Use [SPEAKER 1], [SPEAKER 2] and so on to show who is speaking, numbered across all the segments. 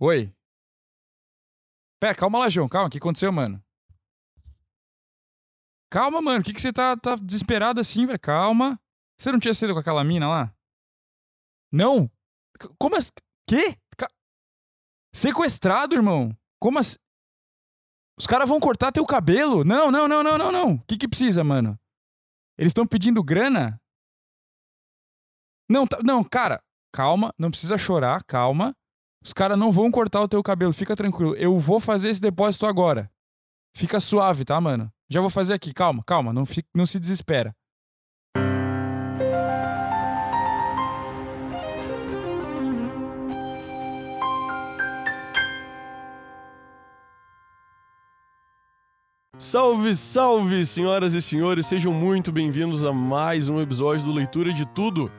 [SPEAKER 1] Oi. Pera, calma lá, João. Calma, o que aconteceu, mano? Calma, mano. O que, que você tá, tá desesperado assim, velho? Calma. Você não tinha saído com aquela mina lá? Não? C- Como assim? Quê? Ca- Sequestrado, irmão? Como assim? Os caras vão cortar teu cabelo? Não, não, não, não, não, não. O que que precisa, mano? Eles estão pedindo grana? Não, tá- não, cara, calma, não precisa chorar, calma. Os caras não vão cortar o teu cabelo, fica tranquilo. Eu vou fazer esse depósito agora. Fica suave, tá, mano? Já vou fazer aqui, calma, calma, não, fi- não se desespera.
[SPEAKER 2] Salve, salve, senhoras e senhores, sejam muito bem-vindos a mais um episódio do Leitura de Tudo.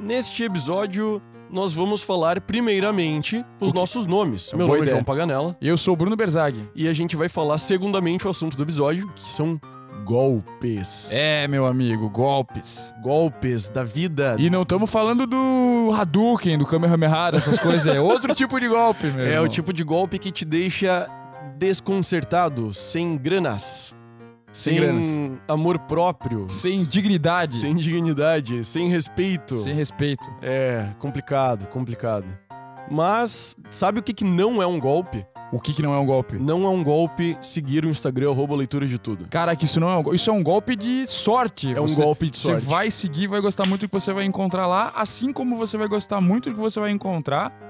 [SPEAKER 2] Neste episódio, nós vamos falar primeiramente os
[SPEAKER 1] O que-
[SPEAKER 2] nossos nomes.
[SPEAKER 1] É uma
[SPEAKER 2] Meu
[SPEAKER 1] boa
[SPEAKER 2] nome é
[SPEAKER 1] ideia.
[SPEAKER 2] João Paganella
[SPEAKER 1] Eu sou o Bruno Berzag.
[SPEAKER 2] e a gente vai falar segundamente o assunto do episódio, que são golpes.
[SPEAKER 1] É, meu amigo, golpes.
[SPEAKER 2] Golpes da vida.
[SPEAKER 1] E não estamos falando do Hadouken, do Kamehameha, essas coisas. É outro tipo de golpe, meu.
[SPEAKER 2] É
[SPEAKER 1] irmão.
[SPEAKER 2] o tipo de golpe que te deixa desconcertado, sem granas.
[SPEAKER 1] Sem granas.
[SPEAKER 2] amor próprio.
[SPEAKER 1] Sem dignidade.
[SPEAKER 2] sem dignidade, sem respeito.
[SPEAKER 1] sem respeito.
[SPEAKER 2] É, complicado, complicado. Mas sabe o que, que não é um golpe?
[SPEAKER 1] O que, que não é um golpe?
[SPEAKER 2] Não é um golpe seguir o Instagram, arroba leitura de tudo.
[SPEAKER 1] Cara, que isso não é um golpe. Isso é um golpe de sorte.
[SPEAKER 2] É um
[SPEAKER 1] Você-
[SPEAKER 2] golpe de sorte.
[SPEAKER 1] Você vai seguir, vai gostar muito do que você vai encontrar lá, assim como você vai gostar muito do que você vai encontrar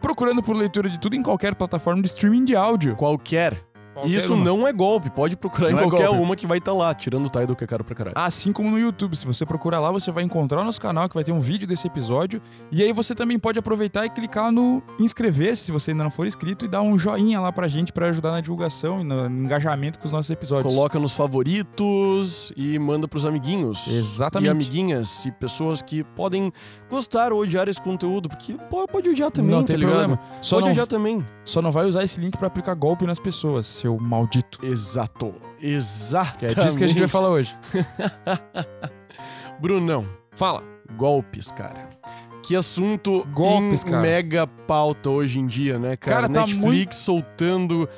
[SPEAKER 1] procurando por leitura de tudo em qualquer plataforma de streaming de áudio.
[SPEAKER 2] Qualquer.
[SPEAKER 1] Qualquer
[SPEAKER 2] Isso
[SPEAKER 1] uma.
[SPEAKER 2] não é golpe. Pode procurar
[SPEAKER 1] Não
[SPEAKER 2] em
[SPEAKER 1] é
[SPEAKER 2] qualquer
[SPEAKER 1] golpe.
[SPEAKER 2] uma que vai estar lá, tirando o Tidal que é caro pra caralho.
[SPEAKER 1] Assim como no YouTube, se você procurar lá, você vai encontrar o nosso canal que vai ter um vídeo desse episódio. E aí você também pode aproveitar e clicar no inscrever-se, se você ainda não for inscrito, e dar um joinha lá pra gente pra ajudar na divulgação e no engajamento com os nossos episódios.
[SPEAKER 2] Coloca nos favoritos e manda pros amiguinhos.
[SPEAKER 1] Exatamente.
[SPEAKER 2] E amiguinhas e pessoas que podem gostar ou odiar esse conteúdo, porque pô, pode odiar também,
[SPEAKER 1] não tem
[SPEAKER 2] tá ligado?
[SPEAKER 1] problema. Só
[SPEAKER 2] pode
[SPEAKER 1] não,
[SPEAKER 2] odiar também.
[SPEAKER 1] só não vai usar esse link pra aplicar golpe nas pessoas, seu maldito.
[SPEAKER 2] Exato. Exato.
[SPEAKER 1] Que é disso que a gente vai falar hoje.
[SPEAKER 2] Brunão.
[SPEAKER 1] Fala.
[SPEAKER 2] Golpes, cara. Que assunto
[SPEAKER 1] Golpes,
[SPEAKER 2] em
[SPEAKER 1] cara.
[SPEAKER 2] mega pauta hoje em dia, né, cara?
[SPEAKER 1] Cara, tá
[SPEAKER 2] Netflix soltando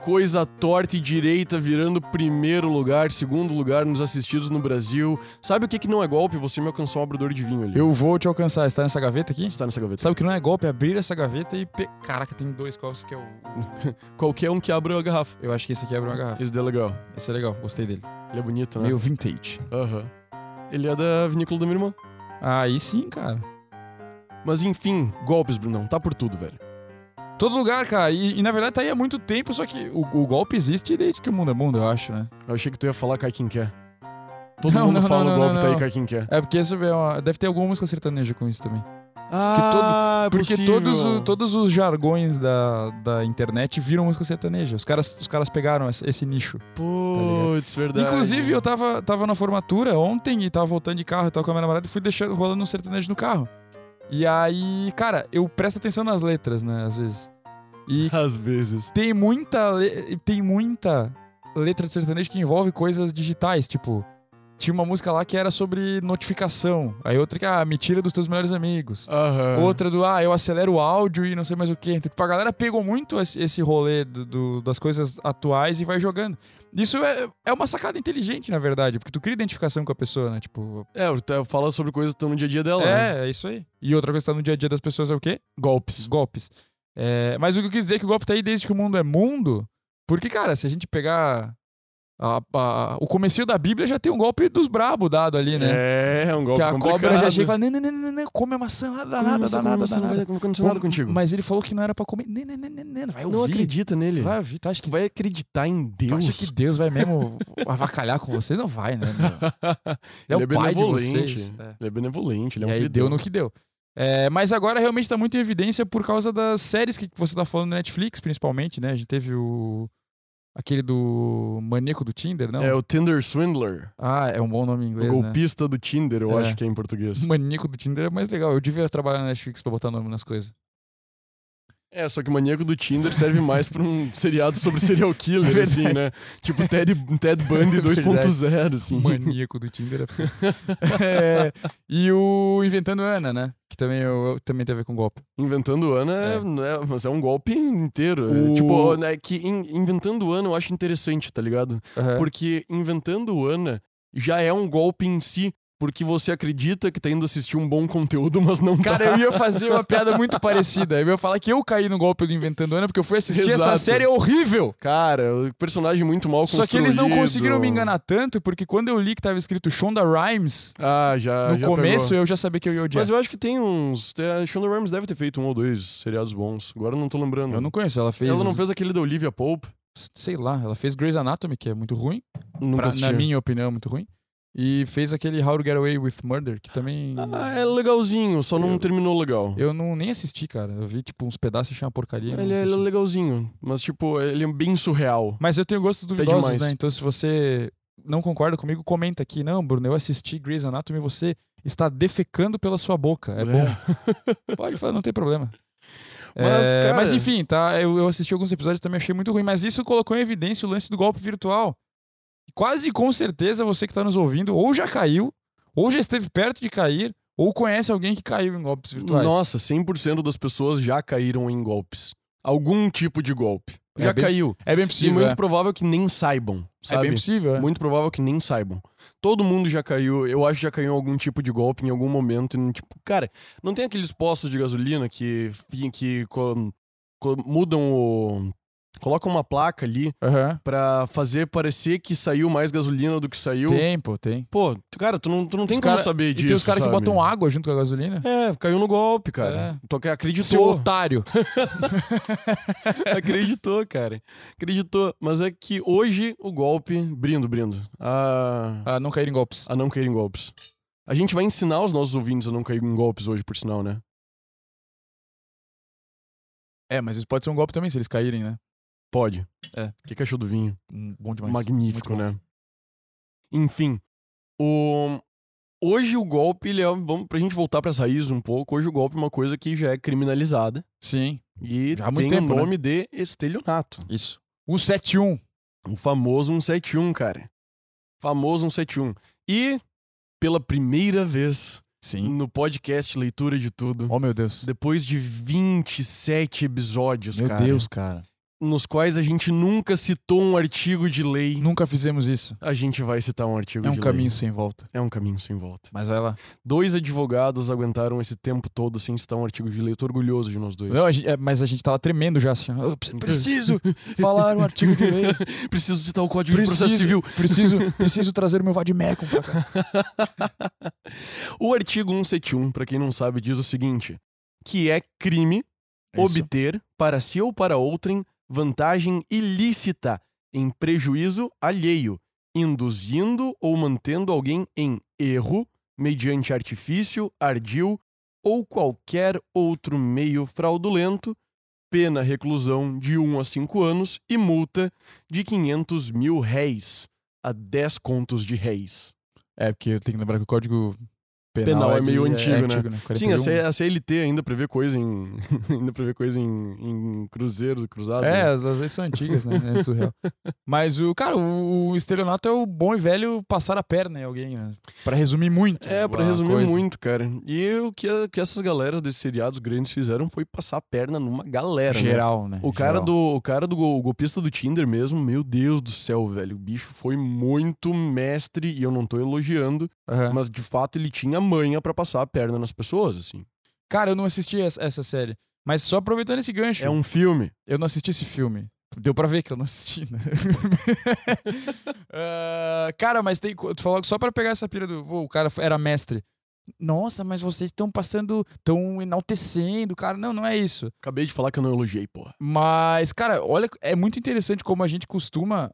[SPEAKER 2] coisa torta e direita, virando primeiro lugar, segundo lugar nos assistidos no Brasil. Sabe o que, que não é golpe? Você me alcançou um abridor de vinho ali.
[SPEAKER 1] Eu vou te alcançar. Está nessa gaveta aqui?
[SPEAKER 2] Está nessa gaveta.
[SPEAKER 1] Sabe o que não é golpe? É abrir essa gaveta e. Pe... Caraca, tem dois. Qual esse que é o.
[SPEAKER 2] Qualquer um que abra a garrafa.
[SPEAKER 1] Eu acho que esse aqui abre uma garrafa.
[SPEAKER 2] Esse daí é legal.
[SPEAKER 1] Esse é legal, gostei dele.
[SPEAKER 2] Ele é bonito, né?
[SPEAKER 1] Meio vintage.
[SPEAKER 2] Aham. Ele é da vinícola da minha irmã.
[SPEAKER 1] Aí sim, cara.
[SPEAKER 2] Mas enfim, golpes, Brunão. Tá por tudo, velho.
[SPEAKER 1] Todo lugar, cara. E, e, na verdade tá aí há muito tempo, só que o, o golpe existe desde que o mundo é mundo, eu acho, né?
[SPEAKER 2] Eu achei que tu ia falar cai quem quer. Todo
[SPEAKER 1] Não,
[SPEAKER 2] mundo
[SPEAKER 1] não,
[SPEAKER 2] fala
[SPEAKER 1] não,
[SPEAKER 2] o
[SPEAKER 1] não,
[SPEAKER 2] golpe,
[SPEAKER 1] não,
[SPEAKER 2] tá aí
[SPEAKER 1] não.
[SPEAKER 2] cai quem quer.
[SPEAKER 1] É porque isso é uma- deve ter alguma música sertaneja com isso também.
[SPEAKER 2] Ah, é
[SPEAKER 1] Porque
[SPEAKER 2] possível.
[SPEAKER 1] todos, o- todos os jargões da, da internet viram música sertaneja. Os caras, os caras pegaram esse, esse nicho.
[SPEAKER 2] Putz, verdade.
[SPEAKER 1] Tá Inclusive, eu tava, tava na formatura ontem e tava voltando de carro e tava com a minha namorada e fui deixando, rolando um sertanejo no carro. E aí, cara, eu presto atenção nas letras, né, às vezes. E
[SPEAKER 2] Às vezes.
[SPEAKER 1] tem muita, le- tem muita letra de sertanejo que envolve coisas digitais, tipo... Tinha uma música lá que era sobre notificação. Aí outra que, ah, me tira dos teus melhores amigos.
[SPEAKER 2] Aham.
[SPEAKER 1] Outra do, ah, eu acelero o áudio e não sei mais o que. Tipo, a galera pegou muito esse esse rolê do- do- das coisas atuais e vai jogando. Isso é, é uma sacada inteligente, na verdade, porque tu cria identificação com a pessoa, né? Tipo,
[SPEAKER 2] É, eu te- eu falo sobre coisas que estão no dia a dia dela. né?
[SPEAKER 1] é, é isso aí. E outra coisa que tá no dia a dia das pessoas é o quê?
[SPEAKER 2] Golpes.
[SPEAKER 1] Golpes. É, mas o que eu quis dizer é que o golpe tá aí desde que o mundo é mundo, porque, cara, se a gente pegar a- a- o comecinho da Bíblia, já tem um golpe dos brabo dado ali, né?
[SPEAKER 2] É, é um golpe
[SPEAKER 1] que a
[SPEAKER 2] complicado.
[SPEAKER 1] cobra já chega e fala, não, não, não, não, não, come a maçã, lá, dá nada, dá nada, dá
[SPEAKER 2] Não
[SPEAKER 1] nada.
[SPEAKER 2] vai acontecer nada
[SPEAKER 1] Bom,
[SPEAKER 2] contigo.
[SPEAKER 1] Mas ele falou que não era pra comer. Nê, nê, nê, nê, nê, vai ouvir.
[SPEAKER 2] Não acredita nele.
[SPEAKER 1] Tu
[SPEAKER 2] Vai,
[SPEAKER 1] vai ouvir. Tu acha que,
[SPEAKER 2] acreditar em
[SPEAKER 1] tu
[SPEAKER 2] Deus.
[SPEAKER 1] acha que Deus vai mesmo avacalhar com você? Não vai, né? meu? Ele é
[SPEAKER 2] Ele é
[SPEAKER 1] o pai de
[SPEAKER 2] benevolente.
[SPEAKER 1] vocês. É.
[SPEAKER 2] Ele é benevolente, ele é
[SPEAKER 1] E
[SPEAKER 2] um
[SPEAKER 1] aí deu
[SPEAKER 2] queridão.
[SPEAKER 1] no que deu. É, mas agora realmente tá muito em evidência por causa das séries que você tá falando na Netflix, principalmente, né? A gente teve o. Aquele do maníaco do Tinder, não?
[SPEAKER 2] É o Tinder Swindler.
[SPEAKER 1] Ah, é um bom nome em
[SPEAKER 2] O
[SPEAKER 1] inglês, né?
[SPEAKER 2] golpista do Tinder, eu
[SPEAKER 1] É.
[SPEAKER 2] acho que é em português.
[SPEAKER 1] Maníaco do Tinder é mais legal. Eu devia trabalhar na Netflix pra botar nome nas coisas.
[SPEAKER 2] É, só que o Maníaco do Tinder serve mais pra um seriado sobre serial killer, assim, né? Tipo Ted, Ted Bundy
[SPEAKER 1] Verdade.
[SPEAKER 2] 2.0,
[SPEAKER 1] O
[SPEAKER 2] assim.
[SPEAKER 1] maníaco do Tinder. é foda. É, e o Inventando Ana, né? Que também, eu, eu- também tem a ver com golpe.
[SPEAKER 2] Inventando Ana é,
[SPEAKER 1] É.
[SPEAKER 2] né, mas é um golpe inteiro.
[SPEAKER 1] O-
[SPEAKER 2] É, Tipo, né, que in- Inventando Ana eu acho interessante, tá ligado?
[SPEAKER 1] Aham.
[SPEAKER 2] Porque Inventando Ana já é um golpe em si, porque você acredita que tá indo assistir um bom conteúdo, mas não
[SPEAKER 1] Cara,
[SPEAKER 2] tá.
[SPEAKER 1] eu ia fazer uma piada muito parecida. Eu ia falar que eu caí no golpe do Inventando Ana porque eu fui assistir essa
[SPEAKER 2] Exato.
[SPEAKER 1] série horrível.
[SPEAKER 2] Cara, o personagem muito mal construído.
[SPEAKER 1] Só que eles não conseguiram me enganar tanto porque quando eu li que tava escrito Shonda Rhimes
[SPEAKER 2] Ah, já.
[SPEAKER 1] no
[SPEAKER 2] já
[SPEAKER 1] começo,
[SPEAKER 2] pegou.
[SPEAKER 1] eu já sabia que eu ia odiar.
[SPEAKER 2] Mas eu acho que tem uns. tem- A Shonda Rhimes deve ter feito um ou dois seriados bons. Agora eu não tô lembrando.
[SPEAKER 1] Eu não conheço, ela fez.
[SPEAKER 2] Ela não fez aquele da Olivia Pope?
[SPEAKER 1] Sei lá, ela fez Grey's Anatomy, que é muito ruim.
[SPEAKER 2] Nunca
[SPEAKER 1] pra-
[SPEAKER 2] assisti.
[SPEAKER 1] na minha opinião, é muito ruim. E fez aquele How to Get Away with Murder, que também.
[SPEAKER 2] Ah, é legalzinho, só não
[SPEAKER 1] Eu-
[SPEAKER 2] terminou legal.
[SPEAKER 1] Eu não nem assisti, cara. Eu vi, tipo, uns pedaços e achei uma porcaria. não
[SPEAKER 2] Ele, é- ele é
[SPEAKER 1] assisti.
[SPEAKER 2] legalzinho, mas tipo, ele é bem surreal.
[SPEAKER 1] Mas eu tenho gostos duvidosos,
[SPEAKER 2] demais.
[SPEAKER 1] né? Então, se você não concorda comigo, comenta aqui. Não, Bruno, eu assisti Grey's Anatomy e você está defecando pela sua boca. É bom. Pode falar, não tem problema.
[SPEAKER 2] Mas,
[SPEAKER 1] É,
[SPEAKER 2] cara-
[SPEAKER 1] mas, enfim, tá? Eu, eu assisti alguns episódios e também achei muito ruim. Mas isso colocou em evidência o lance do golpe virtual. Quase com certeza você que tá nos ouvindo ou já caiu, ou já esteve perto de cair, ou conhece alguém que caiu em golpes virtuais.
[SPEAKER 2] Nossa, 100% das pessoas já caíram em golpes. Algum tipo de golpe.
[SPEAKER 1] É
[SPEAKER 2] Já
[SPEAKER 1] bem
[SPEAKER 2] caiu.
[SPEAKER 1] É bem
[SPEAKER 2] e
[SPEAKER 1] possível.
[SPEAKER 2] muito
[SPEAKER 1] é.
[SPEAKER 2] provável que nem saibam,
[SPEAKER 1] É
[SPEAKER 2] sabe?
[SPEAKER 1] bem possível. é.
[SPEAKER 2] Muito provável que nem saibam. Todo mundo já caiu, eu acho que já caiu em algum tipo de golpe em algum momento. em, tipo, cara, não tem aqueles postos de gasolina que, fi- que co- co- mudam o. Colocam uma placa ali
[SPEAKER 1] Aham.
[SPEAKER 2] pra fazer parecer que saiu mais gasolina do que saiu.
[SPEAKER 1] Tem, pô, tem.
[SPEAKER 2] Pô, tu- cara, tu não, tu não tem
[SPEAKER 1] Os
[SPEAKER 2] como
[SPEAKER 1] cara-
[SPEAKER 2] saber disso.
[SPEAKER 1] e tem os caras que
[SPEAKER 2] sabe?
[SPEAKER 1] botam água junto com a gasolina.
[SPEAKER 2] É, caiu no golpe, cara.
[SPEAKER 1] É.
[SPEAKER 2] Tu ac-
[SPEAKER 1] Seu
[SPEAKER 2] acreditou.
[SPEAKER 1] otário.
[SPEAKER 2] acreditou, cara. Acreditou. Mas é que hoje o golpe. Brindo, brindo. A,
[SPEAKER 1] Ah, não cair em golpes.
[SPEAKER 2] a não cair em golpes. A gente vai ensinar os nossos ouvintes a não cair em golpes hoje, por sinal, né?
[SPEAKER 1] É, mas isso pode ser um golpe também, se eles caírem, né?
[SPEAKER 2] Pode.
[SPEAKER 1] É.
[SPEAKER 2] O que, que achou do vinho?
[SPEAKER 1] Hum, Bom demais.
[SPEAKER 2] Magnífico,
[SPEAKER 1] Muito bom.
[SPEAKER 2] né? Enfim, o... hoje o golpe, ele é. Vamos, pra gente voltar pras raízes um pouco, hoje o golpe é uma coisa que já é criminalizada
[SPEAKER 1] Sim,
[SPEAKER 2] e
[SPEAKER 1] Já há
[SPEAKER 2] tem
[SPEAKER 1] muito
[SPEAKER 2] o
[SPEAKER 1] tempo, né?
[SPEAKER 2] nome de estelionato.
[SPEAKER 1] isso. 171.
[SPEAKER 2] O famoso 171, cara. Famoso 171. E, pela primeira vez
[SPEAKER 1] Sim.
[SPEAKER 2] no podcast Leitura de Tudo,
[SPEAKER 1] Oh, meu Deus.
[SPEAKER 2] depois de 27 episódios,
[SPEAKER 1] Meu
[SPEAKER 2] cara,
[SPEAKER 1] Deus, cara.
[SPEAKER 2] nos quais a gente nunca citou um artigo de lei,
[SPEAKER 1] Nunca fizemos isso.
[SPEAKER 2] a gente vai citar um artigo
[SPEAKER 1] É um
[SPEAKER 2] de
[SPEAKER 1] caminho
[SPEAKER 2] lei.
[SPEAKER 1] sem volta.
[SPEAKER 2] É um caminho sem volta.
[SPEAKER 1] Mas vai lá.
[SPEAKER 2] Dois advogados aguentaram esse tempo todo sem citar um artigo de lei. Eu tô orgulhoso de nós dois. Então,
[SPEAKER 1] Não, a gente- é, mas a gente tava tremendo já assim. ó. Eu pre- preciso falar um artigo de lei.
[SPEAKER 2] Preciso citar o Código de
[SPEAKER 1] Preciso,
[SPEAKER 2] Processo Civil.
[SPEAKER 1] preciso, preciso trazer o meu Vadimecum pra cá.
[SPEAKER 2] O artigo 171, pra quem não sabe, diz o seguinte: que é crime
[SPEAKER 1] É Isso.
[SPEAKER 2] obter para si ou para outrem vantagem ilícita em prejuízo alheio, induzindo ou mantendo alguém em erro mediante artifício, ardil ou qualquer outro meio fraudulento, pena reclusão de 1 a 5 anos e multa de 500 mil réis a 10 contos de réis.
[SPEAKER 1] É, porque eu tenho que lembrar que o código penal,
[SPEAKER 2] Penal é
[SPEAKER 1] de-
[SPEAKER 2] meio antigo, né?
[SPEAKER 1] né?
[SPEAKER 2] Sim,
[SPEAKER 1] 41.
[SPEAKER 2] a, C- a CLT ainda prevê coisa em. ainda prevê coisa em, em cruzeiro, cruzado.
[SPEAKER 1] É,
[SPEAKER 2] né?
[SPEAKER 1] as, as leis são antigas, né? É surreal. Mas o, cara, o, o estelionato é o bom e velho passar a perna em alguém, né? Pra resumir muito.
[SPEAKER 2] É, pra
[SPEAKER 1] a
[SPEAKER 2] resumir
[SPEAKER 1] coisa.
[SPEAKER 2] muito, cara. E o que, a- que essas galeras desses seriados grandes fizeram foi passar a perna numa galera. né?
[SPEAKER 1] Geral, né?
[SPEAKER 2] O cara,
[SPEAKER 1] Geral.
[SPEAKER 2] do, o cara do gol- o golpista do Tinder mesmo, meu Deus do céu, velho. O bicho foi muito mestre, e eu não tô elogiando,
[SPEAKER 1] Aham.
[SPEAKER 2] mas de fato ele tinha manha pra passar a perna nas pessoas, assim.
[SPEAKER 1] Cara, eu não assisti essa, essa série. Mas só aproveitando esse gancho,
[SPEAKER 2] É um filme.
[SPEAKER 1] eu não assisti esse filme. Deu pra ver que eu não assisti, né? Ah, cara, mas tem. co- Tu falou que só pra pegar essa pira do. "Pô, o cara era mestre. Nossa, mas vocês estão passando. Estão enaltecendo, cara. Não, não é isso.
[SPEAKER 2] Acabei de falar que eu não elogiei, porra.
[SPEAKER 1] Mas, cara, olha, é muito interessante como a gente costuma,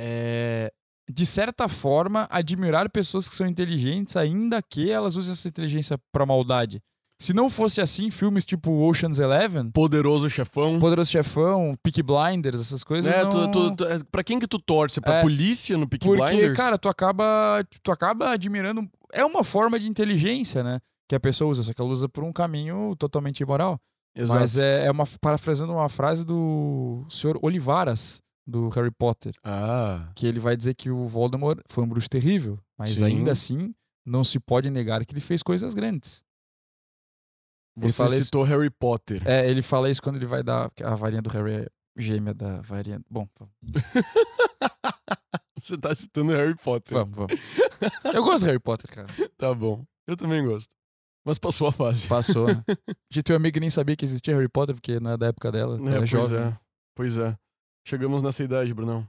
[SPEAKER 1] é, de certa forma, admirar pessoas que são inteligentes, ainda que elas usem essa inteligência pra maldade. Se não fosse assim, filmes tipo Ocean's Eleven,
[SPEAKER 2] Poderoso chefão.
[SPEAKER 1] Poderoso Chefão, Peaky Blinders, essas coisas,
[SPEAKER 2] Hum. É,
[SPEAKER 1] não...
[SPEAKER 2] tu, tu, tu- é, pra quem que tu torce? Pra
[SPEAKER 1] É.
[SPEAKER 2] polícia no Peaky
[SPEAKER 1] Porque,
[SPEAKER 2] Blinders?
[SPEAKER 1] cara, tu acaba, tu acaba admirando. É uma forma de inteligência, né? Que a pessoa usa, só que ela usa por um caminho totalmente imoral.
[SPEAKER 2] Exato.
[SPEAKER 1] Mas é, é uma, parafrasando uma frase do senhor Olivaras, do Harry Potter,
[SPEAKER 2] Ah,
[SPEAKER 1] que ele vai dizer que o Voldemort foi um bruxo terrível, mas
[SPEAKER 2] Sim.
[SPEAKER 1] ainda assim não se pode negar que ele fez coisas grandes. Ele
[SPEAKER 2] você
[SPEAKER 1] fala isso-
[SPEAKER 2] citou Harry Potter.
[SPEAKER 1] É, ele fala isso quando ele vai dar a varinha do Harry é gêmea da varinha. Bom,
[SPEAKER 2] Você tá citando Harry Potter.
[SPEAKER 1] vamos, vamos. Eu gosto do Harry Potter, cara.
[SPEAKER 2] Tá bom. Eu também gosto. Mas passou a fase.
[SPEAKER 1] Passou, né? Tinha teu amigo que nem sabia que existia Harry Potter, porque não é da época dela.
[SPEAKER 2] É,
[SPEAKER 1] ela é
[SPEAKER 2] pois
[SPEAKER 1] jovem.
[SPEAKER 2] é. Pois é. Chegamos nessa idade, Brunão.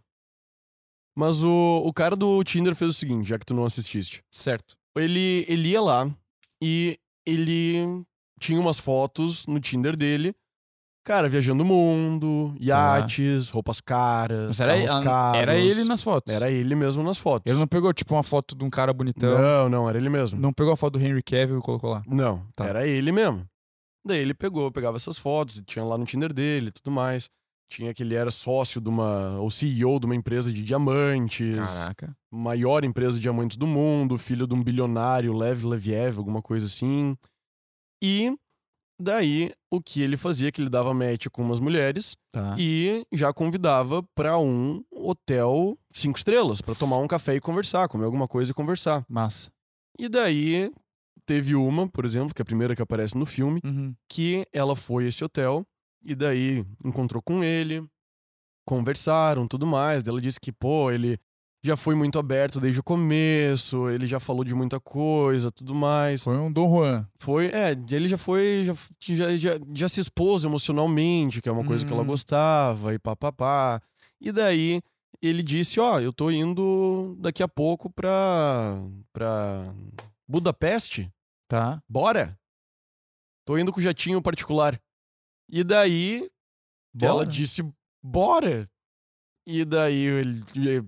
[SPEAKER 2] Mas o, o cara do Tinder fez o seguinte, já que tu não assististe.
[SPEAKER 1] Certo.
[SPEAKER 2] Ele, ele ia lá e ele tinha umas fotos no Tinder dele. Cara, viajando o mundo, iates, roupas caras,
[SPEAKER 1] Mas era,
[SPEAKER 2] carros
[SPEAKER 1] a- era
[SPEAKER 2] caros.
[SPEAKER 1] ele nas fotos.
[SPEAKER 2] Era ele mesmo nas fotos.
[SPEAKER 1] Ele não pegou, tipo, uma foto de um cara bonitão.
[SPEAKER 2] Não, não, era ele mesmo.
[SPEAKER 1] Não pegou a foto do Henry Cavill e colocou lá.
[SPEAKER 2] Não,
[SPEAKER 1] Tá.
[SPEAKER 2] era ele mesmo. Daí ele pegou, pegava essas fotos, tinha lá no Tinder dele e tudo mais. Tinha que ele era sócio de uma, ou CEO de uma empresa de diamantes,
[SPEAKER 1] Caraca.
[SPEAKER 2] maior empresa de diamantes do mundo, filho de um bilionário, Lev Leviev, alguma coisa assim. E daí o que ele fazia, é que ele dava match com umas mulheres
[SPEAKER 1] Tá.
[SPEAKER 2] e já convidava pra um hotel cinco estrelas, pra tomar um café e conversar, comer alguma coisa e conversar.
[SPEAKER 1] Massa.
[SPEAKER 2] E daí teve uma, por exemplo, que é a primeira que aparece no filme,
[SPEAKER 1] Uhum.
[SPEAKER 2] que ela foi a esse hotel e daí encontrou com ele, conversaram, tudo mais. Daí Ela disse que, pô, ele já foi muito aberto desde o começo, ele já falou de muita coisa, tudo mais.
[SPEAKER 1] Foi um Dom Juan.
[SPEAKER 2] Foi, é, ele já foi, já, f- já, já, já se expôs emocionalmente, que é uma coisa que ela
[SPEAKER 1] Hum.
[SPEAKER 2] gostava, e papapá. E daí ele disse: Ó, eu tô indo daqui a pouco pra, pra Budapeste,
[SPEAKER 1] Tá.
[SPEAKER 2] bora! Tô indo com o jatinho particular. E daí ela
[SPEAKER 1] Bora.
[SPEAKER 2] disse: Bora! E daí ele. ele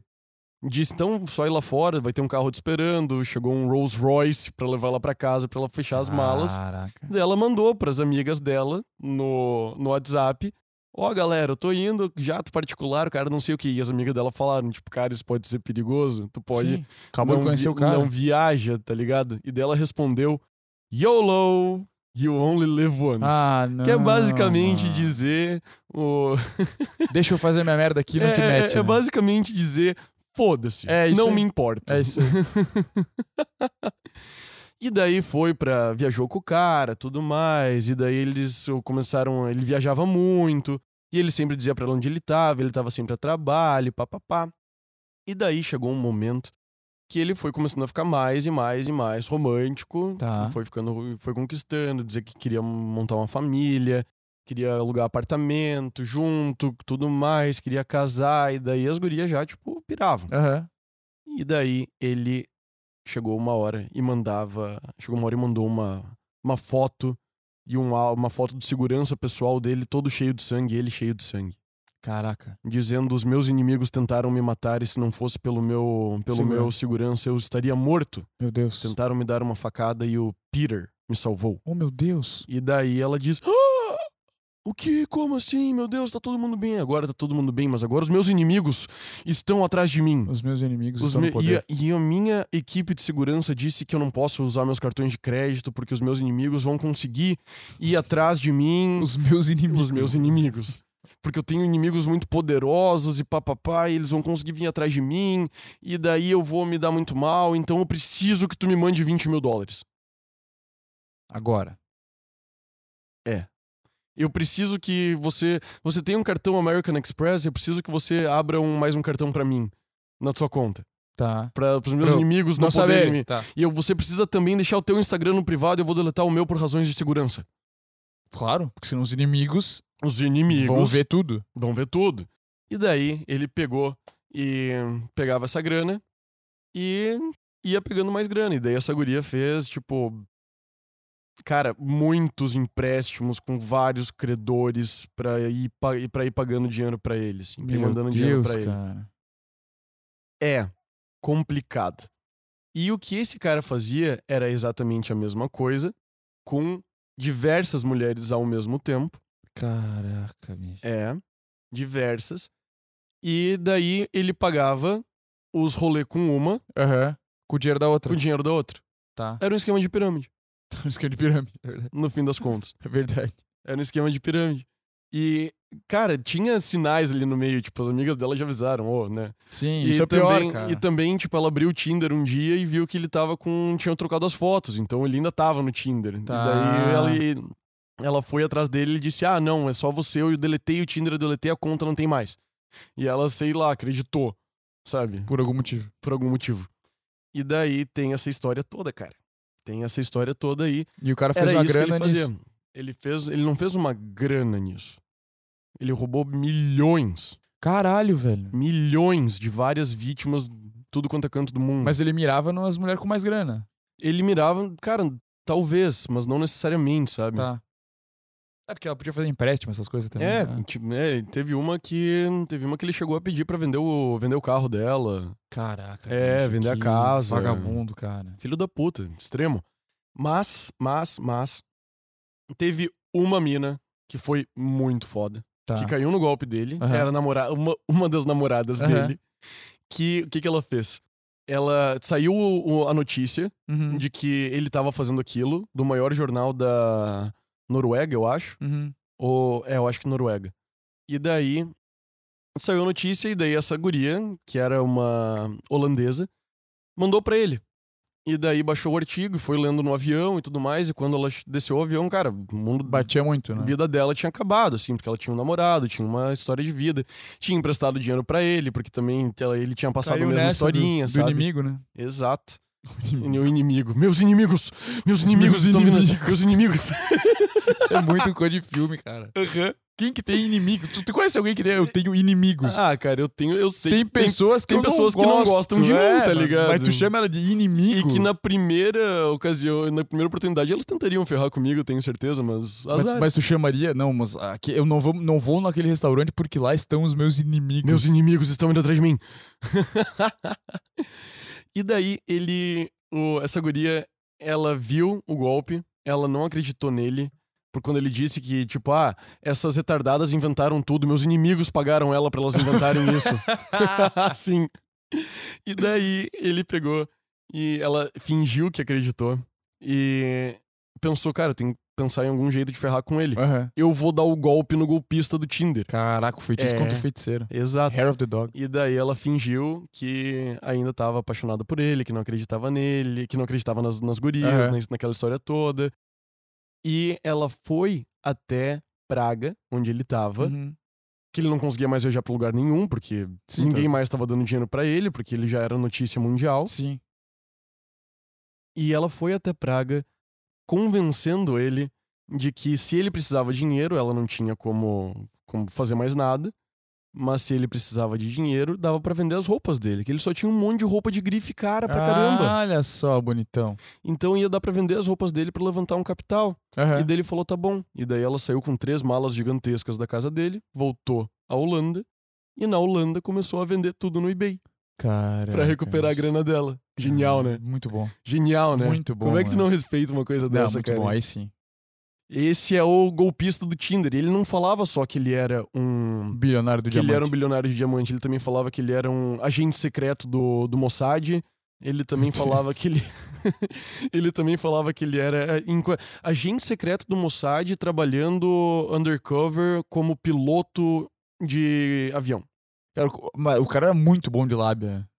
[SPEAKER 2] Disse, então, só ir lá fora, vai ter um carro te esperando. Chegou um Rolls Royce pra levar ela pra casa, pra ela fechar as malas.
[SPEAKER 1] Caraca.
[SPEAKER 2] Daí Ela mandou pras amigas dela no, no WhatsApp. Ó, galera, eu tô indo, jato particular, o cara não sei o que. E as amigas dela falaram, tipo, cara, isso pode ser perigoso. Tu pode.
[SPEAKER 1] Sim. Acabou
[SPEAKER 2] não
[SPEAKER 1] de conhecer
[SPEAKER 2] vi-
[SPEAKER 1] o cara.
[SPEAKER 2] Não viaja, tá ligado? E dela respondeu: YOLO, you only live once.
[SPEAKER 1] Ah, não.
[SPEAKER 2] que é basicamente
[SPEAKER 1] mano.
[SPEAKER 2] dizer. O...
[SPEAKER 1] Deixa eu fazer minha merda aqui, não
[SPEAKER 2] é,
[SPEAKER 1] te
[SPEAKER 2] é-
[SPEAKER 1] mete.
[SPEAKER 2] é
[SPEAKER 1] né?
[SPEAKER 2] basicamente dizer: foda-se,
[SPEAKER 1] É isso
[SPEAKER 2] não
[SPEAKER 1] aí.
[SPEAKER 2] me importa.
[SPEAKER 1] É isso.
[SPEAKER 2] E daí foi pra. viajou com o cara, tudo mais. E daí eles começaram. Ele viajava muito. E ele sempre dizia pra ela onde ele tava, ele tava sempre a trabalho, papapá. E daí chegou um momento que ele foi começando a ficar mais e mais e mais romântico.
[SPEAKER 1] Tá.
[SPEAKER 2] Foi ficando. Foi conquistando, dizer que queria montar uma família, queria alugar apartamento junto, tudo mais, queria casar. E daí as gurias já, tipo, piravam.
[SPEAKER 1] Aham.
[SPEAKER 2] E daí ele chegou uma hora e mandava. Chegou uma hora e mandou uma, uma foto e um, á- uma foto de segurança pessoal dele, todo cheio de sangue, ele cheio de sangue.
[SPEAKER 1] Caraca.
[SPEAKER 2] Dizendo: Os meus inimigos tentaram me matar, e se não fosse pelo meu, pelo
[SPEAKER 1] Segurança.
[SPEAKER 2] meu segurança, eu estaria morto.
[SPEAKER 1] Meu Deus.
[SPEAKER 2] Tentaram me dar uma facada e o Peter me salvou.
[SPEAKER 1] Oh, meu Deus.
[SPEAKER 2] E daí ela diz: "Ah, O que? Como assim? Meu Deus, tá todo mundo bem. Agora tá todo mundo bem, mas agora os meus inimigos estão atrás de mim.
[SPEAKER 1] Os meus inimigos
[SPEAKER 2] Os
[SPEAKER 1] estão
[SPEAKER 2] me-
[SPEAKER 1] no poder.
[SPEAKER 2] e, a, e a minha equipe de segurança disse que eu não posso usar meus cartões de crédito porque os meus inimigos vão conseguir ir
[SPEAKER 1] Os-
[SPEAKER 2] atrás de mim, hum, os,
[SPEAKER 1] Os meus inimigos.
[SPEAKER 2] meus inimigos. Porque eu tenho inimigos muito poderosos e papapá, e eles vão conseguir vir atrás de mim, e daí eu vou me dar muito mal, então eu preciso que tu me mande 20 mil dólares.
[SPEAKER 1] Agora.
[SPEAKER 2] Eu preciso que você. Você tem um cartão American Express, eu preciso que você abra um, mais um cartão pra mim, na tua conta.
[SPEAKER 1] Tá.
[SPEAKER 2] Para os meus
[SPEAKER 1] Pra eu
[SPEAKER 2] inimigos não,
[SPEAKER 1] Não
[SPEAKER 2] poderem me.
[SPEAKER 1] saber. Tá.
[SPEAKER 2] E eu- você precisa também deixar o teu Instagram no privado, eu vou deletar o meu por razões de segurança.
[SPEAKER 1] Claro, porque senão os inimigos,
[SPEAKER 2] Os inimigos
[SPEAKER 1] vão ver tudo.
[SPEAKER 2] vão ver tudo. E daí ele pegou e pegava essa grana e ia pegando mais grana. E daí essa guria fez, tipo, cara, muitos empréstimos com vários credores pra ir, pa- pra ir pagando dinheiro pra ele, assim, pra ir
[SPEAKER 1] Meu
[SPEAKER 2] mandando dinheiro
[SPEAKER 1] Deus,
[SPEAKER 2] pra ele.
[SPEAKER 1] cara.
[SPEAKER 2] é complicado. E o que esse cara fazia era exatamente a mesma coisa, com diversas mulheres ao mesmo tempo.
[SPEAKER 1] Caraca, bicho.
[SPEAKER 2] É, diversas. E daí ele pagava os rolê com uma,
[SPEAKER 1] Aham. Com o dinheiro da outra.
[SPEAKER 2] com o dinheiro da outra.
[SPEAKER 1] Tá.
[SPEAKER 2] Era um esquema de pirâmide,
[SPEAKER 1] Um esquema de pirâmide. É verdade.
[SPEAKER 2] no fim das contas.
[SPEAKER 1] É verdade.
[SPEAKER 2] Era um esquema de pirâmide. E, cara, tinha sinais ali no meio, tipo, as amigas dela já avisaram, ô, né?
[SPEAKER 1] Sim,
[SPEAKER 2] e
[SPEAKER 1] isso é
[SPEAKER 2] também,
[SPEAKER 1] pior, cara.
[SPEAKER 2] E também, tipo, ela abriu o Tinder um dia e viu que ele tava com. tinham trocado as fotos, então ele ainda tava no Tinder.
[SPEAKER 1] Tá.
[SPEAKER 2] E daí ela, ela foi atrás dele e disse: Ah, não, é só você, eu deletei o Tinder, eu deletei a conta, não tem mais. E ela, sei lá, acreditou, sabe?
[SPEAKER 1] Por algum motivo.
[SPEAKER 2] Por algum motivo. E daí tem essa história toda, cara. Tem essa história toda aí.
[SPEAKER 1] E o cara fez
[SPEAKER 2] Era
[SPEAKER 1] uma
[SPEAKER 2] isso que
[SPEAKER 1] grana
[SPEAKER 2] ele
[SPEAKER 1] nisso.
[SPEAKER 2] fazia. Ele, fez, ele não fez uma grana nisso. Ele roubou milhões
[SPEAKER 1] Caralho, velho.
[SPEAKER 2] Hum. milhões de várias vítimas, tudo quanto é canto do mundo. Mas
[SPEAKER 1] Mas ele mirava nas mulheres com mais grana.
[SPEAKER 2] ele mirava, cara, talvez, mas não necessariamente, sabe?
[SPEAKER 1] Tá. É porque ela podia fazer empréstimo, essas coisas também.
[SPEAKER 2] É,
[SPEAKER 1] né?
[SPEAKER 2] tipo, é, teve uma que teve uma que ele chegou a pedir pra vender o vender o carro dela.
[SPEAKER 1] Caraca.
[SPEAKER 2] É,
[SPEAKER 1] bicho,
[SPEAKER 2] vender a
[SPEAKER 1] que
[SPEAKER 2] casa.
[SPEAKER 1] Vagabundo, cara.
[SPEAKER 2] Filho da puta, extremo. Mas, mas, mas teve uma mina que foi muito foda,
[SPEAKER 1] Tá.
[SPEAKER 2] que caiu no golpe dele,
[SPEAKER 1] Aham.
[SPEAKER 2] era namora uma, uma das namoradas
[SPEAKER 1] Aham.
[SPEAKER 2] dele. Que o que que ela fez? Ela saiu o- o- a notícia
[SPEAKER 1] Uhum,
[SPEAKER 2] de que ele tava fazendo aquilo, do maior jornal da Noruega, eu acho.
[SPEAKER 1] uhum.
[SPEAKER 2] Ou, é, eu acho que Noruega. E daí saiu a notícia, e daí essa guria, que era uma holandesa, mandou pra ele. E daí baixou o artigo e foi lendo no avião e tudo mais. E quando ela desceu o avião, cara, o mundo
[SPEAKER 1] Batia muito,
[SPEAKER 2] a
[SPEAKER 1] né?
[SPEAKER 2] vida dela tinha acabado, assim, porque ela tinha um namorado, tinha uma história de vida, tinha emprestado dinheiro pra ele, porque também ela- ele tinha passado
[SPEAKER 1] Caiu
[SPEAKER 2] a mesma
[SPEAKER 1] nessa
[SPEAKER 2] historinha,
[SPEAKER 1] do,
[SPEAKER 2] sabe?
[SPEAKER 1] do inimigo, né?
[SPEAKER 2] Exato. Meu inimigo. Meus inimigos. Meus inimigos.
[SPEAKER 1] meus
[SPEAKER 2] estão vindo-
[SPEAKER 1] inimigos.
[SPEAKER 2] Meus inimigos.
[SPEAKER 1] Isso é muito coisa de filme, cara. Quem que tem inimigo? Tu, tu conhece alguém que tem? Eu tenho inimigos.
[SPEAKER 2] Ah, cara, eu tenho, eu sei.
[SPEAKER 1] tem
[SPEAKER 2] que tem-
[SPEAKER 1] pessoas que,
[SPEAKER 2] tem
[SPEAKER 1] eu
[SPEAKER 2] pessoas que
[SPEAKER 1] não
[SPEAKER 2] não
[SPEAKER 1] gosto,
[SPEAKER 2] gostam de mim,
[SPEAKER 1] é,
[SPEAKER 2] tá
[SPEAKER 1] mano.
[SPEAKER 2] ligado?
[SPEAKER 1] Mas tu chama ela de
[SPEAKER 2] E
[SPEAKER 1] inimigo.
[SPEAKER 2] que na primeira ocasião, na primeira oportunidade, eles tentariam ferrar comigo, eu tenho certeza, mas
[SPEAKER 1] Mas,
[SPEAKER 2] azar.
[SPEAKER 1] mas tu chamaria. Não, mas aqui, eu não vou, não vou naquele restaurante porque lá estão os meus inimigos.
[SPEAKER 2] Meus inimigos estão indo atrás de mim. e daí ele. o- essa guria, ela viu o golpe, ela não acreditou nele. Por quando ele disse que, tipo, ah, essas retardadas inventaram tudo, meus inimigos pagaram ela pra elas inventarem isso. Sim. E daí ele pegou e ela fingiu que acreditou. E pensou, cara, tem que pensar em algum jeito de ferrar com ele.
[SPEAKER 1] Aham.
[SPEAKER 2] Eu vou dar o golpe no golpista do Tinder.
[SPEAKER 1] Caraca, o feitiço
[SPEAKER 2] É.
[SPEAKER 1] contra o feiticeiro.
[SPEAKER 2] Exato.
[SPEAKER 1] Hair of the Dog.
[SPEAKER 2] E daí ela fingiu que ainda tava apaixonada por ele, que não acreditava nele, que não acreditava nas, nas gurias,
[SPEAKER 1] Aham.
[SPEAKER 2] nas- naquela história toda. E ela foi até Praga, onde ele tava,
[SPEAKER 1] Uhum.
[SPEAKER 2] que ele não conseguia mais viajar pra lugar nenhum, porque
[SPEAKER 1] Sim, então.
[SPEAKER 2] ninguém mais tava dando dinheiro pra ele, porque ele já era notícia mundial.
[SPEAKER 1] tá. Sim.
[SPEAKER 2] E ela foi até Praga, convencendo ele de que se ele precisava de dinheiro, ela não tinha como, como fazer mais nada. Mas se ele precisava de dinheiro, dava pra vender as roupas dele, que ele só tinha um monte de roupa de grife cara É pra caramba.
[SPEAKER 1] Ah, olha só, bonitão.
[SPEAKER 2] Então ia dar pra vender as roupas dele pra levantar um capital.
[SPEAKER 1] Aham.
[SPEAKER 2] E daí ele falou: tá bom. E daí ela saiu com três malas gigantescas da casa dele, voltou à Holanda, e na Holanda começou a vender tudo no eBay
[SPEAKER 1] É, Cara.
[SPEAKER 2] pra recuperar a grana dela. Genial, né?
[SPEAKER 1] Muito bom.
[SPEAKER 2] Genial, né?
[SPEAKER 1] Muito bom.
[SPEAKER 2] Como é que tu
[SPEAKER 1] mano.
[SPEAKER 2] não respeita uma coisa
[SPEAKER 1] Não,
[SPEAKER 2] dessa,
[SPEAKER 1] muito
[SPEAKER 2] cara?
[SPEAKER 1] bom, aí sim.
[SPEAKER 2] Esse é o golpista do Tinder. Ele não falava só que ele era um.
[SPEAKER 1] Bilionário do
[SPEAKER 2] Que ele
[SPEAKER 1] diamante.
[SPEAKER 2] era um bilionário de diamante. Ele também falava que ele era um agente secreto do, do Mossad. Ele também
[SPEAKER 1] Meu Deus.
[SPEAKER 2] falava que ele. ele também falava que ele era é, em- agente secreto do Mossad trabalhando undercover como piloto de avião.
[SPEAKER 1] Cara, o- mas o cara era muito bom de lábia.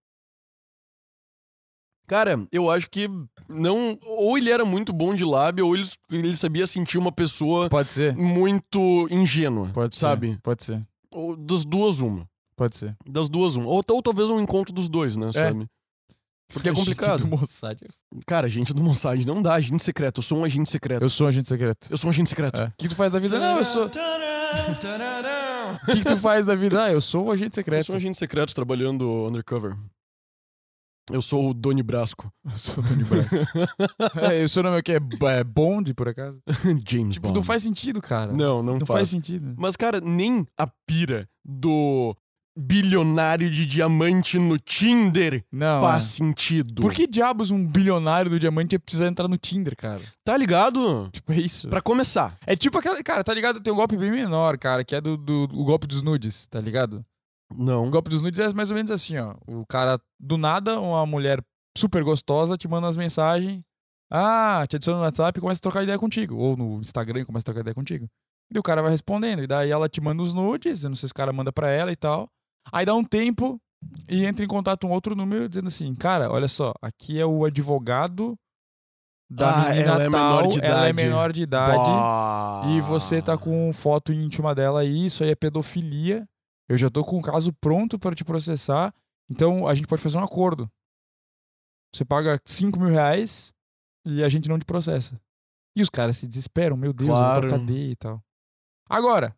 [SPEAKER 2] Cara, eu acho que não. Ou ele era muito bom de lábio, ou ele, ele sabia sentir uma pessoa
[SPEAKER 1] Pode ser?
[SPEAKER 2] muito ingênua.
[SPEAKER 1] Pode ser.
[SPEAKER 2] sabe?
[SPEAKER 1] Pode ser.
[SPEAKER 2] Ou das duas, uma.
[SPEAKER 1] Pode ser.
[SPEAKER 2] Das duas, uma. Ou, ou talvez um encontro dos dois,
[SPEAKER 1] É.
[SPEAKER 2] né, sabe? Porque é
[SPEAKER 1] Agente
[SPEAKER 2] complicado.
[SPEAKER 1] do Mossad.
[SPEAKER 2] Cara, agente do Mossad não dá, agente secreto. Eu sou um agente secreto. Eu,
[SPEAKER 1] Eu sou um agente secreto.
[SPEAKER 2] sou um agente secreto.
[SPEAKER 1] É. O que tu faz da vida? Não, eu sou. O
[SPEAKER 2] eu
[SPEAKER 1] que, que tu faz da vida? Ah, eu sou um agente secreto.
[SPEAKER 2] sou um agente secreto trabalhando undercover. Eu sou o Doni Brasco.
[SPEAKER 1] Eu sou o Tony Brass. é, e o seu nome é o quê? É B- É Bond, por acaso?
[SPEAKER 2] James
[SPEAKER 1] Tipo,
[SPEAKER 2] Bond.
[SPEAKER 1] não faz sentido, cara.
[SPEAKER 2] Não, não,
[SPEAKER 1] Não
[SPEAKER 2] faz.
[SPEAKER 1] faz sentido.
[SPEAKER 2] Mas, cara, nem a pira do bilionário de diamante no Tinder
[SPEAKER 1] Não.
[SPEAKER 2] faz
[SPEAKER 1] é.
[SPEAKER 2] sentido.
[SPEAKER 1] Por que diabos um bilionário do diamante ia precisar entrar no Tinder, cara?
[SPEAKER 2] Tá ligado?
[SPEAKER 1] Tipo, é isso.
[SPEAKER 2] Pra começar.
[SPEAKER 1] É tipo aquela. Cara, tá ligado? Tem um golpe bem menor, cara, que é do, do- o golpe dos nudes, tá ligado? O
[SPEAKER 2] Não.
[SPEAKER 1] golpe dos nudes é mais ou menos assim, ó. O cara, do nada, uma mulher super gostosa te manda umas mensagens. Ah, te adiciona no WhatsApp e começa a trocar ideia contigo. Ou no Instagram e começa a trocar ideia contigo. E o cara vai respondendo. E daí ela te manda os nudes, eu não sei se o cara manda pra ela e tal. Aí dá um tempo e entra em contato um outro número dizendo assim: cara, olha só, aqui é o advogado da
[SPEAKER 2] Ah,
[SPEAKER 1] menina
[SPEAKER 2] ela é
[SPEAKER 1] tal,
[SPEAKER 2] menor de
[SPEAKER 1] ela é
[SPEAKER 2] idade."
[SPEAKER 1] menor de idade.
[SPEAKER 2] Bah.
[SPEAKER 1] E você
[SPEAKER 2] Ah.
[SPEAKER 1] tá com foto íntima dela aí, isso aí é pedofilia. Eu já tô com um caso pronto pra te processar. Então a gente pode fazer um acordo. Você paga 5 mil reais e a gente não te processa. E os caras se desesperam, meu Deus, eu
[SPEAKER 2] Claro.
[SPEAKER 1] vou pra cadeia e tal. Agora,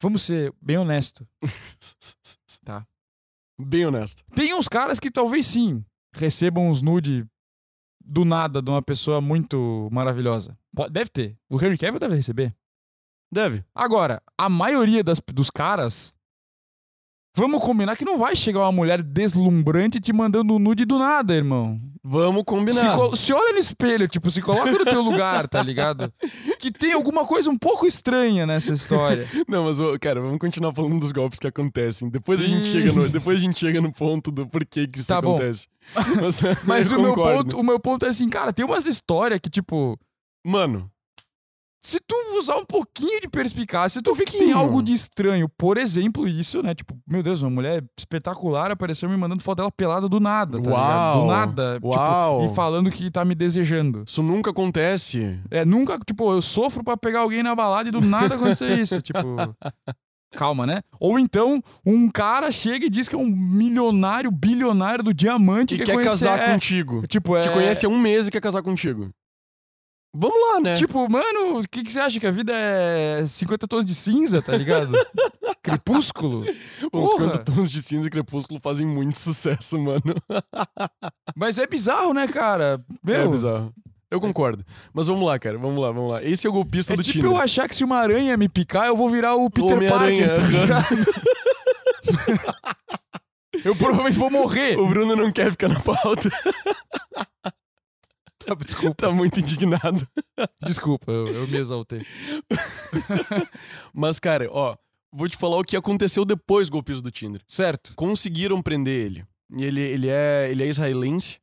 [SPEAKER 1] vamos ser bem honesto. Tá.
[SPEAKER 2] Bem honesto.
[SPEAKER 1] Tem uns caras que talvez sim recebam uns nude do nada de uma pessoa muito maravilhosa. Po- Deve ter. O Henry Cavill deve receber.
[SPEAKER 2] Deve.
[SPEAKER 1] Agora, a maioria das- dos caras. Vamos combinar que não vai chegar uma mulher deslumbrante te mandando um nude do nada, irmão.
[SPEAKER 2] Vamos
[SPEAKER 1] Se,
[SPEAKER 2] combinar.
[SPEAKER 1] col- se olha no espelho, tipo, se coloca no teu lugar, tá ligado? Que tem alguma coisa um pouco estranha nessa história.
[SPEAKER 2] Não, mas, ô, cara, vamos continuar falando dos golpes que acontecem. Depois a gente, chega, no, depois a gente chega no ponto do porquê que isso
[SPEAKER 1] Tá bom.
[SPEAKER 2] acontece. Mas,
[SPEAKER 1] Mas
[SPEAKER 2] eu
[SPEAKER 1] o meu,
[SPEAKER 2] concordo.
[SPEAKER 1] ponto, o meu ponto é assim, cara, tem umas histórias que, tipo,
[SPEAKER 2] Mano,
[SPEAKER 1] se tu usar um pouquinho de perspicácia, tu vê que tem
[SPEAKER 2] Pouquinho.
[SPEAKER 1] algo de estranho. Por exemplo, isso, né? Tipo, meu Deus, uma mulher espetacular apareceu me mandando foto dela pelada do nada, tá ligado? Do
[SPEAKER 2] Uau.
[SPEAKER 1] nada. tipo,
[SPEAKER 2] Uau.
[SPEAKER 1] e falando que tá me desejando.
[SPEAKER 2] isso nunca acontece.
[SPEAKER 1] É, nunca, tipo, eu sofro pra pegar alguém na balada e do nada acontecer isso. Tipo, calma, né? Ou então, um cara chega e diz que é um milionário, bilionário do diamante
[SPEAKER 2] E
[SPEAKER 1] que
[SPEAKER 2] quer
[SPEAKER 1] conhecer-
[SPEAKER 2] casar
[SPEAKER 1] é,
[SPEAKER 2] contigo.
[SPEAKER 1] Tipo, é.
[SPEAKER 2] Te conhece há um mês e quer casar contigo. Vamos lá, né?
[SPEAKER 1] Tipo, mano, o que, que você acha? Que a vida é 50 tons de cinza, tá ligado? Crepúsculo.
[SPEAKER 2] Os
[SPEAKER 1] porra.
[SPEAKER 2] Tons de Cinza e Crepúsculo fazem muito sucesso, mano.
[SPEAKER 1] Mas é bizarro, né, cara? Meu,
[SPEAKER 2] É bizarro. Eu concordo. Mas vamos lá, cara. Vamos lá, vamos lá. Esse é o golpista
[SPEAKER 1] é
[SPEAKER 2] do
[SPEAKER 1] tipo
[SPEAKER 2] Tinder.
[SPEAKER 1] eu achar que se uma aranha me picar, eu vou virar o Peter
[SPEAKER 2] Homem-Aranha,
[SPEAKER 1] Parker, tá
[SPEAKER 2] aham.
[SPEAKER 1] ligado? eu provavelmente vou morrer.
[SPEAKER 2] O Bruno não quer ficar na pauta.
[SPEAKER 1] Desculpa.
[SPEAKER 2] tá muito indignado.
[SPEAKER 1] Desculpa, eu, eu me exaltei.
[SPEAKER 2] Mas, cara, ó, vou te falar o que aconteceu depois do golpista do Tinder.
[SPEAKER 1] Certo.
[SPEAKER 2] Conseguiram prender ele. E ele, ele, é, ele é israelense.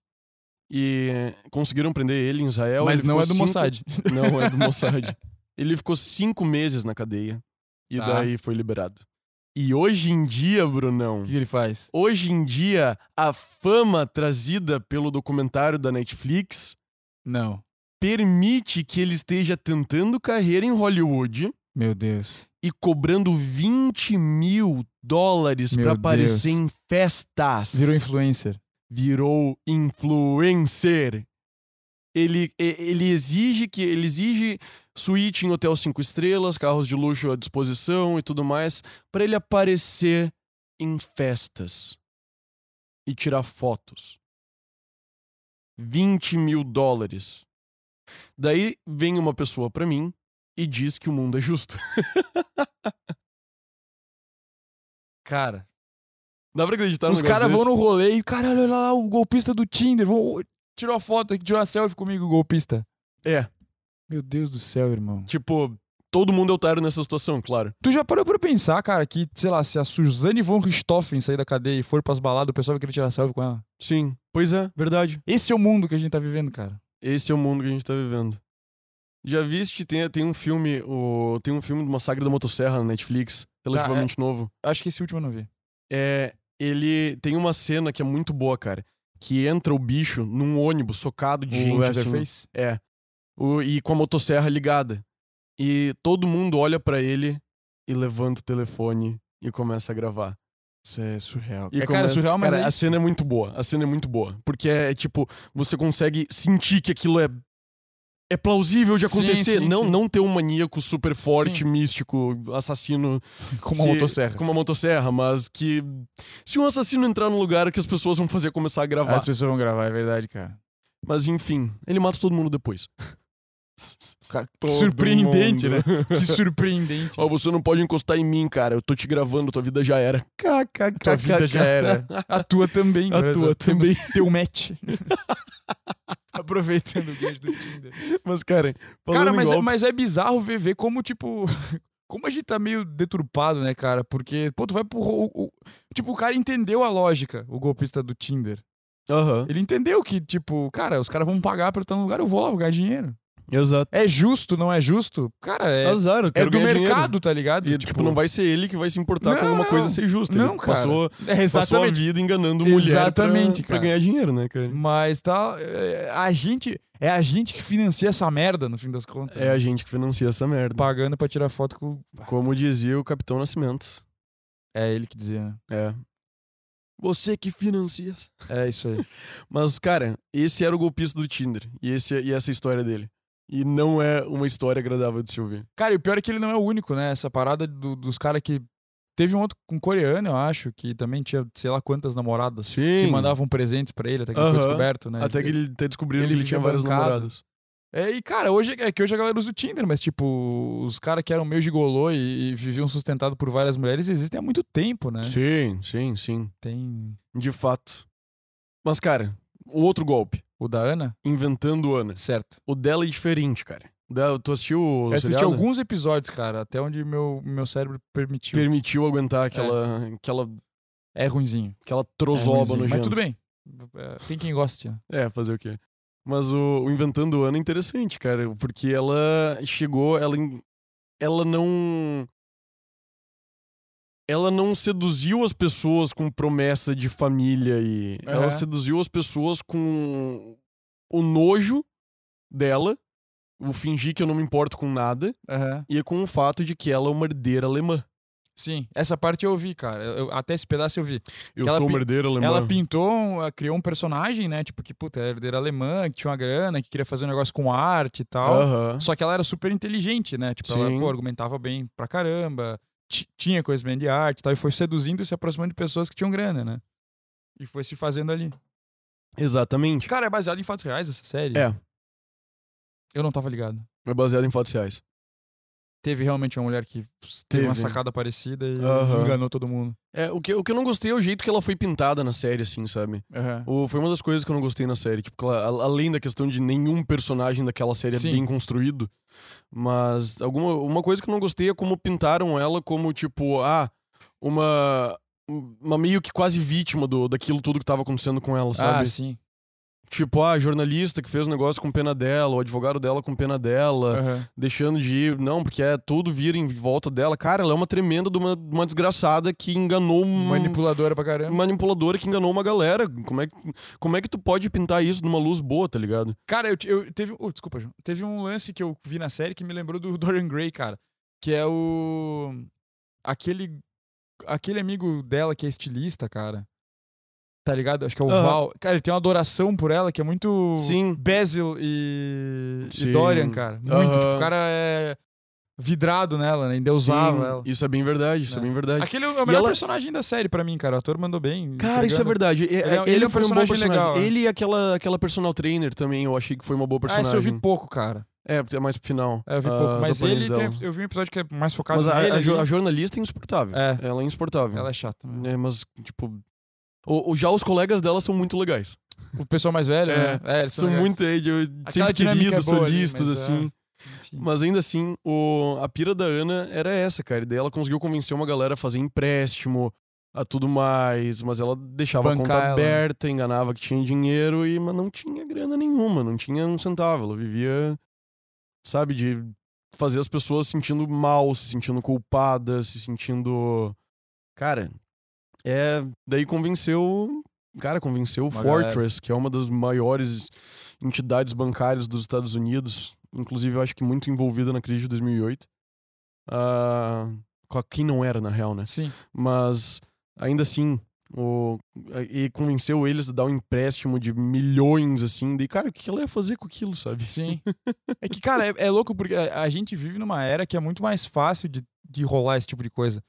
[SPEAKER 2] E conseguiram prender ele em Israel.
[SPEAKER 1] Mas
[SPEAKER 2] Ele
[SPEAKER 1] não é do
[SPEAKER 2] ficou cinco-
[SPEAKER 1] Mossad.
[SPEAKER 2] Não é do Mossad. ele ficou cinco meses na cadeia. E
[SPEAKER 1] Tá.
[SPEAKER 2] daí foi liberado. E hoje em dia, Brunão.
[SPEAKER 1] O que ele faz?
[SPEAKER 2] Hoje em dia, a fama trazida pelo documentário da Netflix
[SPEAKER 1] Não.
[SPEAKER 2] permite que ele esteja tentando carreira em Hollywood
[SPEAKER 1] Meu Deus.
[SPEAKER 2] e cobrando 20 mil dólares
[SPEAKER 1] Meu
[SPEAKER 2] pra aparecer
[SPEAKER 1] Deus.
[SPEAKER 2] em festas.
[SPEAKER 1] Virou influencer.
[SPEAKER 2] Virou influencer. Ele, e- ele exige que ele exige suíte em hotel cinco estrelas, carros de luxo à disposição e tudo mais pra ele aparecer em festas e tirar fotos. 20 mil dólares. Daí vem uma pessoa pra mim e diz que o mundo é justo.
[SPEAKER 1] Cara,
[SPEAKER 2] Dá pra acreditar
[SPEAKER 1] os
[SPEAKER 2] negócio
[SPEAKER 1] caras vão
[SPEAKER 2] desse?
[SPEAKER 1] no rolê e, caralho, olha lá o golpista do Tinder. Vão... Tirou a foto aqui, tirou a selfie comigo, o golpista.
[SPEAKER 2] É,
[SPEAKER 1] Meu Deus do céu, irmão.
[SPEAKER 2] tipo, todo mundo é otário nessa situação, claro.
[SPEAKER 1] Tu já parou pra pensar, cara, que, sei lá, se a Suzane von Richthofen sair da cadeia e for pras baladas, o pessoal vai querer tirar selfie com ela?
[SPEAKER 2] Sim. Pois é, verdade.
[SPEAKER 1] Esse é o mundo que a gente tá vivendo, cara.
[SPEAKER 2] Esse é o mundo que a gente tá vivendo. Já viste, tem, tem um filme, o, tem um filme do Massacre da Motosserra na Netflix, relativamente novo.
[SPEAKER 1] Acho que esse último eu não vi.
[SPEAKER 2] É, ele tem uma cena que é muito boa, cara, que entra o bicho num ônibus socado de gente, assim,
[SPEAKER 1] Leatherface?
[SPEAKER 2] É. O- e com a motosserra ligada. E todo mundo olha pra ele e levanta o telefone e começa a gravar.
[SPEAKER 1] Isso é surreal.
[SPEAKER 2] E
[SPEAKER 1] é, cara,
[SPEAKER 2] começa-
[SPEAKER 1] surreal, mas
[SPEAKER 2] Cara,
[SPEAKER 1] é
[SPEAKER 2] a
[SPEAKER 1] isso.
[SPEAKER 2] cena é muito boa. A cena é muito boa. Porque é tipo, você consegue sentir que aquilo é. É plausível de
[SPEAKER 1] Sim,
[SPEAKER 2] acontecer.
[SPEAKER 1] sim,
[SPEAKER 2] não,
[SPEAKER 1] sim.
[SPEAKER 2] não ter um maníaco super forte,
[SPEAKER 1] Sim.
[SPEAKER 2] místico, assassino
[SPEAKER 1] com uma
[SPEAKER 2] que-
[SPEAKER 1] motosserra.
[SPEAKER 2] com uma motosserra, mas que. Se um assassino entrar num lugar, o que as pessoas vão fazer é começar a gravar.
[SPEAKER 1] As pessoas vão gravar, é verdade, cara.
[SPEAKER 2] Mas enfim, ele mata todo mundo depois.
[SPEAKER 1] Ca-
[SPEAKER 2] Todo
[SPEAKER 1] surpreendente,
[SPEAKER 2] mundo.
[SPEAKER 1] né? Que surpreendente.
[SPEAKER 2] Ó, você não pode encostar em mim, cara. Eu tô te gravando, tua vida já era. KKK.
[SPEAKER 1] Tua vida já era. A tua também.
[SPEAKER 2] A
[SPEAKER 1] olha só.
[SPEAKER 2] tua
[SPEAKER 1] Temos
[SPEAKER 2] também.
[SPEAKER 1] Teu match. Aproveitando o gancho do Tinder.
[SPEAKER 2] Mas, cara,
[SPEAKER 1] Cara,
[SPEAKER 2] falando em
[SPEAKER 1] mas, é-
[SPEAKER 2] golpes-
[SPEAKER 1] mas é bizarro ver, ver como, tipo... Como a gente tá meio deturpado, né, cara? Porque, pô, tu vai pro... ro- o- o- tipo, o cara entendeu a lógica, o golpista do Tinder.
[SPEAKER 2] Aham.
[SPEAKER 1] é- Ele entendeu que, tipo, cara, os caras vão pagar pra eu estar no lugar, eu vou lá, vou ganhar dinheiro.
[SPEAKER 2] Exato.
[SPEAKER 1] É justo, não é justo? Cara, é,
[SPEAKER 2] Azar, eu quero
[SPEAKER 1] é do
[SPEAKER 2] ganhar
[SPEAKER 1] mercado,
[SPEAKER 2] dinheiro.
[SPEAKER 1] tá ligado?
[SPEAKER 2] E, tipo, não vai ser ele que vai se importar
[SPEAKER 1] Não,
[SPEAKER 2] com alguma
[SPEAKER 1] não.
[SPEAKER 2] coisa ser justa.
[SPEAKER 1] Não,
[SPEAKER 2] ele
[SPEAKER 1] cara.
[SPEAKER 2] Passou,
[SPEAKER 1] É,
[SPEAKER 2] passou a
[SPEAKER 1] exatamente.
[SPEAKER 2] vida enganando mulher
[SPEAKER 1] Exatamente,
[SPEAKER 2] pra, pra
[SPEAKER 1] cara.
[SPEAKER 2] ganhar dinheiro, né, cara?
[SPEAKER 1] Mas tá. é, A gente. É a gente que financia essa merda, no fim das contas. né?
[SPEAKER 2] É a gente que financia essa merda.
[SPEAKER 1] Pagando pra tirar foto com.
[SPEAKER 2] Como dizia o Capitão Nascimento.
[SPEAKER 1] É ele que dizia, né?
[SPEAKER 2] É. Você que financia.
[SPEAKER 1] É isso aí.
[SPEAKER 2] Mas, cara, esse era o golpista do Tinder. E, esse, e essa é a história dele. E não é uma história agradável de se ouvir.
[SPEAKER 1] cara, e o pior é que ele não é o único, né? Essa parada do- dos caras que. Teve um outro com coreano, eu acho, que também tinha sei lá quantas namoradas
[SPEAKER 2] Sim.
[SPEAKER 1] que mandavam presentes pra ele, até que ele
[SPEAKER 2] Aham.
[SPEAKER 1] foi descoberto, né?
[SPEAKER 2] Até que ele até descobriram
[SPEAKER 1] ele
[SPEAKER 2] que ele tinha
[SPEAKER 1] vivia
[SPEAKER 2] várias
[SPEAKER 1] bancado.
[SPEAKER 2] namoradas.
[SPEAKER 1] É, e cara, hoje é que hoje a galera usa o Tinder, mas tipo, os caras que eram meio gigolô e, e viviam sustentado por várias mulheres existem há muito tempo, né?
[SPEAKER 2] Sim, sim, sim.
[SPEAKER 1] Tem
[SPEAKER 2] De fato. Mas, cara, o outro golpe.
[SPEAKER 1] o da Ana,
[SPEAKER 2] Inventando Ana.
[SPEAKER 1] certo.
[SPEAKER 2] O dela é diferente, cara. O dela- tu assistiu o
[SPEAKER 1] Eu assisti
[SPEAKER 2] seriado?
[SPEAKER 1] alguns episódios, cara, até onde meu, meu cérebro permitiu.
[SPEAKER 2] Permitiu aguentar aquela, aquela,
[SPEAKER 1] É ruinzinho.
[SPEAKER 2] aquela
[SPEAKER 1] É
[SPEAKER 2] trozoba
[SPEAKER 1] ruinzinho,
[SPEAKER 2] no
[SPEAKER 1] Mas tudo bem. É, Tem quem goste. né?
[SPEAKER 2] É, fazer o quê? Mas o, o Inventando Ana é interessante, cara, porque ela chegou, ela, en- ela não. Ela não seduziu as pessoas com promessa de família e. Ela
[SPEAKER 1] Aham.
[SPEAKER 2] seduziu as pessoas com o nojo dela, o fingir que eu não me importo com nada,
[SPEAKER 1] Aham.
[SPEAKER 2] e é com o fato de que ela é uma herdeira alemã.
[SPEAKER 1] Sim, essa parte eu ouvi, cara. Eu- eu- até esse pedaço eu vi.
[SPEAKER 2] Eu
[SPEAKER 1] Que ela
[SPEAKER 2] sou uma
[SPEAKER 1] pi-
[SPEAKER 2] herdeira alemã.
[SPEAKER 1] Ela pintou, um- ela criou um personagem, né? Tipo, que puta, era herdeira alemã, que tinha uma grana, que queria fazer um negócio com arte e tal.
[SPEAKER 2] Aham.
[SPEAKER 1] Só que ela era super inteligente, né? Tipo, ela
[SPEAKER 2] Sim.
[SPEAKER 1] pô, argumentava bem pra caramba, ti- tinha conhecimento de arte e tal, e foi seduzindo e se aproximando de pessoas que tinham grana, né? E foi se fazendo ali.
[SPEAKER 2] Exatamente.
[SPEAKER 1] Cara, é baseado em fatos reais essa série?
[SPEAKER 2] É.
[SPEAKER 1] Eu não tava ligado.
[SPEAKER 2] É baseado em fatos reais.
[SPEAKER 1] Teve realmente uma mulher que teve, uma
[SPEAKER 2] Teve.
[SPEAKER 1] sacada parecida e
[SPEAKER 2] Aham.
[SPEAKER 1] enganou todo mundo.
[SPEAKER 2] É, o que, o que eu não gostei é o jeito que ela foi pintada na série, assim, sabe?
[SPEAKER 1] Aham.
[SPEAKER 2] O- foi uma das coisas que eu não gostei na série. Tipo, que ela- a- além da questão de nenhum personagem daquela série é
[SPEAKER 1] Sim.
[SPEAKER 2] bem construído, mas alguma uma coisa que eu não gostei é como pintaram ela como, tipo, ah, uma. Uma meio que quase vítima do, daquilo tudo que tava acontecendo com ela, sabe?
[SPEAKER 1] Ah, sim.
[SPEAKER 2] Tipo, ah, a jornalista que fez o negócio com pena dela, o advogado dela com pena dela
[SPEAKER 1] Aham.
[SPEAKER 2] deixando de ir, não, porque é tudo vira em volta dela. Cara, ela é uma tremenda de uma, uma desgraçada que enganou um-
[SPEAKER 1] Manipuladora pra caramba.
[SPEAKER 2] manipuladora que enganou uma galera. Como é que, como é que tu pode pintar isso numa luz boa, tá ligado?
[SPEAKER 1] Cara, eu, te- eu teve. Oh, desculpa, João. Teve um lance que eu vi na série que me lembrou do Dorian Gray, cara. Que é o. Aquele. Aquele amigo dela que é estilista, cara. Tá ligado? Acho que é o
[SPEAKER 2] Aham.
[SPEAKER 1] Val. Cara, ele tem uma adoração por ela que é muito.
[SPEAKER 2] Sim.
[SPEAKER 1] Basil e.
[SPEAKER 2] Sim.
[SPEAKER 1] E Dorian, cara. Muito.
[SPEAKER 2] Aham.
[SPEAKER 1] Tipo, o cara é. Vidrado nela, né? Endeusava
[SPEAKER 2] Sim,
[SPEAKER 1] ela.
[SPEAKER 2] Isso é bem verdade, isso é,
[SPEAKER 1] É.
[SPEAKER 2] bem verdade.
[SPEAKER 1] Aquele é o melhor
[SPEAKER 2] ela-
[SPEAKER 1] personagem da série pra mim, cara. O ator mandou bem.
[SPEAKER 2] Cara, isso é
[SPEAKER 1] entregando.
[SPEAKER 2] verdade. Ele,
[SPEAKER 1] é-
[SPEAKER 2] ele,
[SPEAKER 1] ele é um
[SPEAKER 2] foi um bom
[SPEAKER 1] personagem
[SPEAKER 2] personagem.
[SPEAKER 1] legal, né?
[SPEAKER 2] Ele e aquela, aquela personal trainer também, eu achei que foi uma boa
[SPEAKER 1] Ah, esse eu
[SPEAKER 2] personagem.
[SPEAKER 1] vi pouco, cara.
[SPEAKER 2] É, é mais pro final.
[SPEAKER 1] É, eu vi
[SPEAKER 2] Ah,
[SPEAKER 1] pouco.
[SPEAKER 2] as
[SPEAKER 1] Mas ele.
[SPEAKER 2] opiniões
[SPEAKER 1] tem-
[SPEAKER 2] dela.
[SPEAKER 1] eu vi um episódio que é mais focado
[SPEAKER 2] Mas a,
[SPEAKER 1] nele.
[SPEAKER 2] a jo-
[SPEAKER 1] ali.
[SPEAKER 2] a jornalista é insuportável.
[SPEAKER 1] É.
[SPEAKER 2] Ela é insuportável.
[SPEAKER 1] Ela é chata. né?
[SPEAKER 2] É, mas, tipo. O, o- já os colegas dela são muito legais.
[SPEAKER 1] O pessoal mais velho,
[SPEAKER 2] É,
[SPEAKER 1] né? É, eles
[SPEAKER 2] São
[SPEAKER 1] legais.
[SPEAKER 2] muito eh, de- sempre
[SPEAKER 1] dinâmica
[SPEAKER 2] queridos,
[SPEAKER 1] é boa ali,
[SPEAKER 2] solistas,
[SPEAKER 1] mas, é.
[SPEAKER 2] assim.
[SPEAKER 1] Enfim.
[SPEAKER 2] Mas ainda assim, o, a pira da Ana era essa, cara. E daí ela conseguiu convencer uma galera a fazer empréstimo, a tudo mais. Mas ela deixava a
[SPEAKER 1] Bancar
[SPEAKER 2] conta
[SPEAKER 1] ela.
[SPEAKER 2] aberta, enganava que tinha dinheiro, e, mas não tinha grana nenhuma, não tinha um centavo. Ela vivia, sabe, de fazer as pessoas se sentindo mal, se sentindo culpadas, se sentindo. Cara, é. Daí convenceu. Cara, convenceu o
[SPEAKER 1] Uma
[SPEAKER 2] Fortress, que é uma das maiores entidades bancárias dos Estados Unidos, inclusive eu acho que muito envolvida na crise de 2008. Ah, com a- quem não era, na real, né?
[SPEAKER 1] Sim.
[SPEAKER 2] Mas ainda assim, o, e convenceu eles a dar um empréstimo de milhões, assim. E, cara, o que ela ia fazer com aquilo, sabe?
[SPEAKER 1] Sim. É que, cara, é, é louco porque a a gente vive numa era que é muito mais fácil de, de rolar esse tipo de coisa.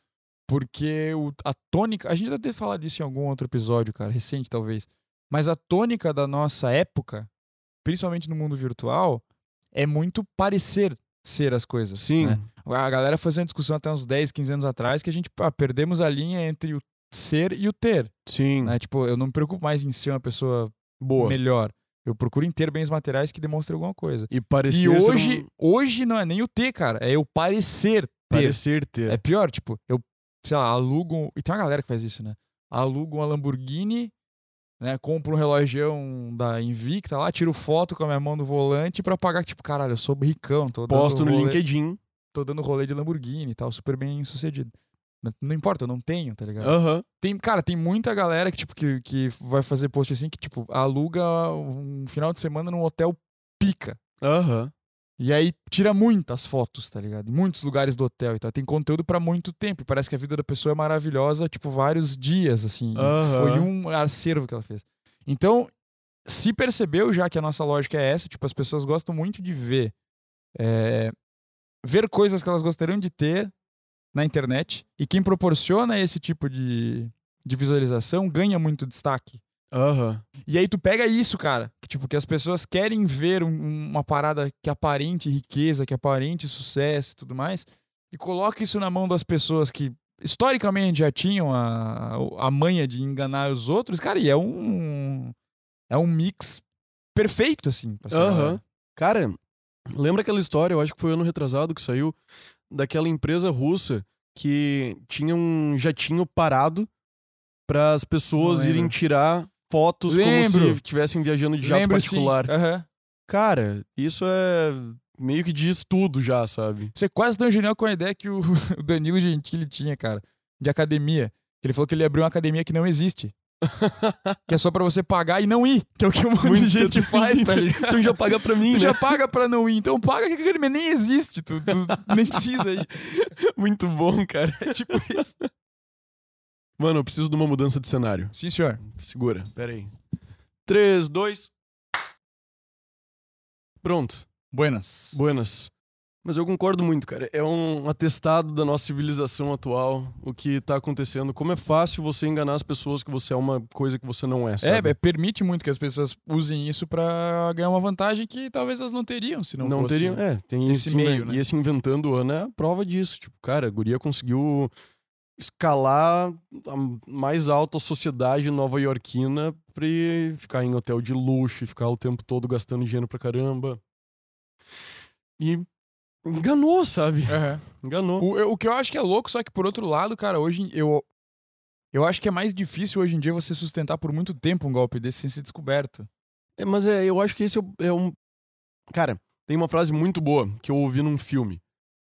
[SPEAKER 1] Porque o, a tônica. A gente deve ter falado disso em algum outro episódio, cara, recente talvez. Mas a tônica da nossa época, principalmente no mundo virtual, é muito parecer ser as coisas.
[SPEAKER 2] Sim.
[SPEAKER 1] né? A galera fazia uma discussão até uns 10, 15 anos atrás que a gente ah, perdemos a linha entre o ser e o ter.
[SPEAKER 2] Sim.
[SPEAKER 1] né? Tipo, eu não me preocupo mais em ser uma pessoa
[SPEAKER 2] Boa.
[SPEAKER 1] melhor. Eu procuro em ter bens materiais que demonstrem alguma coisa.
[SPEAKER 2] E parecer
[SPEAKER 1] E
[SPEAKER 2] ser um-
[SPEAKER 1] hoje, hoje não é nem o ter, cara. É eu parecer ter.
[SPEAKER 2] Parecer ter.
[SPEAKER 1] É pior, um, tipo, eu, sei lá, alugo. E tem uma galera que faz isso, né? Alugo uma Lamborghini né? Compro um relogião da Invicta lá, tiro foto com a minha mão do volante pra pagar, tipo, caralho, eu sou ricão, tô dando
[SPEAKER 2] Posto no
[SPEAKER 1] rolê-
[SPEAKER 2] LinkedIn.
[SPEAKER 1] Tô dando rolê de Lamborghini e tal, super bem sucedido. Não- Não importa, eu não tenho, tá ligado?
[SPEAKER 2] Aham.
[SPEAKER 1] Tem, cara, tem muita galera que, tipo, que, que vai fazer post assim, que, tipo, aluga um final de semana num hotel pica.
[SPEAKER 2] Aham.
[SPEAKER 1] E aí tira muitas fotos, tá ligado? Em muitos lugares do hotel e tal. Tem conteúdo pra muito tempo. e Parece que a vida da pessoa é maravilhosa, tipo, vários dias, assim. E
[SPEAKER 2] Aham.
[SPEAKER 1] Foi um acervo que ela fez. Então, se percebeu já que a nossa lógica é essa, tipo, as pessoas gostam muito de ver. é, ver coisas que elas gostariam de ter na internet. E quem proporciona esse tipo de, de visualização ganha muito destaque.
[SPEAKER 2] Aham.
[SPEAKER 1] E aí tu pega isso, cara. Que, tipo, que as pessoas querem ver um- uma parada que aparente riqueza, que aparente sucesso e tudo mais. E coloca isso na mão das pessoas que historicamente já tinham a, a manha de enganar os outros. Cara, e é um. É um mix perfeito, assim. pra essa
[SPEAKER 2] Aham.
[SPEAKER 1] galera.
[SPEAKER 2] Cara, lembra aquela história, eu acho que foi ano retrasado que saiu, daquela empresa russa que tinha um jatinho parado para as pessoas
[SPEAKER 1] Não lembro.
[SPEAKER 2] irem tirar fotos como
[SPEAKER 1] Lembro.
[SPEAKER 2] se estivessem viajando de jato
[SPEAKER 1] Lembro, sim.
[SPEAKER 2] particular.
[SPEAKER 1] Aham.
[SPEAKER 2] Cara, isso é meio que diz tudo já, sabe?
[SPEAKER 1] Você é quase tão genial com a ideia que o, o Danilo Gentili tinha, cara, de academia. Que ele falou que ele abriu uma academia que não existe. que é só pra você pagar e não ir. Que é o que um monte de gente faz, tá ligado?
[SPEAKER 2] Tu já paga pra mim,
[SPEAKER 1] Tu
[SPEAKER 2] né?
[SPEAKER 1] já paga pra não ir, então paga que a academia nem existe. Tu, tu nem precisa ir.
[SPEAKER 2] Muito bom, cara.
[SPEAKER 1] É
[SPEAKER 2] tipo isso. Mano, eu preciso de uma mudança de cenário.
[SPEAKER 1] Sim, senhor.
[SPEAKER 2] Segura, pera aí. 3, 2. Pronto.
[SPEAKER 1] Buenas.
[SPEAKER 2] Buenas. Mas eu concordo muito, cara. É um atestado da nossa civilização atual, o que tá acontecendo. Como é fácil você enganar as pessoas que você é uma coisa que você não é,
[SPEAKER 1] É,
[SPEAKER 2] sabe?
[SPEAKER 1] é, permite muito que as pessoas usem isso pra ganhar uma vantagem que talvez elas não teriam se não,
[SPEAKER 2] não
[SPEAKER 1] fosse. né?
[SPEAKER 2] teriam. É, tem
[SPEAKER 1] esse
[SPEAKER 2] esse,
[SPEAKER 1] meio,
[SPEAKER 2] meio,
[SPEAKER 1] né?
[SPEAKER 2] E esse inventando o ano é a prova disso. Tipo, cara, a guria conseguiu escalar a mais alta sociedade nova iorquina pra ficar em hotel de luxo e ficar o tempo todo gastando dinheiro pra caramba. E enganou, sabe?
[SPEAKER 1] Aham.
[SPEAKER 2] Enganou.
[SPEAKER 1] O, eu- o que eu acho que é louco, só que por outro lado, cara, hoje eu. Eu acho que é mais difícil hoje em dia você sustentar por muito tempo um golpe desse sem ser descoberto.
[SPEAKER 2] É, mas é, eu acho que esse é, o- é um. Cara, tem uma frase muito boa que eu ouvi num filme.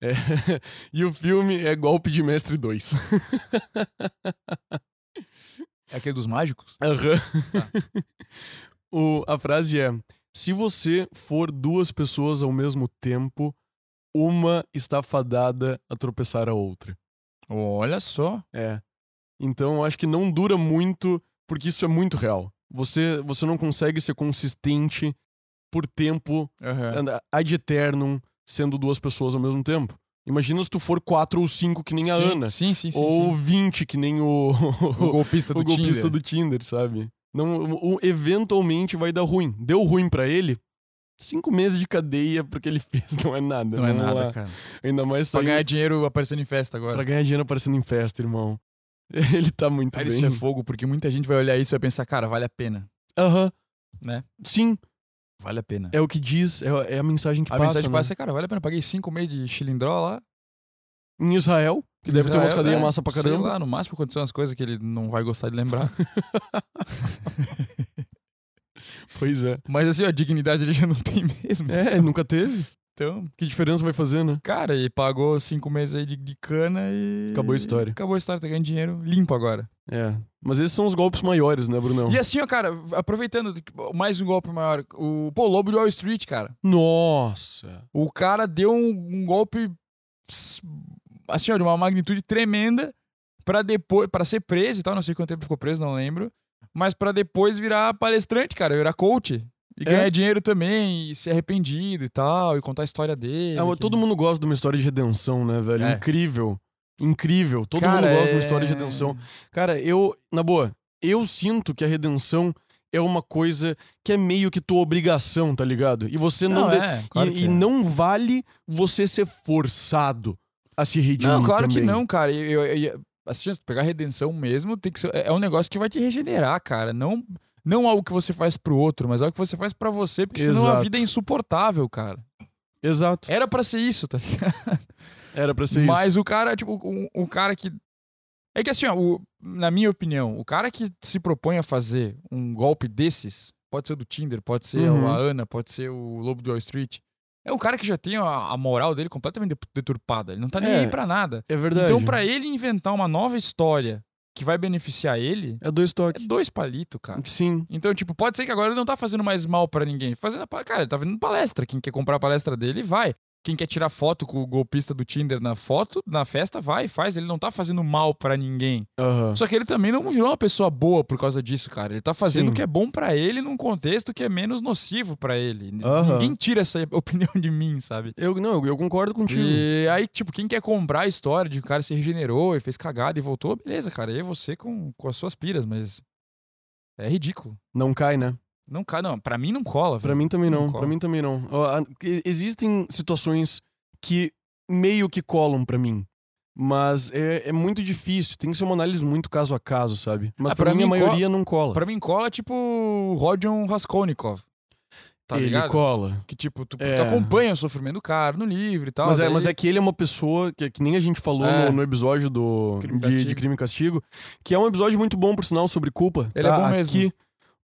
[SPEAKER 2] É, e o filme é Golpe de Mestre 2.
[SPEAKER 1] É aquele dos mágicos?
[SPEAKER 2] Aham.
[SPEAKER 1] Tá.
[SPEAKER 2] O- a frase é: Se você for duas pessoas ao mesmo tempo, uma está fadada a tropeçar a outra.
[SPEAKER 1] Olha só.
[SPEAKER 2] É. Então, eu acho que não dura muito, porque isso é muito real. Você, você não consegue ser consistente por tempo
[SPEAKER 1] Aham.
[SPEAKER 2] and- ad eternum sendo duas pessoas ao mesmo tempo. Imagina se tu for quatro ou cinco que nem a
[SPEAKER 1] Sim,
[SPEAKER 2] Ana.
[SPEAKER 1] Sim, sim, sim.
[SPEAKER 2] ou
[SPEAKER 1] sim.
[SPEAKER 2] vinte que nem o,
[SPEAKER 1] O golpista do
[SPEAKER 2] o golpista
[SPEAKER 1] Tinder.
[SPEAKER 2] do Tinder, sabe? Não, o- o- eventualmente vai dar ruim. Deu ruim pra ele, cinco meses de cadeia porque ele fez, não é nada.
[SPEAKER 1] Não é
[SPEAKER 2] Vamos
[SPEAKER 1] nada,
[SPEAKER 2] lá.
[SPEAKER 1] cara.
[SPEAKER 2] Ainda mais
[SPEAKER 1] Pra
[SPEAKER 2] saindo-
[SPEAKER 1] ganhar dinheiro aparecendo em festa agora.
[SPEAKER 2] pra ganhar dinheiro aparecendo em festa, irmão. Ele tá muito
[SPEAKER 1] Cara,
[SPEAKER 2] bem.
[SPEAKER 1] isso é fogo, porque muita gente vai olhar isso e vai pensar, cara, vale a pena.
[SPEAKER 2] Aham.
[SPEAKER 1] Né?
[SPEAKER 2] Sim,
[SPEAKER 1] Vale a pena.
[SPEAKER 2] é o que diz, é, é a mensagem que
[SPEAKER 1] a
[SPEAKER 2] passa.
[SPEAKER 1] mensagem
[SPEAKER 2] né?
[SPEAKER 1] passa é, cara, vale a pena. Paguei cinco meses de chilindró lá.
[SPEAKER 2] Em Israel, que
[SPEAKER 1] Em
[SPEAKER 2] deve ter umas
[SPEAKER 1] Israel,
[SPEAKER 2] cadeias
[SPEAKER 1] é,
[SPEAKER 2] massa pra
[SPEAKER 1] Sei
[SPEAKER 2] caramba.
[SPEAKER 1] lá, no máximo aconteceu umas coisas que ele não vai gostar de lembrar.
[SPEAKER 2] Pois é.
[SPEAKER 1] Mas assim, ó, a dignidade ele já não tem mesmo.
[SPEAKER 2] É, nunca teve.
[SPEAKER 1] Então,
[SPEAKER 2] Que diferença vai fazer, né?
[SPEAKER 1] cara, ele pagou cinco meses aí de, de cana e...
[SPEAKER 2] Acabou a história.
[SPEAKER 1] Acabou a história, tá ganhando dinheiro limpo agora.
[SPEAKER 2] É. Mas esses são os golpes maiores, né, Brunão?
[SPEAKER 1] E assim, ó, cara, aproveitando mais um golpe maior, o pô, o Lobo de Wall Street, cara.
[SPEAKER 2] Nossa!
[SPEAKER 1] O cara deu um, um golpe ps- assim, ó, de uma magnitude tremenda pra depois para ser preso e tal, não sei quanto tempo ficou preso, não lembro, mas pra depois virar palestrante, cara, virar coach e
[SPEAKER 2] É?
[SPEAKER 1] ganhar dinheiro também, e ser arrependido e tal, e contar a história dele.
[SPEAKER 2] É,
[SPEAKER 1] que-
[SPEAKER 2] todo mundo gosta de uma história de redenção, né, velho?
[SPEAKER 1] É.
[SPEAKER 2] Incrível. Incrível. Todo
[SPEAKER 1] Cara,
[SPEAKER 2] mundo gosta de
[SPEAKER 1] é-
[SPEAKER 2] uma história de redenção. Cara, eu, na boa, eu sinto que a redenção é uma coisa que é meio que tua obrigação, tá ligado? E você não.
[SPEAKER 1] Não,
[SPEAKER 2] de-
[SPEAKER 1] é, claro
[SPEAKER 2] e,
[SPEAKER 1] que
[SPEAKER 2] e
[SPEAKER 1] é.
[SPEAKER 2] não vale você ser forçado a se redimir.
[SPEAKER 1] Não, claro que
[SPEAKER 2] também.
[SPEAKER 1] não, cara. E- Eu, eu, eu, assim, se tu pegar redenção mesmo, tem que ser, é é um negócio que vai te regenerar, cara. Não, não algo que você faz pro outro, mas algo que você faz pra você, porque senão a
[SPEAKER 2] Exato.
[SPEAKER 1] vida é insuportável, cara.
[SPEAKER 2] Exato.
[SPEAKER 1] Era pra ser isso, tá ligado?
[SPEAKER 2] Era pra ser isso.
[SPEAKER 1] Mas o cara, tipo, o, o cara que. É que assim, ó, o- na minha opinião, o cara que se propõe a fazer um golpe desses, pode ser o do Tinder, pode ser
[SPEAKER 2] Uhum.
[SPEAKER 1] a Ana, pode ser o Lobo de Wall Street, é um cara que já tem a, a moral dele completamente de- deturpada. Ele não tá nem
[SPEAKER 2] É.
[SPEAKER 1] aí pra nada.
[SPEAKER 2] É verdade.
[SPEAKER 1] Então, pra ele inventar uma nova história que vai beneficiar ele,
[SPEAKER 2] É dois
[SPEAKER 1] é
[SPEAKER 2] toques.
[SPEAKER 1] dois palitos, cara.
[SPEAKER 2] Sim.
[SPEAKER 1] Então, tipo, pode ser que agora ele não tá fazendo mais mal pra ninguém. Fazendo, a pa- cara, ele tá fazendo palestra. Quem quer comprar a palestra dele, vai. Quem quer tirar foto com o golpista do Tinder na foto, na festa, vai, faz. Ele não tá fazendo mal pra ninguém.
[SPEAKER 2] Aham.
[SPEAKER 1] Só que ele também não virou uma pessoa boa por causa disso, cara. Ele tá fazendo
[SPEAKER 2] Sim.
[SPEAKER 1] o que é bom pra ele num contexto que é menos nocivo pra ele. N-
[SPEAKER 2] Aham.
[SPEAKER 1] Ninguém tira essa opinião de mim, sabe?
[SPEAKER 2] Eu, não, eu concordo contigo.
[SPEAKER 1] E aí, tipo, quem quer comprar a história de que o cara se regenerou e fez cagada e voltou, beleza, cara. Aí é você com, com as suas piras, mas. É ridículo.
[SPEAKER 2] Não cai, né?
[SPEAKER 1] Não, ca- não, pra mim não cola,
[SPEAKER 2] Pra
[SPEAKER 1] velho.
[SPEAKER 2] mim também
[SPEAKER 1] Não
[SPEAKER 2] não.
[SPEAKER 1] cola.
[SPEAKER 2] Pra mim também não. Ó, a- que- Existem situações que meio que colam pra mim. Mas é, é muito difícil. Tem que ser uma análise muito caso a caso, sabe? Mas
[SPEAKER 1] Ah,
[SPEAKER 2] pra,
[SPEAKER 1] pra
[SPEAKER 2] mim a
[SPEAKER 1] mim co-
[SPEAKER 2] maioria não cola.
[SPEAKER 1] Pra mim cola tipo o Rodion Raskolnikov. Tá
[SPEAKER 2] Ele
[SPEAKER 1] ligado?
[SPEAKER 2] cola.
[SPEAKER 1] Que tipo, tu, tu
[SPEAKER 2] É.
[SPEAKER 1] acompanha o sofrimento do cara no livro e tal.
[SPEAKER 2] Mas é,
[SPEAKER 1] daí-
[SPEAKER 2] mas é que ele é uma pessoa que, que nem a gente falou
[SPEAKER 1] É.
[SPEAKER 2] no, no episódio do
[SPEAKER 1] Crime e
[SPEAKER 2] de, de
[SPEAKER 1] Castigo.
[SPEAKER 2] Crime e Castigo, que é um episódio muito bom, por sinal, sobre culpa.
[SPEAKER 1] Ele é
[SPEAKER 2] tá?
[SPEAKER 1] bom mesmo.
[SPEAKER 2] Aqui,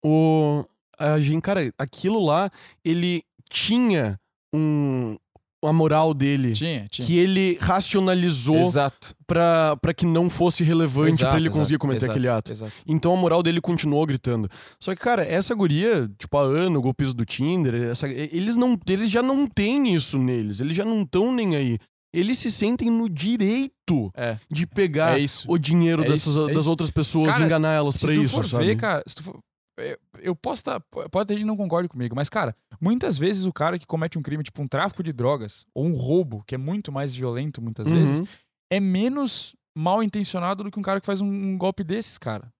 [SPEAKER 2] o, a gente, cara, aquilo lá, ele tinha um, a moral dele,
[SPEAKER 1] Tinha, tinha.
[SPEAKER 2] que ele racionalizou
[SPEAKER 1] Exato.
[SPEAKER 2] pra pra que não fosse relevante
[SPEAKER 1] exato,
[SPEAKER 2] pra ele conseguir
[SPEAKER 1] exato,
[SPEAKER 2] cometer
[SPEAKER 1] exato,
[SPEAKER 2] aquele ato.
[SPEAKER 1] Exato.
[SPEAKER 2] Então a moral dele continuou gritando. Só que, cara, essa guria, tipo a Ana, o golpista do Tinder, essa- eles, não, eles já não têm isso neles. Eles já não estão nem aí. Eles se sentem no direito
[SPEAKER 1] É.
[SPEAKER 2] de pegar
[SPEAKER 1] é isso.
[SPEAKER 2] o dinheiro
[SPEAKER 1] É
[SPEAKER 2] dessas,
[SPEAKER 1] isso, é
[SPEAKER 2] das
[SPEAKER 1] isso.
[SPEAKER 2] outras pessoas
[SPEAKER 1] Cara,
[SPEAKER 2] e enganar elas
[SPEAKER 1] Se
[SPEAKER 2] pra
[SPEAKER 1] tu
[SPEAKER 2] isso,
[SPEAKER 1] for
[SPEAKER 2] sabe?
[SPEAKER 1] ver, cara, se tu for- eu- Eu posso estar. Pode ter gente que não concorde comigo, mas, cara, muitas vezes o cara que comete um crime, tipo um tráfico de drogas ou um roubo, que é muito mais violento muitas
[SPEAKER 2] Uhum.
[SPEAKER 1] vezes, é menos mal intencionado do que um cara que faz um- um golpe desses, cara.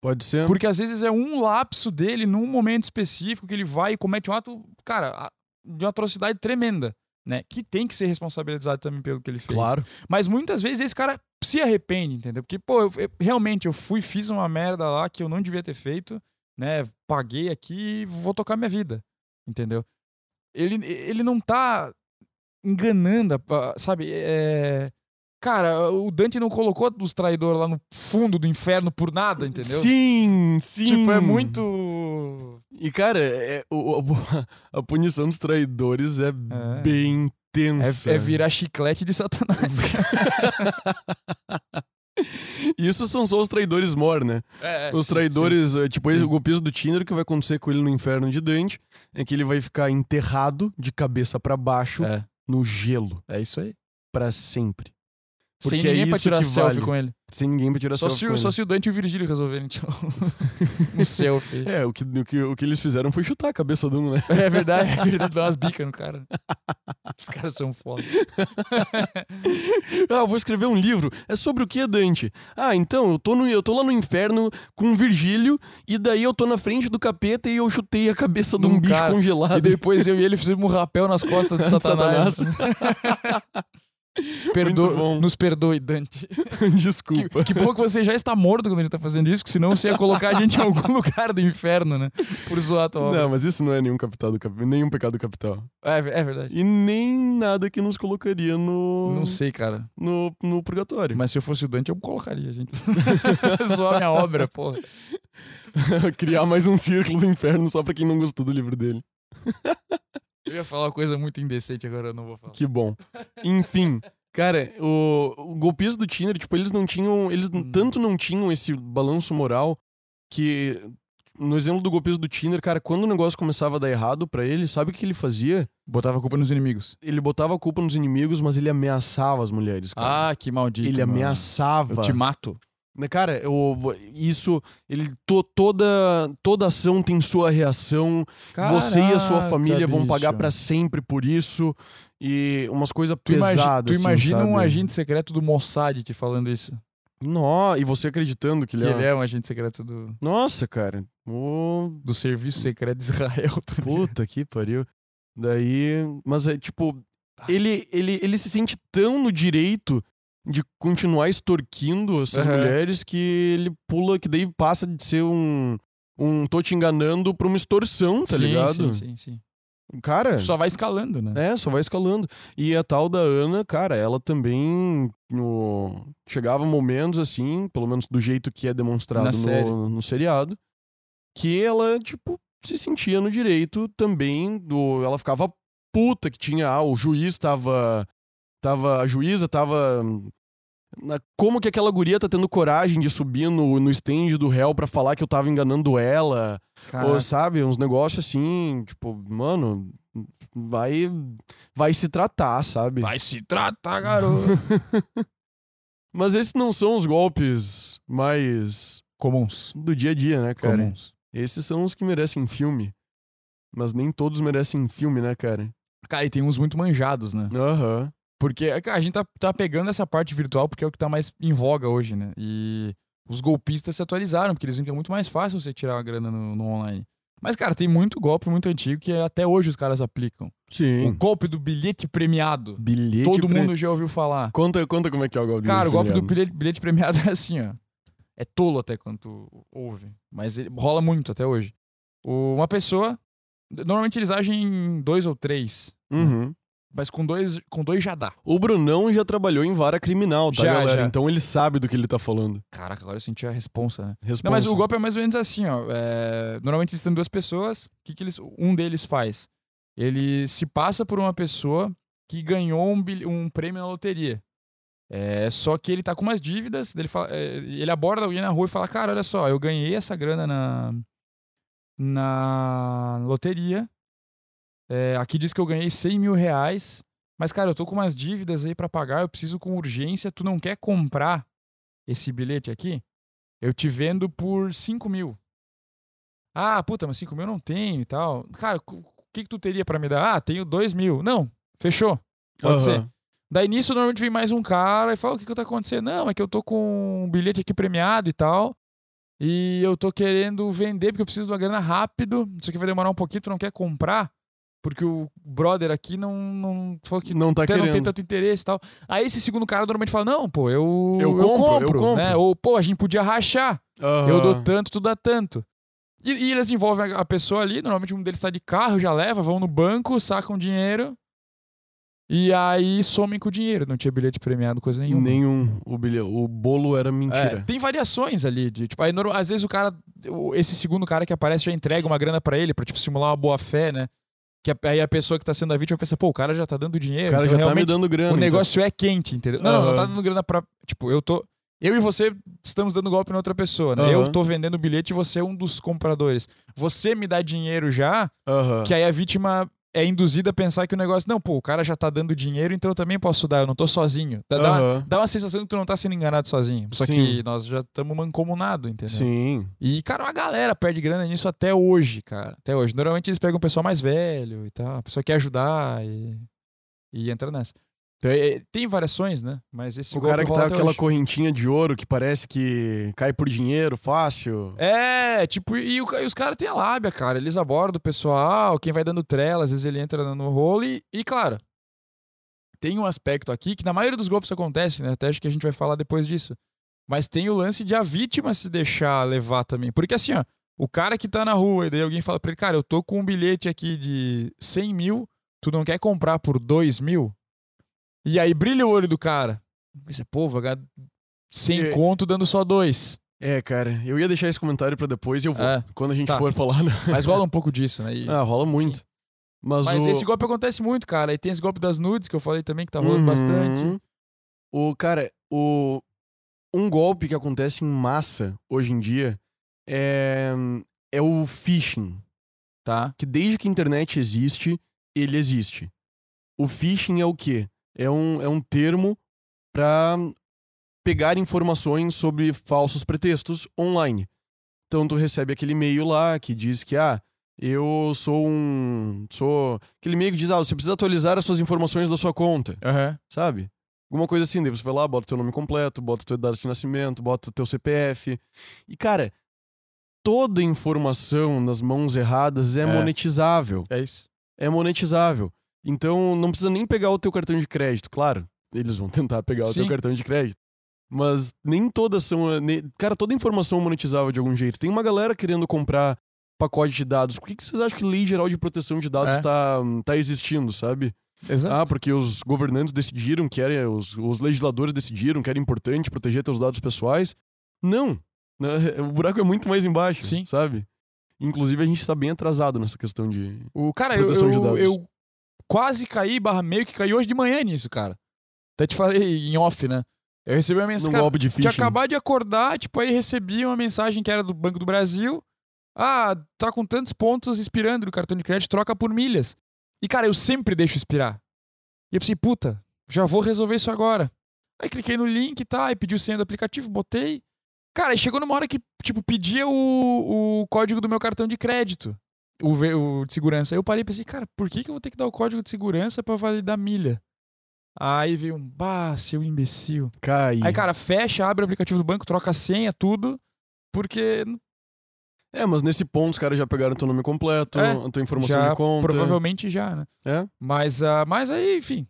[SPEAKER 2] Pode ser.
[SPEAKER 1] Porque às vezes é um lapso dele num momento específico que ele vai e comete um ato, cara, a- de uma atrocidade tremenda, né? Que tem que ser responsabilizado também pelo que ele fez.
[SPEAKER 2] Claro.
[SPEAKER 1] Mas muitas vezes esse cara se arrepende, entendeu? Porque, pô, eu- eu- realmente eu fui, fiz uma merda lá que eu não devia ter feito, né? Paguei aqui e vou tocar minha vida, entendeu? Ele, ele não tá enganando, a- a- sabe? É. Cara, o Dante não colocou os traidores lá no fundo do inferno por nada, entendeu?
[SPEAKER 2] Sim, sim.
[SPEAKER 1] Tipo, é muito.
[SPEAKER 2] E, cara, é- o- a, a punição dos traidores é,
[SPEAKER 1] É.
[SPEAKER 2] bem tensa.
[SPEAKER 1] É, é virar chiclete de Satanás. cara.
[SPEAKER 2] E isso são só os traidores mor, né?
[SPEAKER 1] É, é,
[SPEAKER 2] Os
[SPEAKER 1] sim,
[SPEAKER 2] traidores, é, tipo, esse
[SPEAKER 1] Sim.
[SPEAKER 2] o golpista do Tinder, o que vai acontecer com ele no inferno de Dante é que ele vai ficar enterrado de cabeça pra baixo
[SPEAKER 1] sim. É,
[SPEAKER 2] no gelo
[SPEAKER 1] é isso aí.
[SPEAKER 2] pra sempre. Porque
[SPEAKER 1] Sem
[SPEAKER 2] é
[SPEAKER 1] ninguém pra
[SPEAKER 2] isso
[SPEAKER 1] tirar
[SPEAKER 2] que
[SPEAKER 1] selfie
[SPEAKER 2] vale.
[SPEAKER 1] com ele.
[SPEAKER 2] Sem ninguém pra tirar
[SPEAKER 1] Só
[SPEAKER 2] selfie
[SPEAKER 1] se,
[SPEAKER 2] com
[SPEAKER 1] o,
[SPEAKER 2] ele.
[SPEAKER 1] só se o Dante e o Virgílio resolverem então. tirar um um selfie.
[SPEAKER 2] É, o que, o, que, o que eles fizeram foi chutar a cabeça de um, né?
[SPEAKER 1] É verdade, é verdade, dá umas bicas no cara. Os caras são foda.
[SPEAKER 2] ah, eu vou escrever um livro. É sobre o que, Dante? Ah, então, eu tô, no, eu tô lá no inferno com o Virgílio e daí eu tô na frente do capeta e eu chutei a cabeça de um
[SPEAKER 1] Num
[SPEAKER 2] bicho
[SPEAKER 1] cara.
[SPEAKER 2] congelado.
[SPEAKER 1] E depois eu e ele fizemos um rapel nas costas de Satanás. Perdo-
[SPEAKER 2] Muito bom.
[SPEAKER 1] Nos perdoe, Dante.
[SPEAKER 2] Desculpa.
[SPEAKER 1] Que bom que você já está morto quando a gente tá fazendo isso, porque senão você ia colocar a gente em algum lugar do inferno, né? Por zoar a tua obra.
[SPEAKER 2] Não, mas isso não é nenhum, capital do, cap- nenhum pecado capital.
[SPEAKER 1] É, ver- é verdade.
[SPEAKER 2] E nem nada que nos colocaria no.
[SPEAKER 1] Não sei, cara.
[SPEAKER 2] No, no purgatório.
[SPEAKER 1] Mas se eu fosse o Dante, eu colocaria, gente. Zoar minha obra, porra.
[SPEAKER 2] Criar mais um círculo do inferno só pra quem não gostou do livro dele.
[SPEAKER 1] Eu ia falar uma coisa muito indecente agora, eu não vou falar.
[SPEAKER 2] Que bom. Enfim. Cara, o, o golpista do Tinder, tipo, eles não tinham. Eles n-
[SPEAKER 1] Hum.
[SPEAKER 2] tanto não tinham esse balanço moral que. No exemplo do golpista do Tinder, cara, quando o negócio começava a dar errado pra ele, sabe o que ele fazia?
[SPEAKER 1] Botava a culpa nos inimigos.
[SPEAKER 2] Ele botava a culpa nos inimigos, mas ele ameaçava as mulheres, cara.
[SPEAKER 1] Ah, que maldito.
[SPEAKER 2] ele
[SPEAKER 1] mano.
[SPEAKER 2] ameaçava.
[SPEAKER 1] Eu te mato.
[SPEAKER 2] Né, Cara, eu, vou- isso, ele to- toda toda ação tem sua reação. você e a sua
[SPEAKER 1] Caraca,
[SPEAKER 2] família vão
[SPEAKER 1] bicho.
[SPEAKER 2] pagar pra sempre por isso e umas coisas
[SPEAKER 1] Tu, imagi-
[SPEAKER 2] pesadas.
[SPEAKER 1] tu imagina
[SPEAKER 2] assim,
[SPEAKER 1] um
[SPEAKER 2] sabe?
[SPEAKER 1] agente secreto do Mossad te falando isso.
[SPEAKER 2] Nó, e você acreditando que
[SPEAKER 1] Que
[SPEAKER 2] ele, é...
[SPEAKER 1] ele é um agente secreto do,
[SPEAKER 2] Nossa, cara. Ô,
[SPEAKER 1] do Serviço Secreto de Israel. tá ligado?
[SPEAKER 2] puta que pariu. Daí, mas é tipo,
[SPEAKER 1] Ah.
[SPEAKER 2] ele ele ele se sente tão no direito de continuar extorquindo essas
[SPEAKER 1] Aham.
[SPEAKER 2] mulheres que ele pula, que daí passa de ser um um tô te enganando pra uma extorsão, tá
[SPEAKER 1] sim,
[SPEAKER 2] ligado?
[SPEAKER 1] sim, sim, sim.
[SPEAKER 2] Cara,
[SPEAKER 1] Só vai escalando, né?
[SPEAKER 2] é, só vai escalando. E a tal da Ana, cara, ela também no... chegava momentos assim, pelo menos do jeito que é demonstrado
[SPEAKER 1] Na
[SPEAKER 2] no,
[SPEAKER 1] série.
[SPEAKER 2] no seriado, que ela, tipo, se sentia no direito também do. Ela ficava puta que tinha. Ah, o juiz tava. tava a juíza tava. na- Como que aquela guria tá tendo coragem de subir no, no stand do réu pra falar que eu tava enganando ela?
[SPEAKER 1] Caraca.
[SPEAKER 2] Ou, sabe, uns negócios assim, tipo, mano, vai vai se tratar, sabe?
[SPEAKER 1] Vai se tratar, garoto.
[SPEAKER 2] Mas esses não são os golpes mais
[SPEAKER 1] Comuns.
[SPEAKER 2] do dia a dia, né, cara?
[SPEAKER 1] Comuns.
[SPEAKER 2] Esses são os que merecem filme. Mas nem todos merecem filme, né, cara?
[SPEAKER 1] Cara, e tem uns muito manjados, né?
[SPEAKER 2] Aham.
[SPEAKER 1] Porque cara, a gente tá, tá pegando essa parte virtual porque é o que tá mais em voga hoje, né? E os golpistas se atualizaram, porque eles viram que é muito mais fácil você tirar a grana no, no online. Mas, cara, tem muito golpe muito antigo que é até hoje os caras aplicam. O
[SPEAKER 2] Sim.
[SPEAKER 1] golpe do bilhete premiado.
[SPEAKER 2] Bilhete
[SPEAKER 1] Todo
[SPEAKER 2] pre-
[SPEAKER 1] mundo já ouviu falar.
[SPEAKER 2] Conta, conta como é que é o golpe
[SPEAKER 1] Cara, o golpe do
[SPEAKER 2] Juliano.
[SPEAKER 1] bilhete, bilhete premiado é assim, ó. É tolo até quando tu ouve, mas ele rola muito até hoje. O- uma pessoa, normalmente eles agem em dois ou três,
[SPEAKER 2] Uhum.
[SPEAKER 1] mas com dois, com dois já dá.
[SPEAKER 2] O Brunão já trabalhou em vara criminal, tá,
[SPEAKER 1] Já,
[SPEAKER 2] galera?
[SPEAKER 1] já.
[SPEAKER 2] Então ele sabe do que ele tá falando.
[SPEAKER 1] Caraca, agora eu senti a responsa, né?
[SPEAKER 2] Responsa.
[SPEAKER 1] Não, mas o golpe é mais ou menos assim, ó. É, normalmente eles têm duas pessoas. O que, que eles, um deles faz? Ele se passa por uma pessoa que ganhou um, bil- um prêmio na loteria. É, só que ele tá com umas dívidas, daí ele, fala- é, ele aborda alguém na rua e fala: Cara, olha só, eu ganhei essa grana na, na loteria. É, aqui diz que eu ganhei 100 mil reais. Mas, cara, eu tô com umas dívidas aí pra pagar, eu preciso com urgência. Tu não quer comprar esse bilhete aqui? Eu te vendo por 5 mil. Ah, puta, mas 5 mil eu não tenho e tal. Cara, o que, que tu teria pra me dar? Ah, tenho 2 mil. Não, fechou. Pode ser.
[SPEAKER 2] Aham.
[SPEAKER 1] Daí nisso normalmente vem mais um cara e fala: O que que tá acontecendo? Não, é que eu tô com um bilhete aqui premiado e tal. E eu tô querendo vender porque eu preciso de uma grana rápido. Isso aqui vai demorar um pouquinho, tu não quer comprar? Porque o brother aqui não, não falou que
[SPEAKER 2] Não tá
[SPEAKER 1] até não
[SPEAKER 2] querendo.
[SPEAKER 1] tem tanto interesse e tal. Aí esse segundo cara normalmente fala: Não, pô, eu,
[SPEAKER 2] Eu compro, eu compro. Ah.
[SPEAKER 1] Né? Ou, pô, a gente podia rachar.
[SPEAKER 2] Aham.
[SPEAKER 1] Eu dou tanto, tu dá tanto. E, e eles envolvem a, a pessoa ali, normalmente um deles tá de carro, já leva, vão no banco, sacam dinheiro. E aí somem com o dinheiro. Não tinha bilhete premiado, coisa nenhuma.
[SPEAKER 2] Nenhum. O, bilhe... o bolo era mentira.
[SPEAKER 1] É, tem variações ali, de, tipo, aí, norma- às vezes o cara, o- esse segundo cara que aparece já entrega uma grana pra ele, pra tipo, simular uma boa fé, né? Que a- aí a pessoa que tá sendo a vítima pensa, pô, o cara já tá dando dinheiro,
[SPEAKER 2] O cara
[SPEAKER 1] então
[SPEAKER 2] já tá me
[SPEAKER 1] realmente
[SPEAKER 2] dando
[SPEAKER 1] o
[SPEAKER 2] grana. então.
[SPEAKER 1] negócio é quente, entendeu? Não, não, não tá
[SPEAKER 2] Aham.
[SPEAKER 1] dando grana pra. Tipo, eu tô. Eu e você estamos dando golpe na outra pessoa, né?
[SPEAKER 2] Aham.
[SPEAKER 1] Eu tô vendendo bilhete e você é um dos compradores. Você me dá dinheiro já,
[SPEAKER 2] Aham.
[SPEAKER 1] que aí a vítima é induzida a pensar que o negócio. Não, pô, o cara já tá dando dinheiro, então eu também posso dar, eu não tô sozinho. Dá, dá, uma,
[SPEAKER 2] Aham.
[SPEAKER 1] dá uma sensação que tu não tá sendo enganado sozinho. Só
[SPEAKER 2] Sim.
[SPEAKER 1] que nós já estamos mancomunados, entendeu?
[SPEAKER 2] Sim.
[SPEAKER 1] E, cara, uma galera perde grana nisso até hoje, cara. Até hoje. Normalmente eles pegam o pessoal mais velho e tal. A pessoa quer ajudar e, e entra nessa. Então, é- é- tem variações, né? Mas esse
[SPEAKER 2] o
[SPEAKER 1] golpe
[SPEAKER 2] cara que
[SPEAKER 1] rola
[SPEAKER 2] tá
[SPEAKER 1] até
[SPEAKER 2] com aquela
[SPEAKER 1] hoje.
[SPEAKER 2] correntinha de ouro que parece que cai por dinheiro fácil.
[SPEAKER 1] É, tipo, e, o ca- e os caras têm a lábia, cara. Eles abordam o pessoal, quem vai dando trela, às vezes ele entra no- no rolo e, e, claro, tem um aspecto aqui que na maioria dos golpes acontece, né? Até acho que a gente vai falar depois disso. Mas tem o lance de a vítima se deixar levar também. Porque assim, ó, o cara que tá na rua e daí alguém fala pra ele, cara, eu tô com um bilhete aqui de 100 mil, tu não quer comprar por 2 mil? E aí brilha o olho do cara. é Pensa, pô, vou ganhar 100
[SPEAKER 2] E-
[SPEAKER 1] conto dando só dois.
[SPEAKER 2] É, cara, eu ia deixar esse comentário pra depois e eu vou.
[SPEAKER 1] É.
[SPEAKER 2] Quando a gente
[SPEAKER 1] Tá.
[SPEAKER 2] for falar, né?
[SPEAKER 1] Mas rola um pouco disso, né? E-
[SPEAKER 2] Ah, rola muito.
[SPEAKER 1] Sim.
[SPEAKER 2] Mas,
[SPEAKER 1] Mas
[SPEAKER 2] o...
[SPEAKER 1] esse golpe acontece muito, cara. E tem esse golpe das nudes que eu falei também, que tá rolando
[SPEAKER 2] Uhum.
[SPEAKER 1] bastante.
[SPEAKER 2] O cara, o um golpe que acontece em massa hoje em dia é é o phishing,
[SPEAKER 1] Tá.
[SPEAKER 2] que desde que a internet existe, ele existe. O phishing é o quê? É um é um termo pra pegar informações sobre falsos pretextos online. Então tu recebe aquele e-mail lá que diz que ah, eu sou um sou aquele e-mail que diz ah, você precisa atualizar as suas informações da sua conta
[SPEAKER 1] Aham.
[SPEAKER 2] sabe? Alguma coisa assim, daí você vai lá, bota teu nome completo, bota tua idade de nascimento, bota teu CPF. E, cara, toda informação nas mãos erradas é,
[SPEAKER 1] É.
[SPEAKER 2] monetizável.
[SPEAKER 1] É isso.
[SPEAKER 2] É monetizável. Então, não precisa nem pegar o teu cartão de crédito, claro. Eles vão tentar pegar o teu
[SPEAKER 1] Sim.
[SPEAKER 2] cartão de crédito. Mas nem todas são. eh, ne- Cara, toda informação é monetizável de algum jeito. Tem uma galera querendo comprar pacote de dados. Por que, que vocês acham que lei geral de proteção de dados
[SPEAKER 1] É.
[SPEAKER 2] está tá existindo, sabe?
[SPEAKER 1] Exato.
[SPEAKER 2] Ah, porque os governantes decidiram que era, os, os legisladores decidiram que era importante proteger teus dados pessoais. Não. né? O buraco é muito mais embaixo,
[SPEAKER 1] Sim.
[SPEAKER 2] sabe? Inclusive, a gente está bem atrasado nessa questão de.
[SPEAKER 1] O cara, eu,
[SPEAKER 2] Proteção de
[SPEAKER 1] eu-
[SPEAKER 2] dados.
[SPEAKER 1] eu quase caí, barra meio que caí hoje de manhã nisso, cara. Até te falei em off, né? Eu recebi uma
[SPEAKER 2] Num
[SPEAKER 1] mensagem. Cara,
[SPEAKER 2] golpe de
[SPEAKER 1] tinha
[SPEAKER 2] phishing.
[SPEAKER 1] acabado de acordar, tipo, aí recebi uma mensagem que era do Banco do Brasil. Ah, tá com tantos pontos expirando no cartão de crédito, troca por milhas. E, cara, eu sempre deixo expirar. E eu pensei, puta, já vou resolver isso agora. Aí cliquei no link, tá? Aí pediu senha do aplicativo, botei. Cara, aí chegou numa hora que, tipo, pedia o, o código do meu cartão de crédito. O, ve- o de segurança. Aí eu parei e pensei, cara, por que, que eu vou ter que dar o código de segurança pra validar milha? Aí veio um, bah, seu imbecil.
[SPEAKER 2] Cai.
[SPEAKER 1] Aí, cara, fecha, abre o aplicativo do banco, troca a senha, tudo. Porque
[SPEAKER 2] É, mas nesse ponto os caras já pegaram teu nome completo,
[SPEAKER 1] É,
[SPEAKER 2] a tua informação
[SPEAKER 1] já
[SPEAKER 2] de conta.
[SPEAKER 1] provavelmente já, né?
[SPEAKER 2] É.
[SPEAKER 1] Mas, ah, mas aí, enfim.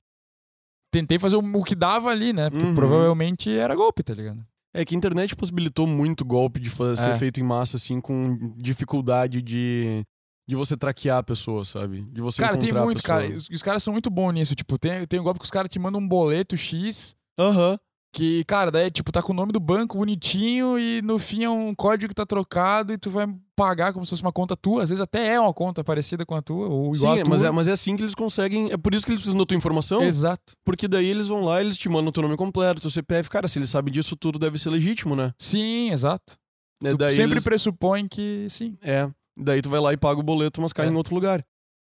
[SPEAKER 1] Tentei fazer o, o que dava ali, né? Porque
[SPEAKER 2] Uhum.
[SPEAKER 1] provavelmente era golpe, tá ligado?
[SPEAKER 2] É que a internet possibilitou muito golpe de fa- ser
[SPEAKER 1] É.
[SPEAKER 2] feito em massa, assim, com dificuldade de, de você traquear a pessoa, sabe? De você
[SPEAKER 1] cara, tem
[SPEAKER 2] encontrar
[SPEAKER 1] muito,
[SPEAKER 2] a pessoa.
[SPEAKER 1] cara. Os, os caras são muito bons nisso. Tipo, tem, tem um golpe que os caras te mandam um boleto X.
[SPEAKER 2] Aham.
[SPEAKER 1] Que, cara, daí, tipo, tá com o nome do banco bonitinho e no fim é um código que tá trocado e tu vai pagar como se fosse uma conta tua. Às vezes até é uma conta parecida com a tua ou igual
[SPEAKER 2] Sim,
[SPEAKER 1] à tua.
[SPEAKER 2] mas é, mas é assim que eles conseguem. É por isso que eles precisam da tua informação.
[SPEAKER 1] Exato.
[SPEAKER 2] Porque daí eles vão lá, eles te mandam teu nome completo, teu CPF. Cara, se eles sabem disso tudo, deve ser legítimo, né?
[SPEAKER 1] Sim, exato.
[SPEAKER 2] É,
[SPEAKER 1] Tu
[SPEAKER 2] daí
[SPEAKER 1] sempre
[SPEAKER 2] eles-
[SPEAKER 1] pressupõe que sim.
[SPEAKER 2] É, daí tu vai lá e paga o boleto, mas cai
[SPEAKER 1] É.
[SPEAKER 2] em outro lugar.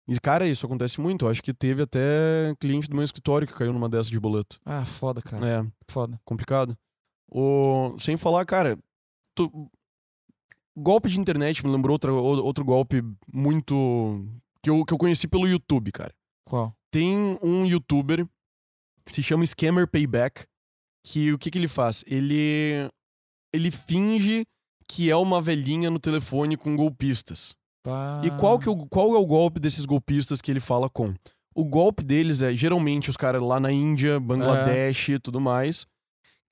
[SPEAKER 2] E, cara, isso acontece muito. Eu acho que teve até cliente do meu escritório que caiu numa dessa de boleto.
[SPEAKER 1] Ah, foda, cara.
[SPEAKER 2] É,
[SPEAKER 1] Foda.
[SPEAKER 2] complicado. O... Sem falar, cara, tu- golpe de internet me lembrou outra, ou- outro golpe muito. Que eu, que eu conheci pelo YouTube, cara.
[SPEAKER 1] Qual?
[SPEAKER 2] Tem um youtuber que se chama Scammer Payback, que o que, que ele faz? Ele ele finge que é uma velhinha no telefone com golpistas. E
[SPEAKER 1] Ah.
[SPEAKER 2] qual, que é o, qual é o golpe desses golpistas que ele fala com? O golpe deles é, geralmente, os caras lá na Índia, Bangladesh e tudo mais,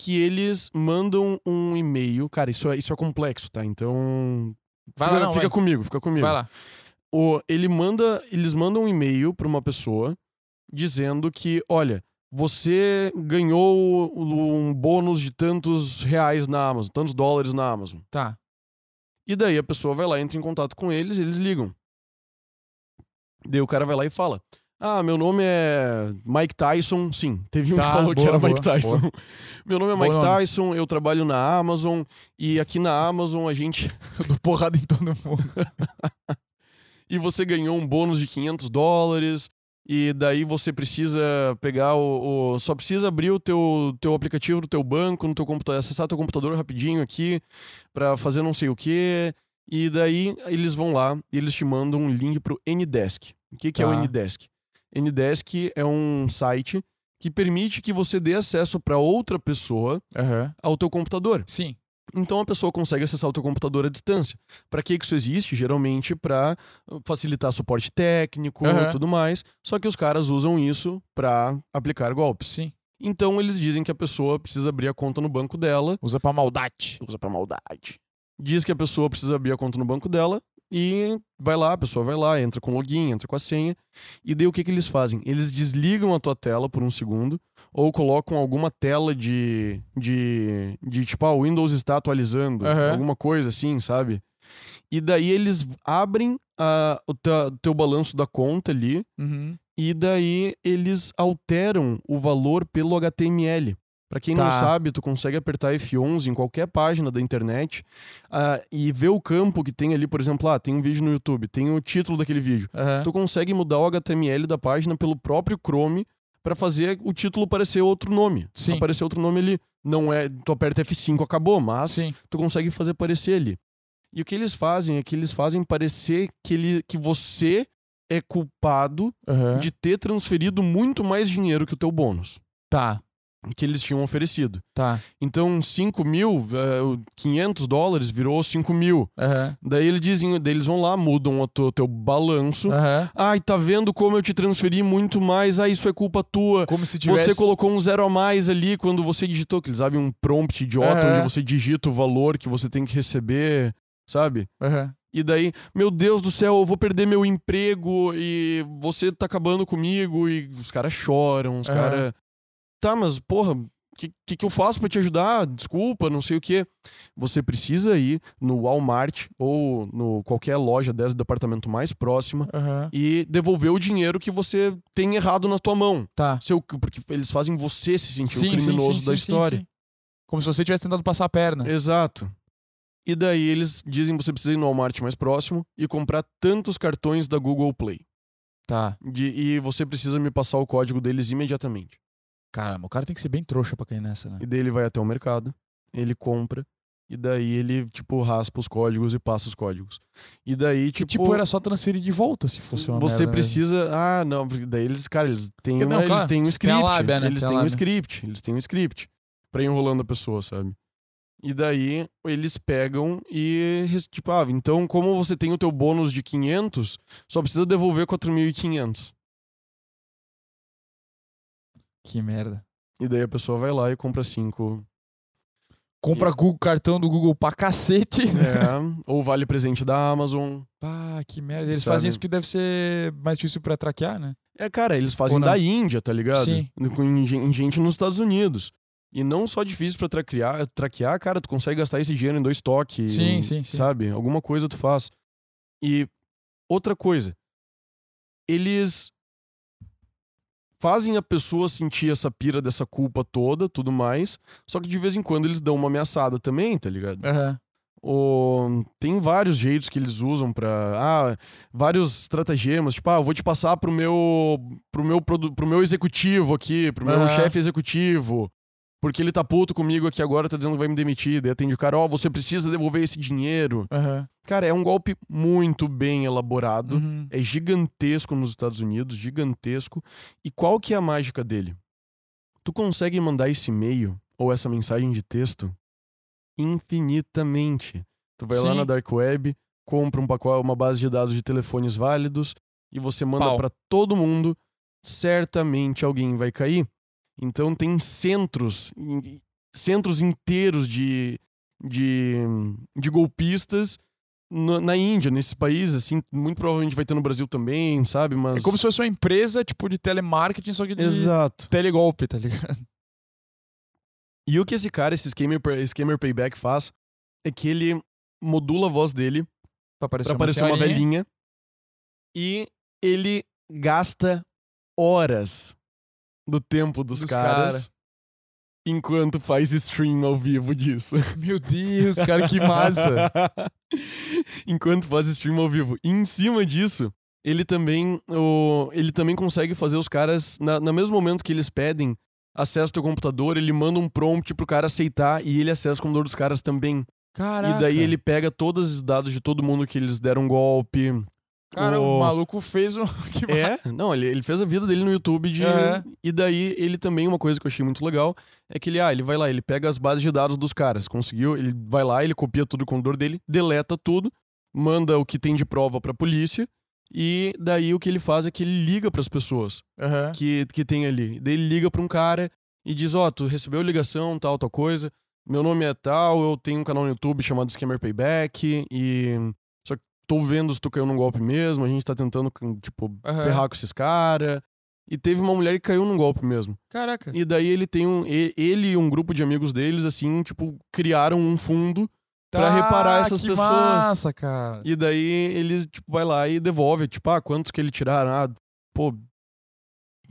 [SPEAKER 2] que eles mandam um e-mail. Cara, isso é, isso é complexo, tá? Então.
[SPEAKER 1] Vai
[SPEAKER 2] fica
[SPEAKER 1] lá, não,
[SPEAKER 2] fica
[SPEAKER 1] vai.
[SPEAKER 2] comigo, fica comigo.
[SPEAKER 1] Vai lá.
[SPEAKER 2] O, ele manda, eles mandam um e-mail pra uma pessoa dizendo que, olha, você ganhou um bônus de tantos reais na Amazon, tantos dólares na Amazon.
[SPEAKER 1] Tá.
[SPEAKER 2] E daí a pessoa vai lá, entra em contato com eles, eles ligam. Daí o cara vai lá e fala: Ah, meu nome é Mike Tyson. Sim, teve um
[SPEAKER 1] Tá,
[SPEAKER 2] que falou que
[SPEAKER 1] boa,
[SPEAKER 2] era
[SPEAKER 1] boa,
[SPEAKER 2] Mike Tyson. Meu nome é
[SPEAKER 1] Bom
[SPEAKER 2] Mike
[SPEAKER 1] nome.
[SPEAKER 2] Tyson, eu trabalho na Amazon e aqui na Amazon a gente.
[SPEAKER 1] Eu dou porrada em todo mundo.
[SPEAKER 2] E você ganhou um bônus de 500 dólares. E daí você precisa pegar o, o- Só precisa abrir o teu, teu aplicativo do teu banco, no teu computador, acessar teu computador rapidinho aqui pra fazer não sei o quê. E daí eles vão lá e eles te mandam um link pro Ndesk. O que, que é o
[SPEAKER 1] Tá.
[SPEAKER 2] Ndesk? Ndesk é um site que permite que você dê acesso pra outra pessoa
[SPEAKER 1] Aham.
[SPEAKER 2] ao teu computador.
[SPEAKER 1] Sim.
[SPEAKER 2] Então a pessoa consegue acessar o teu computador à distância. Para que que isso existe? Geralmente para facilitar suporte técnico e
[SPEAKER 1] Aham.
[SPEAKER 2] tudo mais. Só que os caras usam isso para aplicar golpes.
[SPEAKER 1] Sim.
[SPEAKER 2] Então eles dizem que a pessoa precisa abrir a conta no banco dela.
[SPEAKER 1] Usa pra maldade.
[SPEAKER 2] Usa para maldade. Diz que a pessoa precisa abrir a conta no banco dela e vai lá, a pessoa vai lá, entra com o login, entra com a senha. E daí o que, que eles fazem? Eles desligam a tua tela por um segundo ou colocam alguma tela de. de, de tipo, ah, o Windows está atualizando,
[SPEAKER 1] Aham.
[SPEAKER 2] alguma coisa assim, sabe? E daí eles abrem ah, o teu, teu balanço da conta ali
[SPEAKER 1] Uhum.
[SPEAKER 2] e daí eles alteram o valor pelo HTML. Pra quem não
[SPEAKER 1] Tá.
[SPEAKER 2] sabe, tu consegue apertar F11 em qualquer página da internet ah, e ver o campo que tem ali, por exemplo, ah, tem um vídeo no YouTube, tem o título daquele vídeo.
[SPEAKER 1] Aham.
[SPEAKER 2] Tu consegue mudar o HTML da página pelo próprio Chrome pra fazer o título parecer outro nome.
[SPEAKER 1] Sim.
[SPEAKER 2] Aparecer outro nome ali, não é, tu aperta F5 acabou, mas
[SPEAKER 1] Sim.
[SPEAKER 2] tu consegue fazer parecer ali. E o que eles fazem é que eles fazem parecer que, ele, que você é culpado
[SPEAKER 1] Aham.
[SPEAKER 2] de ter transferido muito mais dinheiro que o teu bônus
[SPEAKER 1] Tá.
[SPEAKER 2] que eles tinham oferecido.
[SPEAKER 1] Tá.
[SPEAKER 2] Então, 5 mil, eh, o 500 dólares virou 5 mil.
[SPEAKER 1] Aham.
[SPEAKER 2] Daí eles dizem, daí eles vão lá, mudam o teu, teu balanço.
[SPEAKER 1] Aham.
[SPEAKER 2] Ai, tá vendo como eu te transferi muito mais? Ah, isso é culpa tua.
[SPEAKER 1] Como se tivesse.
[SPEAKER 2] Você colocou um zero a mais ali quando você digitou, que eles sabem, um prompt idiota
[SPEAKER 1] Aham.
[SPEAKER 2] onde você digita o valor que você tem que receber, sabe?
[SPEAKER 1] Aham.
[SPEAKER 2] E daí, meu Deus do céu, eu vou perder meu emprego e você tá acabando comigo. E os caras choram, os
[SPEAKER 1] Aham.
[SPEAKER 2] caras. Tá, mas porra, o que, que, que eu faço pra te ajudar? Desculpa, não sei o quê. Você precisa ir no Walmart ou no qualquer loja dessa do apartamento mais próxima
[SPEAKER 1] Aham.
[SPEAKER 2] e devolver o dinheiro que você tem errado na tua mão.
[SPEAKER 1] Tá.
[SPEAKER 2] Seu, porque eles fazem você se sentir o criminoso da história.
[SPEAKER 1] sim. Como se você tivesse tentado passar a perna.
[SPEAKER 2] Exato. E daí eles dizem que você precisa ir no Walmart mais próximo e comprar tantos cartões da Google Play.
[SPEAKER 1] Tá.
[SPEAKER 2] De- e você precisa me passar o código deles imediatamente.
[SPEAKER 1] Caramba, o cara tem que ser bem trouxa pra cair nessa, né?
[SPEAKER 2] E daí ele vai até o mercado, ele compra, e daí ele, tipo, raspa os códigos e passa os códigos. E daí,
[SPEAKER 1] Que
[SPEAKER 2] tipo.
[SPEAKER 1] tipo, era só transferir de volta se fosse é uma
[SPEAKER 2] Você
[SPEAKER 1] merda né? mesmo.
[SPEAKER 2] precisa. Ah, não, porque daí eles, cara, eles têm,
[SPEAKER 1] Porque não,
[SPEAKER 2] uma-
[SPEAKER 1] claro,
[SPEAKER 2] eles têm um
[SPEAKER 1] você tem a
[SPEAKER 2] script.
[SPEAKER 1] lábia, né?
[SPEAKER 2] Eles
[SPEAKER 1] Tem a
[SPEAKER 2] têm um
[SPEAKER 1] lábia.
[SPEAKER 2] script, eles têm um script pra ir enrolando a pessoa, sabe? E daí eles pegam e res- tipo, ah, então como você tem o teu bônus de 500, só precisa devolver 4.500.
[SPEAKER 1] Que merda.
[SPEAKER 2] E daí a pessoa vai lá e compra 5.
[SPEAKER 1] Compra Google- cartão do Google pra cacete.
[SPEAKER 2] É, ou vale presente da Amazon.
[SPEAKER 1] Pá, que merda. Eles
[SPEAKER 2] Sabe?
[SPEAKER 1] fazem isso porque deve ser mais difícil pra traquear, né?
[SPEAKER 2] É, cara, eles
[SPEAKER 1] Ou
[SPEAKER 2] fazem
[SPEAKER 1] não?
[SPEAKER 2] da Índia, tá ligado?
[SPEAKER 1] Sim.
[SPEAKER 2] Com em gen- em gente nos Estados Unidos. E não só difícil pra traquear, traquear, cara, tu consegue gastar esse dinheiro em dois toques.
[SPEAKER 1] Sim,
[SPEAKER 2] em-
[SPEAKER 1] sim, sim.
[SPEAKER 2] Sabe? Alguma coisa tu faz. E outra coisa. Eles fazem a pessoa sentir essa pira dessa culpa toda, tudo mais. Só que de vez em quando eles dão uma ameaçada também, tá ligado?
[SPEAKER 1] Aham.
[SPEAKER 2] Ou tem vários jeitos que eles usam pra. ah, vários estratagemas, tipo, ah, eu vou te passar pro meu pro meu produ- pro meu executivo aqui, pro meu
[SPEAKER 1] Aham.
[SPEAKER 2] chefe executivo. Porque ele tá puto comigo aqui agora, tá dizendo que vai me demitir. Daí atende o cara, ó, você precisa devolver esse dinheiro.
[SPEAKER 1] Aham.
[SPEAKER 2] Cara, é um golpe muito bem elaborado.
[SPEAKER 1] Uhum.
[SPEAKER 2] É gigantesco nos Estados Unidos, gigantesco. E qual que é a mágica dele? Tu consegue mandar esse e-mail ou essa mensagem de texto infinitamente. Tu vai lá
[SPEAKER 1] Sim.
[SPEAKER 2] na dark web, compra um pacote, uma base de dados de telefones válidos e você manda
[SPEAKER 1] Pau.
[SPEAKER 2] pra todo mundo, certamente alguém vai cair. Então tem centros, em- centros inteiros de de, de golpistas na, na Índia, nesses países, assim, muito provavelmente vai ter no Brasil também, sabe? Mas.
[SPEAKER 1] É como se fosse uma empresa, tipo, de telemarketing, só que de
[SPEAKER 2] Exato.
[SPEAKER 1] telegolpe, tá ligado?
[SPEAKER 2] E o que esse cara, esse scammer, scammer payback, faz é que ele modula a voz dele
[SPEAKER 1] Pra aparecer,
[SPEAKER 2] pra parecer uma
[SPEAKER 1] senhorinha.
[SPEAKER 2] velhinha. E ele gasta horas do tempo dos,
[SPEAKER 1] Dos
[SPEAKER 2] caras
[SPEAKER 1] cara.
[SPEAKER 2] enquanto faz stream ao vivo disso.
[SPEAKER 1] Meu Deus, cara, que massa.
[SPEAKER 2] Enquanto faz stream ao vivo. E em cima disso, ele também, o, ele também consegue fazer os caras, na, no mesmo momento que eles pedem acesso ao teu computador, ele manda um prompt pro cara aceitar e ele acessa o computador dos caras também.
[SPEAKER 1] Caraca.
[SPEAKER 2] E daí ele pega todos os dados de todo mundo que eles deram um golpe.
[SPEAKER 1] Cara, o
[SPEAKER 2] o-
[SPEAKER 1] maluco fez um... que massa.
[SPEAKER 2] É, não, ele, ele fez a vida dele no YouTube de-
[SPEAKER 1] É.
[SPEAKER 2] E daí ele também, uma coisa que eu achei muito legal, é que ele, ah, ele vai lá, ele pega as bases de dados dos caras, conseguiu, ele vai lá, ele copia tudo do computador dele, deleta tudo, manda o que tem de prova pra polícia, e daí o que ele faz é que ele liga pras pessoas
[SPEAKER 1] Aham.
[SPEAKER 2] que, que tem ali. Daí ele liga pra um cara e diz, ó, tu recebeu ligação, tal, tal coisa, meu nome é tal, eu tenho um canal no YouTube chamado Scammer Payback, e... Só que tô vendo se tu caiu num golpe mesmo, a gente tá tentando, tipo,
[SPEAKER 1] Aham.
[SPEAKER 2] ferrar com esses caras. E teve uma mulher que caiu num golpe mesmo.
[SPEAKER 1] Caraca.
[SPEAKER 2] E daí ele tem um. e- Ele e um grupo de amigos deles, assim, tipo, criaram um fundo. pra reparar essas
[SPEAKER 1] Ah, que
[SPEAKER 2] pessoas.
[SPEAKER 1] massa, cara.
[SPEAKER 2] E daí ele, tipo, vai lá e devolve. Tipo, ah, quantos que ele tiraram? Ah, pô.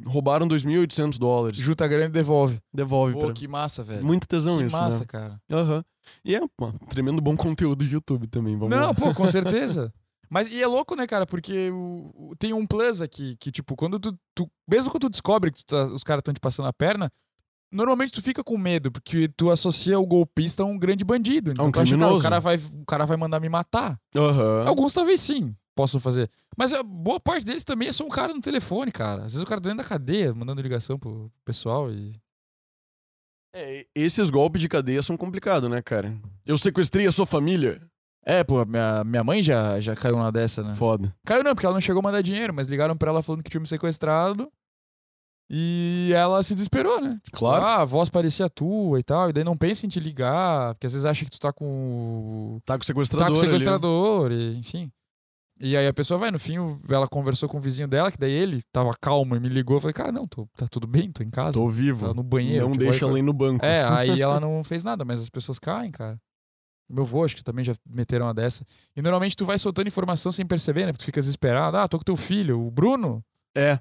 [SPEAKER 2] Roubaram 2.800 dólares.
[SPEAKER 1] Junta grande e devolve.
[SPEAKER 2] Devolve
[SPEAKER 1] Pô,
[SPEAKER 2] pra.
[SPEAKER 1] que massa, velho.
[SPEAKER 2] Muito tesão
[SPEAKER 1] que
[SPEAKER 2] isso.
[SPEAKER 1] massa,
[SPEAKER 2] Né?
[SPEAKER 1] cara.
[SPEAKER 2] Aham. E é, pô, tremendo bom conteúdo de YouTube também. Vamos
[SPEAKER 1] Não,
[SPEAKER 2] lá.
[SPEAKER 1] pô, com certeza. Mas e é louco, né, cara? Porque o- o- tem um plus aqui que, tipo, quando tu. tu- mesmo quando tu descobre que tu tá- os caras estão te passando a perna, normalmente tu fica com medo, porque tu associa o golpista a um Ah. grande bandido. Então
[SPEAKER 2] um
[SPEAKER 1] tu acha, cara, o
[SPEAKER 2] criminoso.
[SPEAKER 1] cara, vai, o cara vai mandar me matar.
[SPEAKER 2] Aham.
[SPEAKER 1] Alguns talvez sim possam fazer. Mas a boa parte deles também é só um cara no telefone, cara. Às vezes o cara tá dentro da cadeia, mandando ligação pro pessoal e.
[SPEAKER 2] É, esses golpes de cadeia são complicados, né, cara? Eu sequestrei a sua família.
[SPEAKER 1] É, pô, minha, minha mãe já, já caiu na dessa, né?
[SPEAKER 2] Foda.
[SPEAKER 1] Caiu não, porque ela não chegou a mandar dinheiro, mas ligaram pra ela falando que tinha me um sequestrado. E ela se desesperou, né?
[SPEAKER 2] Claro.
[SPEAKER 1] Ah, a voz parecia tua e tal. E daí não pensa em te ligar, porque às vezes acha que tu tá com o
[SPEAKER 2] Tá com o
[SPEAKER 1] tá
[SPEAKER 2] sequestrador.
[SPEAKER 1] com o
[SPEAKER 2] ali, né?
[SPEAKER 1] sequestrador, e, enfim. E aí a pessoa vai, no fim, o- ela conversou com o vizinho dela, que daí ele tava calmo e me ligou. Eu falei, cara, não, tô, tá tudo bem, tô em casa,
[SPEAKER 2] Tô
[SPEAKER 1] tá
[SPEAKER 2] vivo.
[SPEAKER 1] no banheiro.
[SPEAKER 2] não
[SPEAKER 1] tipo,
[SPEAKER 2] deixa
[SPEAKER 1] aí-
[SPEAKER 2] ela ir no banco.
[SPEAKER 1] É, aí ela não fez nada, mas as pessoas caem, cara. Meu vô, acho que também já meteram uma dessa. E normalmente tu vai soltando informação sem perceber, né? Porque tu fica desesperado. Ah, tô com teu filho, o Bruno.
[SPEAKER 2] É,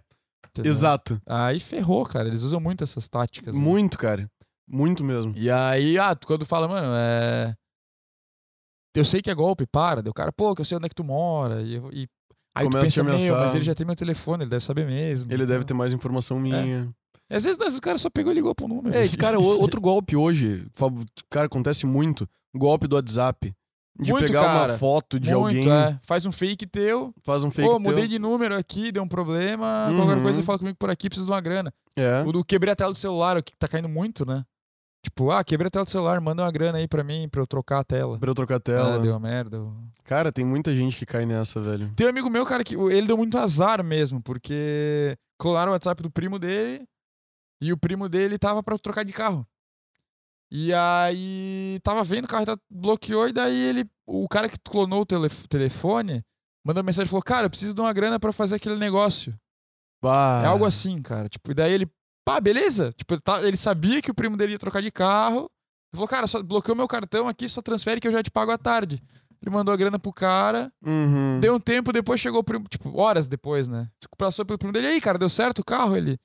[SPEAKER 1] Entendeu?
[SPEAKER 2] exato.
[SPEAKER 1] Aí ferrou, cara. Eles usam muito essas táticas. né?
[SPEAKER 2] Muito, cara. Muito mesmo.
[SPEAKER 1] E aí, ah, tu- quando fala, mano, é. Eu sei que é golpe, para. Daí o cara, pô, que eu sei onde é que tu mora. E, eu- e... aí
[SPEAKER 2] Começa a
[SPEAKER 1] tu pensa,
[SPEAKER 2] te
[SPEAKER 1] meu,
[SPEAKER 2] ameaçar.
[SPEAKER 1] mas ele já tem meu telefone, ele deve saber mesmo.
[SPEAKER 2] Ele deve ter mais informação minha.
[SPEAKER 1] Às vezes, não, às vezes o cara só pegou e ligou pro número.
[SPEAKER 2] É, e, cara, o- outro golpe hoje, Fábio, cara, acontece muito. Golpe do WhatsApp. De
[SPEAKER 1] Muito,
[SPEAKER 2] pegar
[SPEAKER 1] cara.
[SPEAKER 2] uma foto de
[SPEAKER 1] Muito,
[SPEAKER 2] alguém,
[SPEAKER 1] é. Faz um fake teu.
[SPEAKER 2] faz um fake
[SPEAKER 1] Pô,
[SPEAKER 2] teu.
[SPEAKER 1] mudei de número aqui, deu um problema. Qualquer
[SPEAKER 2] Uhum.
[SPEAKER 1] coisa, fala comigo por aqui, preciso de uma grana.
[SPEAKER 2] É.
[SPEAKER 1] O do quebrei a tela do celular, o que tá caindo muito, né? Tipo, ah, quebrei a tela do celular, manda uma grana aí pra mim, pra eu trocar a tela.
[SPEAKER 2] Pra eu trocar a
[SPEAKER 1] Ah,
[SPEAKER 2] tela.
[SPEAKER 1] deu uma merda. eu-
[SPEAKER 2] Cara, tem muita gente que cai nessa, velho.
[SPEAKER 1] Tem um amigo meu, cara, que o- ele deu muito azar mesmo, porque clonaram o WhatsApp do primo dele e o primo dele tava pra trocar de carro. E aí tava vendo, o carro tá- bloqueou e daí ele, o cara que clonou o telef- telefone mandou mensagem e falou: "Cara, eu preciso de uma grana pra fazer aquele negócio".
[SPEAKER 2] Bah.
[SPEAKER 1] É algo assim, cara. Tipo, e daí ele, pá, beleza? Tipo, ele, tá- ele sabia que o primo dele ia trocar de carro. Ele falou: "Cara, só bloqueou meu cartão aqui, só transfere que eu já te pago à tarde". Ele mandou a grana pro cara.
[SPEAKER 2] Uhum.
[SPEAKER 1] Deu um tempo, depois chegou o primo, tipo, horas depois, né? Passou pelo primo dele, e aí, cara, deu certo o carro? Ele,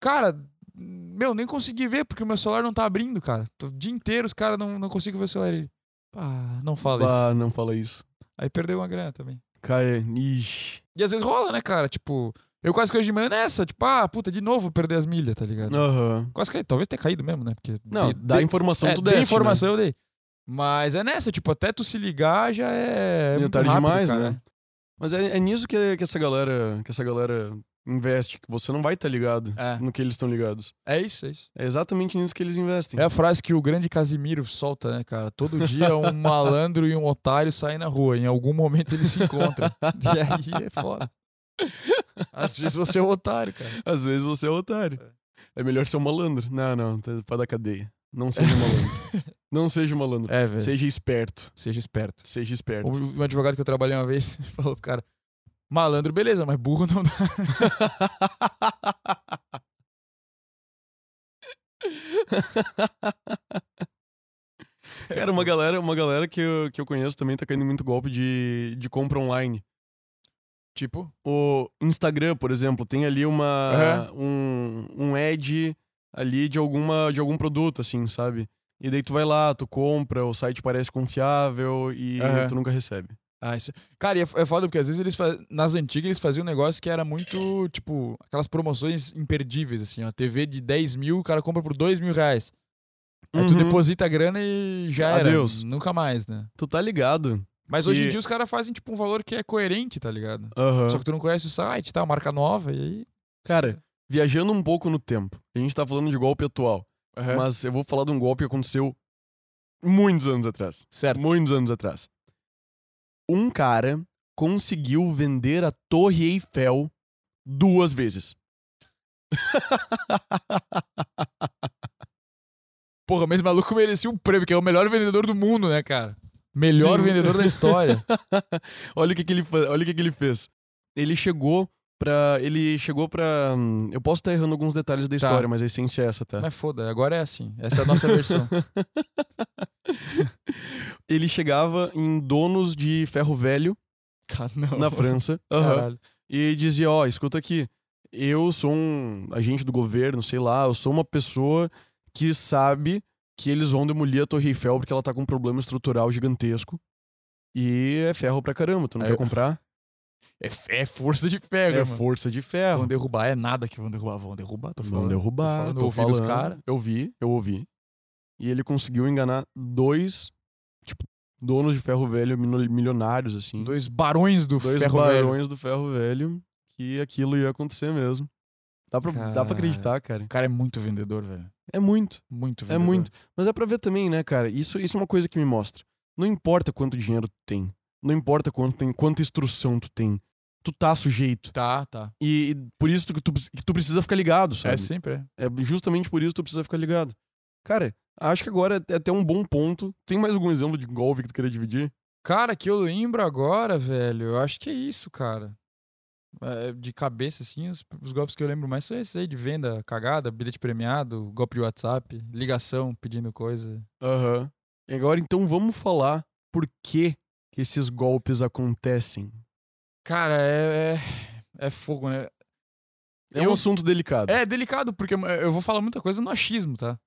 [SPEAKER 1] cara, meu, nem consegui ver porque o meu celular não tá abrindo, cara. Tô- O dia inteiro os caras não, não consigo ver o celular. Ele, pá, não fala isso.
[SPEAKER 2] Bah, não fala isso.
[SPEAKER 1] Aí perdeu uma grana também.
[SPEAKER 2] Cai. Ixi.
[SPEAKER 1] E às vezes rola, né, cara? Tipo, eu quase caí de manhã nessa, tipo, ah, puta, de novo perder as milhas, tá ligado?
[SPEAKER 2] Aham.
[SPEAKER 1] Quase caí, talvez tenha caído mesmo, né? Porque
[SPEAKER 2] Não,
[SPEAKER 1] dei-
[SPEAKER 2] dá
[SPEAKER 1] dei-
[SPEAKER 2] informação né?
[SPEAKER 1] é,
[SPEAKER 2] tu
[SPEAKER 1] dei
[SPEAKER 2] deste,
[SPEAKER 1] informação, eu dei. Mas é nessa, tipo, até tu se ligar já é. é
[SPEAKER 2] Já
[SPEAKER 1] muito
[SPEAKER 2] tarde
[SPEAKER 1] rápido,
[SPEAKER 2] demais,
[SPEAKER 1] cara.
[SPEAKER 2] né? Mas é, é nisso que, que essa galera que essa galera investe, que você não vai estar ligado
[SPEAKER 1] É.
[SPEAKER 2] no que eles estão ligados.
[SPEAKER 1] É isso, é isso.
[SPEAKER 2] É exatamente nisso que eles investem.
[SPEAKER 1] É a frase que o grande Casimiro solta, né, cara? Todo dia um malandro e um otário saem na rua. Em algum momento eles se encontram. E aí é foda. Às vezes você é um otário, cara.
[SPEAKER 2] Às vezes você é otário. É melhor ser um malandro. Não, não, tá- vai dar cadeia. Não seja um malandro. não seja um malandro.
[SPEAKER 1] É, velho.
[SPEAKER 2] Seja esperto.
[SPEAKER 1] Seja esperto.
[SPEAKER 2] Seja esperto.
[SPEAKER 1] Um um advogado que eu trabalhei uma vez falou pro cara: malandro, beleza, mas burro não dá.
[SPEAKER 2] Cara, uma galera, uma galera que, eu, que eu conheço também tá caindo muito golpe de, de compra online.
[SPEAKER 1] Tipo,
[SPEAKER 2] O Instagram, por exemplo, tem ali uma um, um ad ali de alguma de algum produto assim, sabe? E daí tu vai lá, tu compra, o site parece confiável e
[SPEAKER 1] Aham.
[SPEAKER 2] tu nunca recebe.
[SPEAKER 1] ah, isso. Cara, e é f- é foda porque às vezes eles faz... nas antigas eles faziam um negócio que era muito, tipo, aquelas promoções imperdíveis, assim, ó. TV de 10 mil, o cara compra por 2 mil reais. Aí tu
[SPEAKER 2] Uhum.
[SPEAKER 1] deposita a grana e já era.
[SPEAKER 2] Adeus.
[SPEAKER 1] Nunca mais, né?
[SPEAKER 2] Tu tá ligado?
[SPEAKER 1] Mas hoje em
[SPEAKER 2] E-
[SPEAKER 1] dia os caras fazem, tipo, um valor que é coerente, tá ligado?
[SPEAKER 2] Aham.
[SPEAKER 1] Só que tu não conhece o site, tá? Marca nova, e aí...
[SPEAKER 2] Cara, viajando um pouco no tempo. A gente tá falando de golpe atual,
[SPEAKER 1] Aham.
[SPEAKER 2] mas eu vou falar de um golpe que aconteceu muitos anos atrás.
[SPEAKER 1] Certo.
[SPEAKER 2] Muitos anos atrás. Um cara conseguiu vender a Torre Eiffel duas vezes.
[SPEAKER 1] Porra, mas esse maluco merecia um prêmio, que é o melhor vendedor do mundo, né, cara? Melhor
[SPEAKER 2] Sim.
[SPEAKER 1] vendedor da história.
[SPEAKER 2] olha o que, que ele fa- olha o que, que ele fez. Ele chegou pra. ele chegou pra. hum, Eu posso estar errando alguns detalhes
[SPEAKER 1] Tá.
[SPEAKER 2] da história, mas a essência é essa, tá?
[SPEAKER 1] mas foda, agora é assim. Essa é a nossa versão.
[SPEAKER 2] Ele chegava em donos de ferro velho
[SPEAKER 1] Cara, não.
[SPEAKER 2] na França aham,
[SPEAKER 1] Caralho.
[SPEAKER 2] e dizia: ó, escuta aqui, eu sou um agente do governo, sei lá, eu sou uma pessoa que sabe que eles vão demolir a Torre Eiffel porque ela tá com um problema estrutural gigantesco. E é ferro pra caramba, tu não
[SPEAKER 1] Aí
[SPEAKER 2] quer
[SPEAKER 1] eu-
[SPEAKER 2] comprar?
[SPEAKER 1] É, é força de ferro,
[SPEAKER 2] É
[SPEAKER 1] mano.
[SPEAKER 2] força de ferro.
[SPEAKER 1] Vão derrubar, é nada que vão derrubar. Vão derrubar, tô falando.
[SPEAKER 2] Vão derrubar.
[SPEAKER 1] Tô falando,
[SPEAKER 2] tô
[SPEAKER 1] ouvi dos
[SPEAKER 2] falando.
[SPEAKER 1] cara.
[SPEAKER 2] Eu vi, eu ouvi. E ele conseguiu enganar dois, tipo, donos de ferro velho mino- milionários, assim.
[SPEAKER 1] Dois barões do
[SPEAKER 2] Dois
[SPEAKER 1] ferro velho.
[SPEAKER 2] barões do ferro velho, que aquilo ia acontecer mesmo. Dá pra, dá
[SPEAKER 1] Cara.
[SPEAKER 2] pra acreditar, cara.
[SPEAKER 1] O cara é muito vendedor, velho.
[SPEAKER 2] É muito,
[SPEAKER 1] Muito
[SPEAKER 2] é
[SPEAKER 1] vendedor.
[SPEAKER 2] muito. Mas é pra ver também, né, cara? Isso, isso é uma coisa que me mostra. Não importa quanto dinheiro tu tem. Não importa quanto tem, quanta instrução tu tem. tu tá sujeito.
[SPEAKER 1] Tá, tá.
[SPEAKER 2] E, e por isso que tu, que tu precisa ficar ligado, sabe?
[SPEAKER 1] É sempre. é.
[SPEAKER 2] É justamente por isso que tu precisa ficar ligado. Cara, acho que agora é até um bom ponto. Tem mais algum exemplo de golpe que tu queria dividir?
[SPEAKER 1] Cara, que eu lembro agora, velho, eu acho que é isso, cara. É, de cabeça, assim, os, os golpes que eu lembro mais são esses aí, de venda cagada, bilhete premiado, golpe de WhatsApp, ligação pedindo coisa.
[SPEAKER 2] Aham. E agora então vamos falar por que, que esses golpes acontecem.
[SPEAKER 1] Cara, é, é, é fogo, né?
[SPEAKER 2] É
[SPEAKER 1] Eu-
[SPEAKER 2] um assunto delicado.
[SPEAKER 1] É delicado, porque eh, eu vou falar muita coisa no achismo, tá?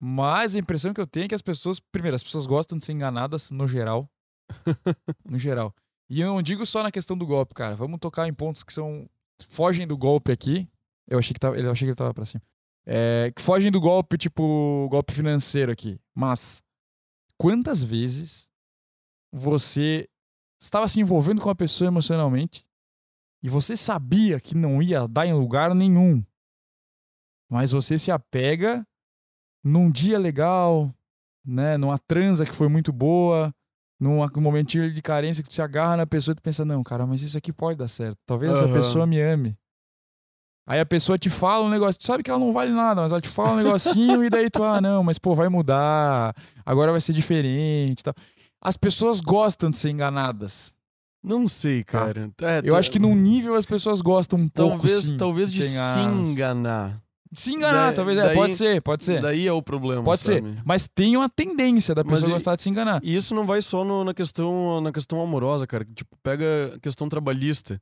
[SPEAKER 1] Mas a impressão que eu tenho é que as pessoas, primeiro, as pessoas gostam de ser enganadas no geral. no geral. E eu não digo só na questão do golpe, cara. Vamos tocar em pontos que são. fogem do golpe aqui. Eu achei que, tava, eu achei que ele tava pra cima. É, que fogem do golpe, tipo, golpe financeiro aqui. Mas, quantas vezes você estava se envolvendo com uma pessoa emocionalmente e você sabia que não ia dar em lugar nenhum? mas você se apega num dia legal, né? Numa transa que foi muito boa, num ac- momentinho de carência que tu se agarra na pessoa e tu pensa, não, cara, mas isso aqui pode dar certo. Talvez essa
[SPEAKER 2] Aham.
[SPEAKER 1] pessoa me ame. Aí a pessoa te fala um negócio, tu sabe que ela não vale nada, mas ela te fala um negocinho e daí tu, ah, não, mas pô, vai mudar, agora vai ser diferente e tal. As pessoas gostam de ser enganadas.
[SPEAKER 2] Não sei, cara. É,
[SPEAKER 1] Eu
[SPEAKER 2] tá-
[SPEAKER 1] acho que num nível as pessoas gostam um pouco,
[SPEAKER 2] Talvez,
[SPEAKER 1] sim,
[SPEAKER 2] talvez de
[SPEAKER 1] ser
[SPEAKER 2] se
[SPEAKER 1] enganadas.
[SPEAKER 2] enganar.
[SPEAKER 1] Se enganar,
[SPEAKER 2] Da-
[SPEAKER 1] talvez, é,
[SPEAKER 2] daí-
[SPEAKER 1] pode ser, pode ser.
[SPEAKER 2] Daí é o problema.
[SPEAKER 1] Pode ser,
[SPEAKER 2] sabe?
[SPEAKER 1] mas tem uma tendência da
[SPEAKER 2] Mas
[SPEAKER 1] pessoa
[SPEAKER 2] e-
[SPEAKER 1] gostar de se enganar.
[SPEAKER 2] E isso não vai só no- na, questão, na questão amorosa, cara. que, Tipo, pega a questão trabalhista.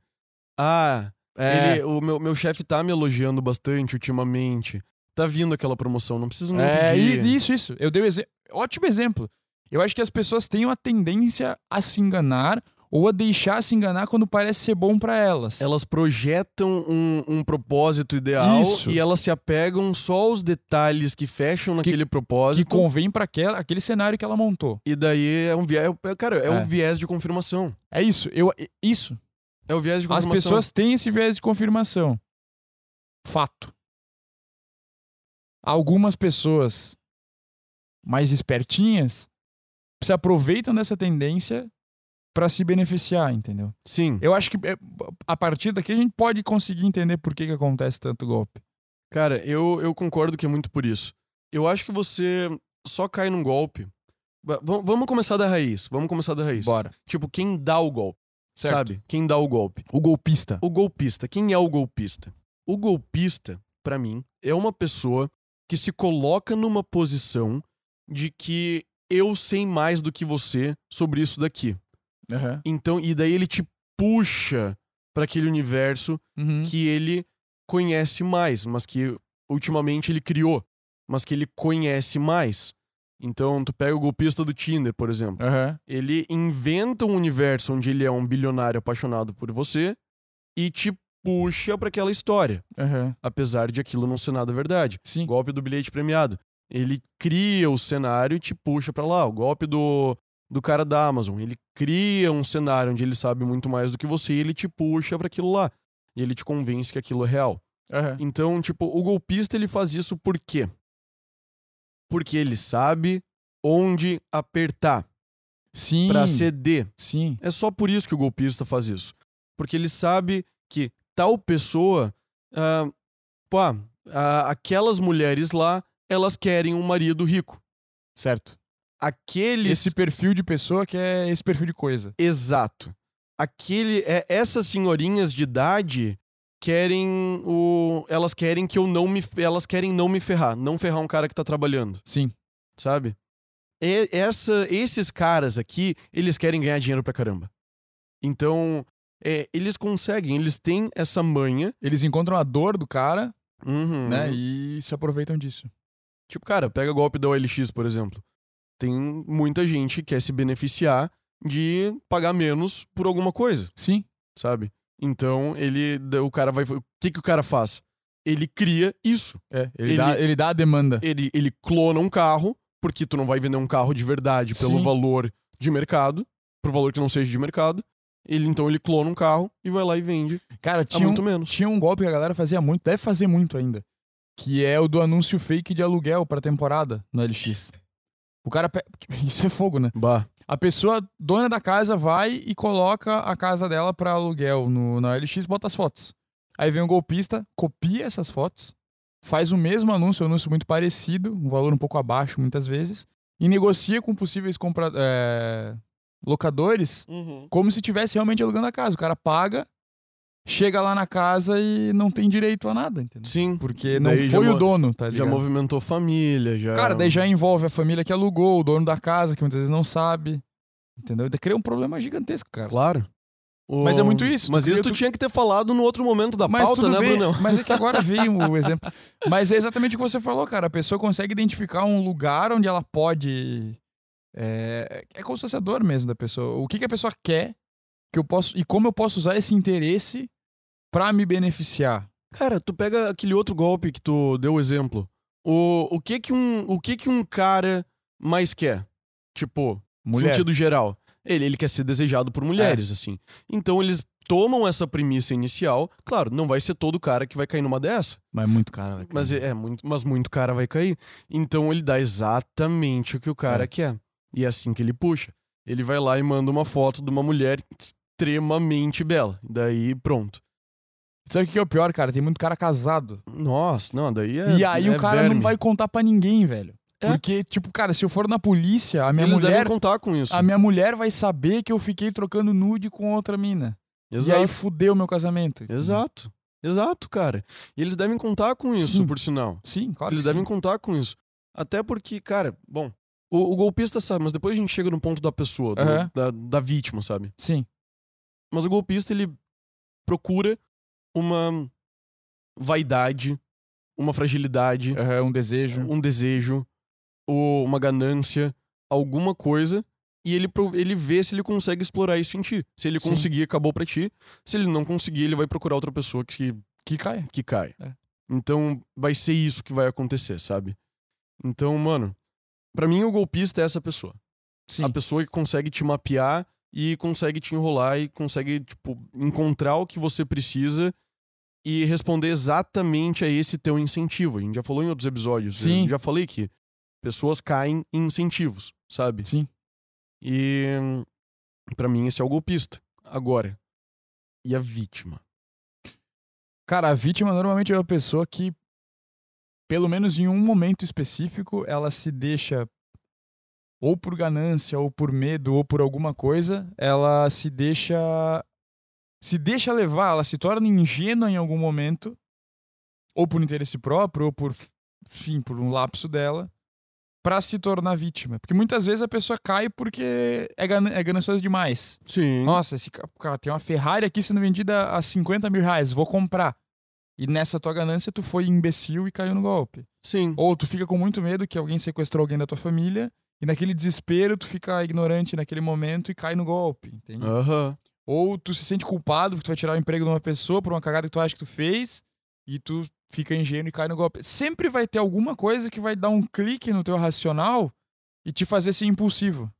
[SPEAKER 2] Ah,
[SPEAKER 1] É,
[SPEAKER 2] ele- o meu, meu chefe tá me elogiando bastante ultimamente. Tá vindo aquela promoção, não preciso nem
[SPEAKER 1] é e-
[SPEAKER 2] pedir.
[SPEAKER 1] e isso, isso. Eu dei um exe- ótimo exemplo. Eu acho que as pessoas têm uma tendência a se enganar ou a deixar se enganar quando parece ser bom pra elas.
[SPEAKER 2] Elas projetam um, um propósito ideal
[SPEAKER 1] Isso.
[SPEAKER 2] e elas se apegam só aos detalhes que fecham naquele
[SPEAKER 1] Que
[SPEAKER 2] propósito.
[SPEAKER 1] convém pra aquela- aquele cenário que ela montou.
[SPEAKER 2] E daí é um viés. é- Cara, é,
[SPEAKER 1] É.
[SPEAKER 2] um viés de confirmação.
[SPEAKER 1] É isso. Eu, e- isso.
[SPEAKER 2] É o viés de
[SPEAKER 1] As
[SPEAKER 2] confirmação.
[SPEAKER 1] pessoas têm esse viés de confirmação. Fato. Algumas pessoas mais espertinhas se aproveitam dessa tendência pra se beneficiar, entendeu?
[SPEAKER 2] Sim.
[SPEAKER 1] Eu acho que é, a partir daqui a gente pode conseguir entender por que, que acontece tanto golpe.
[SPEAKER 2] Cara, eu, eu concordo que é muito por isso. Eu acho que você só cai num golpe. Va- va- Vamos começar da raiz. Vamos começar da raiz.
[SPEAKER 1] Bora.
[SPEAKER 2] Tipo, quem dá o golpe,
[SPEAKER 1] Certo.
[SPEAKER 2] sabe? Quem dá o golpe.
[SPEAKER 1] O golpista.
[SPEAKER 2] O golpista. Quem é o golpista? O golpista, pra mim, é uma pessoa que se coloca numa posição de que eu sei mais do que você sobre isso daqui. Então, e daí ele te puxa pra aquele universo
[SPEAKER 1] Uhum.
[SPEAKER 2] que ele conhece mais, mas que ultimamente ele criou, mas que ele conhece mais. Então, tu pega o golpista do Tinder, por exemplo.
[SPEAKER 1] Aham.
[SPEAKER 2] Ele inventa um universo onde ele é um bilionário apaixonado por você e te puxa pra aquela história,
[SPEAKER 1] Aham.
[SPEAKER 2] apesar de aquilo não ser nada verdade.
[SPEAKER 1] Sim.
[SPEAKER 2] Golpe do bilhete premiado. Ele cria o cenário e te puxa pra lá. O golpe do, do cara da Amazon. Ele cria um cenário onde ele sabe muito mais do que você e ele te puxa pra aquilo lá. E ele te convence que aquilo é real.
[SPEAKER 1] Aham.
[SPEAKER 2] Então, tipo, o golpista ele faz isso por quê? Porque ele sabe onde apertar
[SPEAKER 1] Sim.
[SPEAKER 2] pra ceder.
[SPEAKER 1] Sim.
[SPEAKER 2] É só por isso que o golpista faz isso. Porque ele sabe que tal pessoa. ah, pô, ah, aquelas mulheres lá, elas querem um marido rico.
[SPEAKER 1] Certo.
[SPEAKER 2] Aqueles.
[SPEAKER 1] Esse perfil de pessoa que é esse perfil de coisa.
[SPEAKER 2] Exato. Aquele. É, essas senhorinhas de idade querem o. Elas querem que eu não me. Elas querem não me ferrar. Não ferrar um cara que tá trabalhando.
[SPEAKER 1] Sim.
[SPEAKER 2] sabe? E- essa, esses caras aqui, eles querem ganhar dinheiro pra caramba. Então, é, eles conseguem, eles têm essa manha.
[SPEAKER 1] Eles encontram a dor do cara,
[SPEAKER 2] Uhum.
[SPEAKER 1] né? E se aproveitam disso.
[SPEAKER 2] Tipo, cara, pega o golpe da OLX, por exemplo. Tem muita gente que quer se beneficiar de pagar menos por alguma coisa,
[SPEAKER 1] Sim.
[SPEAKER 2] sabe? Então, ele, o cara vai, o que que o cara faz? Ele cria isso.
[SPEAKER 1] É. Ele,
[SPEAKER 2] Ele-
[SPEAKER 1] Dá, ele dá a demanda.
[SPEAKER 2] ele, ele clona um carro, porque tu não vai vender um carro de verdade pelo
[SPEAKER 1] Sim.
[SPEAKER 2] valor de mercado, pro valor que não seja de mercado. Ele então ele clona um carro e vai lá e vende
[SPEAKER 1] Cara,
[SPEAKER 2] a
[SPEAKER 1] tinha um,
[SPEAKER 2] muito menos.
[SPEAKER 1] tinha um golpe que a galera fazia muito, deve fazer muito ainda, que é o do anúncio fake de aluguel pra temporada no LX. O cara. pe- Isso é fogo, né?
[SPEAKER 2] Bah.
[SPEAKER 1] A pessoa, dona da casa, vai e coloca a casa dela pra aluguel no, na OLX, bota as fotos. Aí vem um golpista, copia essas fotos, faz o mesmo anúncio, um anúncio muito parecido, um valor um pouco abaixo muitas vezes, e negocia com possíveis compra, é, locadores como se estivesse realmente alugando a casa. O cara paga, chega lá na casa e não tem direito a nada, entendeu?
[SPEAKER 2] Sim.
[SPEAKER 1] Porque não
[SPEAKER 2] Daí já
[SPEAKER 1] foi o
[SPEAKER 2] mo-
[SPEAKER 1] dono, tá
[SPEAKER 2] Já
[SPEAKER 1] ligado?
[SPEAKER 2] movimentou família, já.
[SPEAKER 1] Cara, daí já é envolve a família que alugou, o dono da casa, que muitas vezes não sabe. Entendeu? Daí Cria um problema gigantesco, cara.
[SPEAKER 2] Claro. O-
[SPEAKER 1] Mas é muito isso, tu
[SPEAKER 2] Mas isso
[SPEAKER 1] cria-
[SPEAKER 2] tu,
[SPEAKER 1] tu-
[SPEAKER 2] tinha que ter falado no outro momento da
[SPEAKER 1] Mas
[SPEAKER 2] pauta,
[SPEAKER 1] tudo
[SPEAKER 2] né,
[SPEAKER 1] bem,
[SPEAKER 2] Brunão?
[SPEAKER 1] mas é que agora veio o exemplo. Mas é exatamente o que você falou, cara. A pessoa consegue identificar um lugar onde ela pode. É, é como se fosse a dor mesmo da pessoa. O que, que a pessoa quer que eu posso. E como eu posso usar esse interesse pra me beneficiar.
[SPEAKER 2] Cara, tu pega aquele outro golpe que tu deu o exemplo. O, o que que um, o que que um cara mais quer? Tipo,
[SPEAKER 1] Mulher. É.
[SPEAKER 2] sentido geral. Ele, ele quer ser desejado por mulheres, assim. Então eles tomam essa premissa inicial. Claro, não vai ser todo cara que vai cair numa dessa.
[SPEAKER 1] Mas muito né, cara, velho.
[SPEAKER 2] Mas é, é muito, mas muito cara vai cair. Então ele dá exatamente o que o cara
[SPEAKER 1] É.
[SPEAKER 2] quer. E é assim que ele puxa. Ele vai lá e manda uma foto de uma mulher extremamente bela. Daí, pronto.
[SPEAKER 1] Sabe o que que é o pior, cara? Tem muito cara casado.
[SPEAKER 2] Nossa, não, daí é.
[SPEAKER 1] e aí
[SPEAKER 2] é
[SPEAKER 1] o cara
[SPEAKER 2] verme.
[SPEAKER 1] não vai contar pra ninguém, velho.
[SPEAKER 2] É.
[SPEAKER 1] Porque, tipo, cara, se eu for na polícia, a minha
[SPEAKER 2] Eles
[SPEAKER 1] mulher.
[SPEAKER 2] devem contar com isso.
[SPEAKER 1] A minha mulher vai saber que eu fiquei trocando nude com outra mina.
[SPEAKER 2] Exato.
[SPEAKER 1] E aí fudeu meu casamento.
[SPEAKER 2] Exato. Exato, cara. E eles devem contar com isso,
[SPEAKER 1] Sim.
[SPEAKER 2] por sinal.
[SPEAKER 1] Sim, claro.
[SPEAKER 2] Eles
[SPEAKER 1] que
[SPEAKER 2] devem
[SPEAKER 1] sim.
[SPEAKER 2] contar com isso. Até porque, cara, bom, o, o golpista sabe, mas depois a gente chega no ponto da pessoa, do-
[SPEAKER 1] Aham.
[SPEAKER 2] da, da vítima, sabe?
[SPEAKER 1] Sim.
[SPEAKER 2] Mas o golpista, ele procura uma vaidade, uma fragilidade,
[SPEAKER 1] Aham, um desejo.
[SPEAKER 2] um desejo, ou uma ganância, alguma coisa, e ele, pro- ele vê se ele consegue explorar isso em ti. Se ele
[SPEAKER 1] Sim.
[SPEAKER 2] conseguir, acabou pra ti. Se ele não conseguir, ele vai procurar outra pessoa que,
[SPEAKER 1] Que cai.
[SPEAKER 2] que cai.
[SPEAKER 1] É.
[SPEAKER 2] Então vai ser isso que vai acontecer, sabe? Então, mano, pra mim o golpista é essa pessoa.
[SPEAKER 1] Sim.
[SPEAKER 2] A pessoa que consegue te mapear e consegue te enrolar e consegue, tipo, encontrar o que você precisa e responder exatamente a esse teu incentivo. A gente já falou em outros episódios.
[SPEAKER 1] Sim.
[SPEAKER 2] Eu já falei que pessoas caem em incentivos, sabe?
[SPEAKER 1] Sim.
[SPEAKER 2] E pra mim esse é o golpista. Agora, e a vítima?
[SPEAKER 1] Cara, a vítima normalmente é uma pessoa que, pelo menos em um momento específico, ela se deixa, ou por ganância, ou por medo, ou por alguma coisa, ela se deixa. Se deixa levar, ela se torna ingênua em algum momento, ou por interesse próprio, ou por, enfim, por um lapso dela, pra se tornar vítima. Porque muitas vezes a pessoa cai porque é, gan é gananciosa demais.
[SPEAKER 2] Sim.
[SPEAKER 1] Nossa, esse ca- cara tem uma Ferrari aqui sendo vendida a 50 mil reais, vou comprar. E nessa tua ganância, tu foi imbecil e caiu no golpe.
[SPEAKER 2] Sim.
[SPEAKER 1] Ou tu fica com muito medo que alguém sequestrou alguém da tua família, e naquele desespero tu fica ignorante naquele momento e cai no golpe, entende?
[SPEAKER 2] Aham.
[SPEAKER 1] Ou tu se sente culpado porque tu vai tirar o emprego de uma pessoa por uma cagada que tu acha que tu fez, e tu fica ingênuo e cai no golpe. Sempre vai ter alguma coisa que vai dar um clique no teu racional e te fazer ser impulsivo.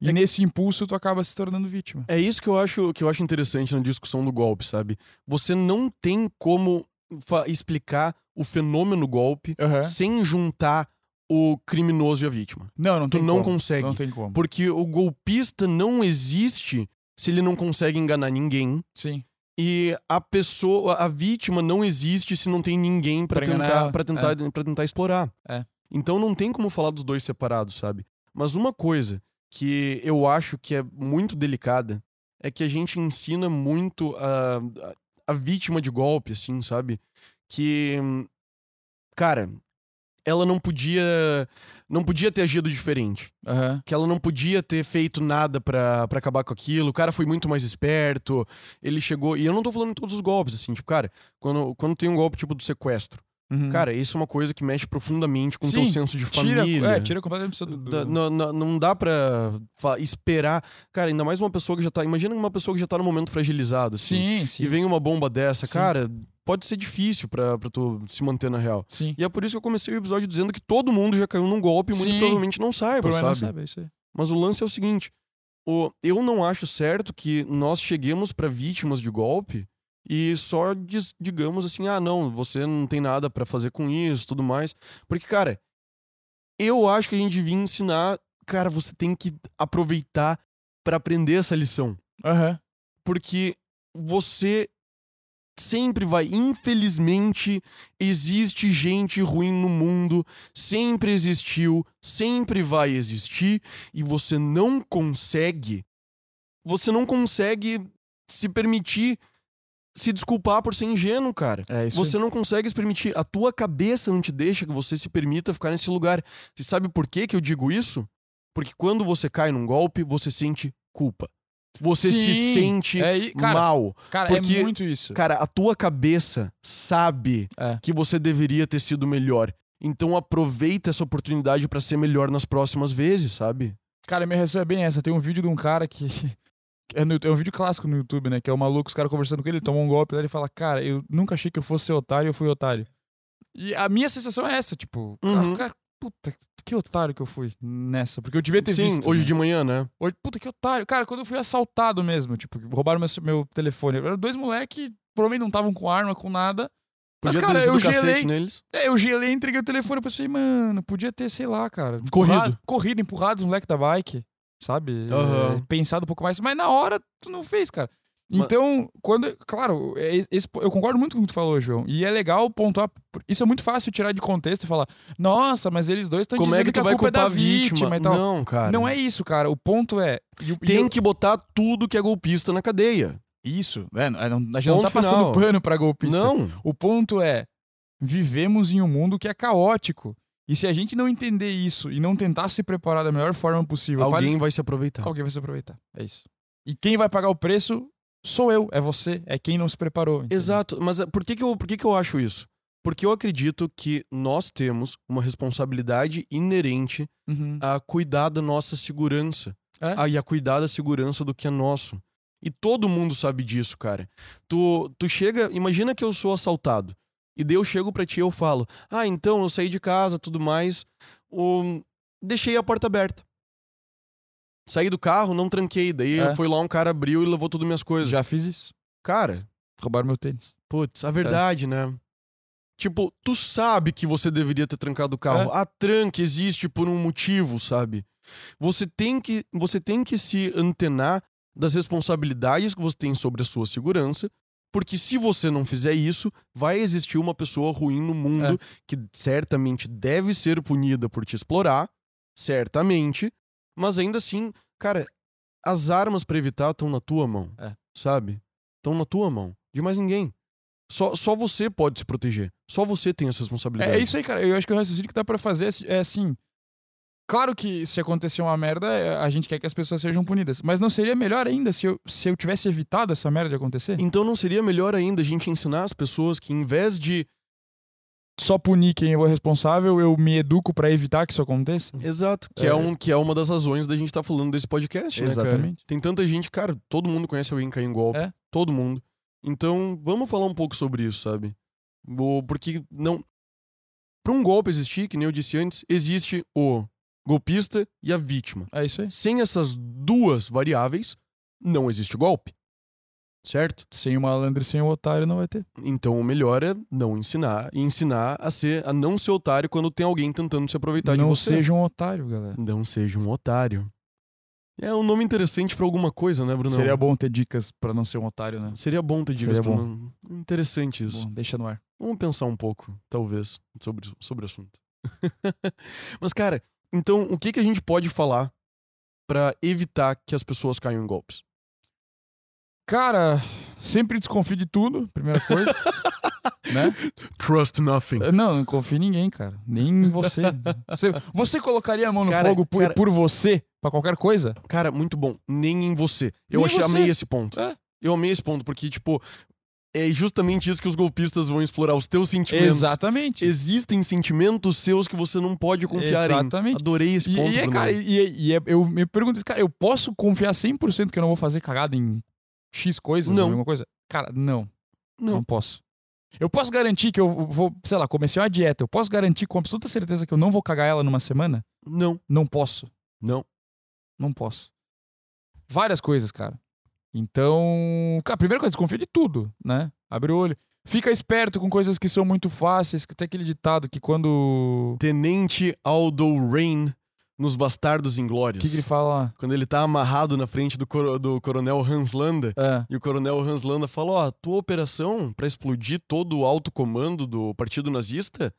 [SPEAKER 1] E
[SPEAKER 2] É que-
[SPEAKER 1] nesse impulso tu acaba se tornando vítima.
[SPEAKER 2] É isso que eu acho que eu acho interessante na discussão do golpe, sabe? Você não tem como fa- explicar o fenômeno golpe
[SPEAKER 1] Aham.
[SPEAKER 2] sem juntar o criminoso e a vítima.
[SPEAKER 1] É? Não, não
[SPEAKER 2] Tu
[SPEAKER 1] tem
[SPEAKER 2] não
[SPEAKER 1] como.
[SPEAKER 2] consegue.
[SPEAKER 1] Não tem como.
[SPEAKER 2] Porque o golpista não existe se ele não consegue enganar ninguém
[SPEAKER 1] Sim.
[SPEAKER 2] e a pessoa, a vítima não existe se não tem ninguém pra
[SPEAKER 1] Pra enganar
[SPEAKER 2] tentar,
[SPEAKER 1] ela,
[SPEAKER 2] para tentar, para tentar explorar.
[SPEAKER 1] É.
[SPEAKER 2] Então não tem como falar dos dois separados, sabe? Mas uma coisa que eu acho que é muito delicada é que a gente ensina muito a, a, a vítima de golpe, assim, sabe? Que hum, cara, ela não podia não podia ter agido diferente
[SPEAKER 1] Aham.
[SPEAKER 2] que ela não podia ter feito nada pra pra acabar com aquilo. O cara foi muito mais esperto. Ele chegou. E eu não tô falando em todos os golpes, assim, tipo, cara, quando, quando tem um golpe tipo do sequestro,
[SPEAKER 1] Uhum.
[SPEAKER 2] cara, isso é uma coisa que mexe profundamente com o teu
[SPEAKER 1] Sim,
[SPEAKER 2] senso de família.
[SPEAKER 1] tira, É, tira completamente a pessoa do. do-
[SPEAKER 2] Da- não, não- não dá pra fa- esperar. Cara, ainda mais uma pessoa que já tá. Imagina uma pessoa que já tá num momento fragilizado, assim.
[SPEAKER 1] Sim,
[SPEAKER 2] E
[SPEAKER 1] sim.
[SPEAKER 2] vem uma bomba dessa,
[SPEAKER 1] Sim.
[SPEAKER 2] cara, pode ser difícil pra, pra tu se manter na real.
[SPEAKER 1] Sim.
[SPEAKER 2] E é por isso que eu comecei o episódio dizendo que todo mundo já caiu num golpe e muito
[SPEAKER 1] Sim.
[SPEAKER 2] provavelmente não
[SPEAKER 1] O
[SPEAKER 2] saiba,
[SPEAKER 1] problema não
[SPEAKER 2] sabe?
[SPEAKER 1] sabe, é isso aí.
[SPEAKER 2] Mas o lance é o seguinte: o, eu não acho certo que nós cheguemos pra vítimas de golpe e só diz- digamos assim: ah, não, você não tem nada pra fazer com isso, tudo mais. Porque, cara, eu acho que a gente devia ensinar cara, você tem que aproveitar pra aprender essa lição.
[SPEAKER 1] Aham.
[SPEAKER 2] Porque você sempre vai, infelizmente, existe gente ruim no mundo, sempre existiu, sempre vai existir, e você não consegue. Você não consegue se permitir se desculpar por ser ingênuo, cara.
[SPEAKER 1] É isso.
[SPEAKER 2] Você não consegue se permitir. A tua cabeça não te deixa que você se permita ficar nesse lugar. Você sabe por que, que eu digo isso? Porque quando você cai num golpe, você sente culpa. Você
[SPEAKER 1] Sim.
[SPEAKER 2] se sente
[SPEAKER 1] É, e- cara,
[SPEAKER 2] mal.
[SPEAKER 1] Cara,
[SPEAKER 2] porque-
[SPEAKER 1] é muito isso.
[SPEAKER 2] Cara, a tua cabeça sabe
[SPEAKER 1] É.
[SPEAKER 2] que você deveria ter sido melhor. Então aproveita essa oportunidade pra ser melhor nas próximas vezes, sabe?
[SPEAKER 1] Cara, minha reação é bem essa. Tem um vídeo de um cara que. que É, no- é um vídeo clássico no YouTube, né? Que é o maluco, os caras conversando com ele, ele tomou um golpe lá ele fala: Cara, eu nunca achei que eu fosse ser otário, eu fui otário. E a minha sensação é essa, tipo, ah,
[SPEAKER 2] Uhum.
[SPEAKER 1] cara, puta, que otário que eu fui nessa. Porque eu devia ter
[SPEAKER 2] Sim,
[SPEAKER 1] visto.
[SPEAKER 2] hoje
[SPEAKER 1] né?
[SPEAKER 2] de manhã, né?
[SPEAKER 1] Hoje- puta, que otário. Cara, quando eu fui assaltado mesmo, tipo, roubaram meu, meu telefone. Eram dois moleques, provavelmente não estavam com arma, com nada. Mas,
[SPEAKER 2] Podia ter
[SPEAKER 1] cara, eu
[SPEAKER 2] descido o cacete
[SPEAKER 1] gelei.
[SPEAKER 2] neles.
[SPEAKER 1] É, eu gelei, entreguei o telefone, eu pensei, mano, podia ter, sei lá, cara.
[SPEAKER 2] Corrido.
[SPEAKER 1] empurrado- corrido, empurrado os moleque da bike, sabe?
[SPEAKER 2] Aham.
[SPEAKER 1] É, pensado um pouco mais, mas na hora tu não fez, cara.
[SPEAKER 2] Ma-
[SPEAKER 1] Então, quando. Claro, é es- esse po- eu concordo muito com o que tu falou, João. E é legal pontuar. Isso é muito fácil tirar de contexto e falar, nossa, mas eles dois estão
[SPEAKER 2] Como
[SPEAKER 1] dizendo
[SPEAKER 2] é que tu
[SPEAKER 1] a
[SPEAKER 2] vai
[SPEAKER 1] culpa é
[SPEAKER 2] culpar
[SPEAKER 1] da
[SPEAKER 2] a vítima?
[SPEAKER 1] vítima e tal.
[SPEAKER 2] Não, cara.
[SPEAKER 1] Não é isso, cara. O ponto é. e o- e
[SPEAKER 2] Tem
[SPEAKER 1] o-
[SPEAKER 2] que botar tudo que é golpista na cadeia.
[SPEAKER 1] Isso. É, não- é, não- a gente não tá
[SPEAKER 2] Ponto
[SPEAKER 1] passando
[SPEAKER 2] final.
[SPEAKER 1] pano pra golpista.
[SPEAKER 2] Não.
[SPEAKER 1] O ponto é: vivemos em um mundo que é caótico. E se a gente não entender isso e não tentar se preparar da melhor forma possível, para-
[SPEAKER 2] Alguém vai se aproveitar.
[SPEAKER 1] alguém vai se aproveitar. É isso. E quem vai pagar o preço sou eu, é você, é quem não se preparou. entendeu?
[SPEAKER 2] Exato, mas eh, por que, que, eu, por que, que eu acho isso? Porque eu acredito que nós temos uma responsabilidade inerente
[SPEAKER 1] Uhum.
[SPEAKER 2] a cuidar da nossa segurança.
[SPEAKER 1] É?
[SPEAKER 2] A, e a cuidar da segurança do que é nosso. E todo mundo sabe disso, cara. Tu, tu chega, imagina que eu sou assaltado. E daí eu chego pra ti e eu falo: Ah, então eu saí de casa, tudo mais. hum, deixei a porta aberta. Saí do carro, não tranquei. Daí
[SPEAKER 1] É.
[SPEAKER 2] foi lá, um cara abriu e levou todas minhas coisas.
[SPEAKER 1] Já fiz isso.
[SPEAKER 2] Cara,
[SPEAKER 1] Roubaram meu tênis. É,
[SPEAKER 2] Putz, a verdade, né? Tipo, tu sabe que você deveria ter trancado o carro. A tranca existe por um motivo, sabe? Você tem que, você tem que se antenar das responsabilidades que você tem sobre a sua segurança, porque se você não fizer isso, vai existir uma pessoa ruim no
[SPEAKER 1] É.
[SPEAKER 2] mundo que certamente deve ser punida por te explorar, certamente, mas ainda assim, cara, as armas pra evitar estão na tua mão,
[SPEAKER 1] É.
[SPEAKER 2] sabe? Estão na tua mão, de mais ninguém. Só, só você pode se proteger. Só você tem essa responsabilidade.
[SPEAKER 1] É, é isso aí, cara. Eu acho que o raciocínio que dá pra fazer é assim- é assim. Claro que se acontecer uma merda, é, a gente quer que as pessoas sejam punidas. Mas não seria melhor ainda se eu, se eu tivesse evitado essa merda de acontecer?
[SPEAKER 2] Então não seria melhor ainda a gente ensinar as pessoas que em vez de
[SPEAKER 1] só punir quem eu é responsável, eu me educo pra evitar que isso aconteça?
[SPEAKER 2] Exato. Que é,
[SPEAKER 1] É.
[SPEAKER 2] um, que é uma das razões da gente estar falando desse podcast, né, cara?
[SPEAKER 1] Exatamente.
[SPEAKER 2] Tem tanta gente, cara, todo mundo conhece alguém que caiu em golpe.
[SPEAKER 1] É.
[SPEAKER 2] Todo mundo. Então, vamos falar um pouco sobre isso, sabe? O- Porque não... Pra um golpe existir, que nem eu disse antes, existe o golpista e a vítima.
[SPEAKER 1] É isso aí?
[SPEAKER 2] Sem essas duas variáveis, não existe golpe. Certo?
[SPEAKER 1] Sem o malandro e sem o otário não vai ter.
[SPEAKER 2] Então o melhor é não ensinar e ensinar a ser a não ser otário quando tem alguém tentando se aproveitar Então, de
[SPEAKER 1] não
[SPEAKER 2] você.
[SPEAKER 1] seja um otário, galera.
[SPEAKER 2] Não seja um otário. É um nome interessante pra alguma coisa, né, Bruno?
[SPEAKER 1] Seria bom ter dicas pra não ser um otário, né?
[SPEAKER 2] Seria bom ter dicas.
[SPEAKER 1] Seria
[SPEAKER 2] pra uma- Interessante isso.
[SPEAKER 1] Bom, deixa no ar.
[SPEAKER 2] Vamos pensar um pouco, talvez, sobre, sobre o assunto. Mas, cara, então o que, que a gente pode falar pra evitar que as pessoas caiam em golpes?
[SPEAKER 1] Cara, sempre desconfie de tudo, primeira coisa. né?
[SPEAKER 2] Trust nothing.
[SPEAKER 1] Não, não confie em ninguém, cara. Nem em você. Você, você colocaria a mão no
[SPEAKER 2] Cara,
[SPEAKER 1] fogo por,
[SPEAKER 2] cara-
[SPEAKER 1] por você, pra qualquer coisa?
[SPEAKER 2] É, Cara, muito bom. Nem em você.
[SPEAKER 1] Nem
[SPEAKER 2] Eu
[SPEAKER 1] em
[SPEAKER 2] achei,
[SPEAKER 1] você.
[SPEAKER 2] amei esse ponto.
[SPEAKER 1] É.
[SPEAKER 2] Eu amei esse ponto, porque, tipo, é justamente isso que os golpistas vão explorar, os teus sentimentos.
[SPEAKER 1] Exatamente.
[SPEAKER 2] Existem sentimentos seus que você não pode confiar em.
[SPEAKER 1] Exatamente.
[SPEAKER 2] Adorei esse
[SPEAKER 1] E,
[SPEAKER 2] ponto.
[SPEAKER 1] e é,
[SPEAKER 2] Bruno.
[SPEAKER 1] cara, e, e- e é- eu me pergunto, isso, cara, eu posso confiar 100% que eu não vou fazer cagada em X coisas
[SPEAKER 2] Não.
[SPEAKER 1] ou alguma coisa? Cara, não, não,
[SPEAKER 2] não.
[SPEAKER 1] posso. Eu posso garantir que eu vou, sei lá, comecei uma dieta, eu posso garantir com absoluta certeza que eu não vou cagar ela numa semana?
[SPEAKER 2] Não.
[SPEAKER 1] Não posso,
[SPEAKER 2] Não.
[SPEAKER 1] não posso. Várias coisas, cara. Então, cara, primeira coisa, desconfia de tudo, né? Abre o olho. Fica esperto com coisas que são muito fáceis, que tem aquele ditado que quando
[SPEAKER 2] Tenente Aldo Rain nos Bastardos Inglórios.
[SPEAKER 1] que, que ele fala
[SPEAKER 2] Quando ele tá amarrado na frente do, coro- do coronel Hans Landa.
[SPEAKER 1] lá? É.
[SPEAKER 2] E o coronel Hans Landa fala: Ó, tua operação pra explodir todo o alto comando do partido nazista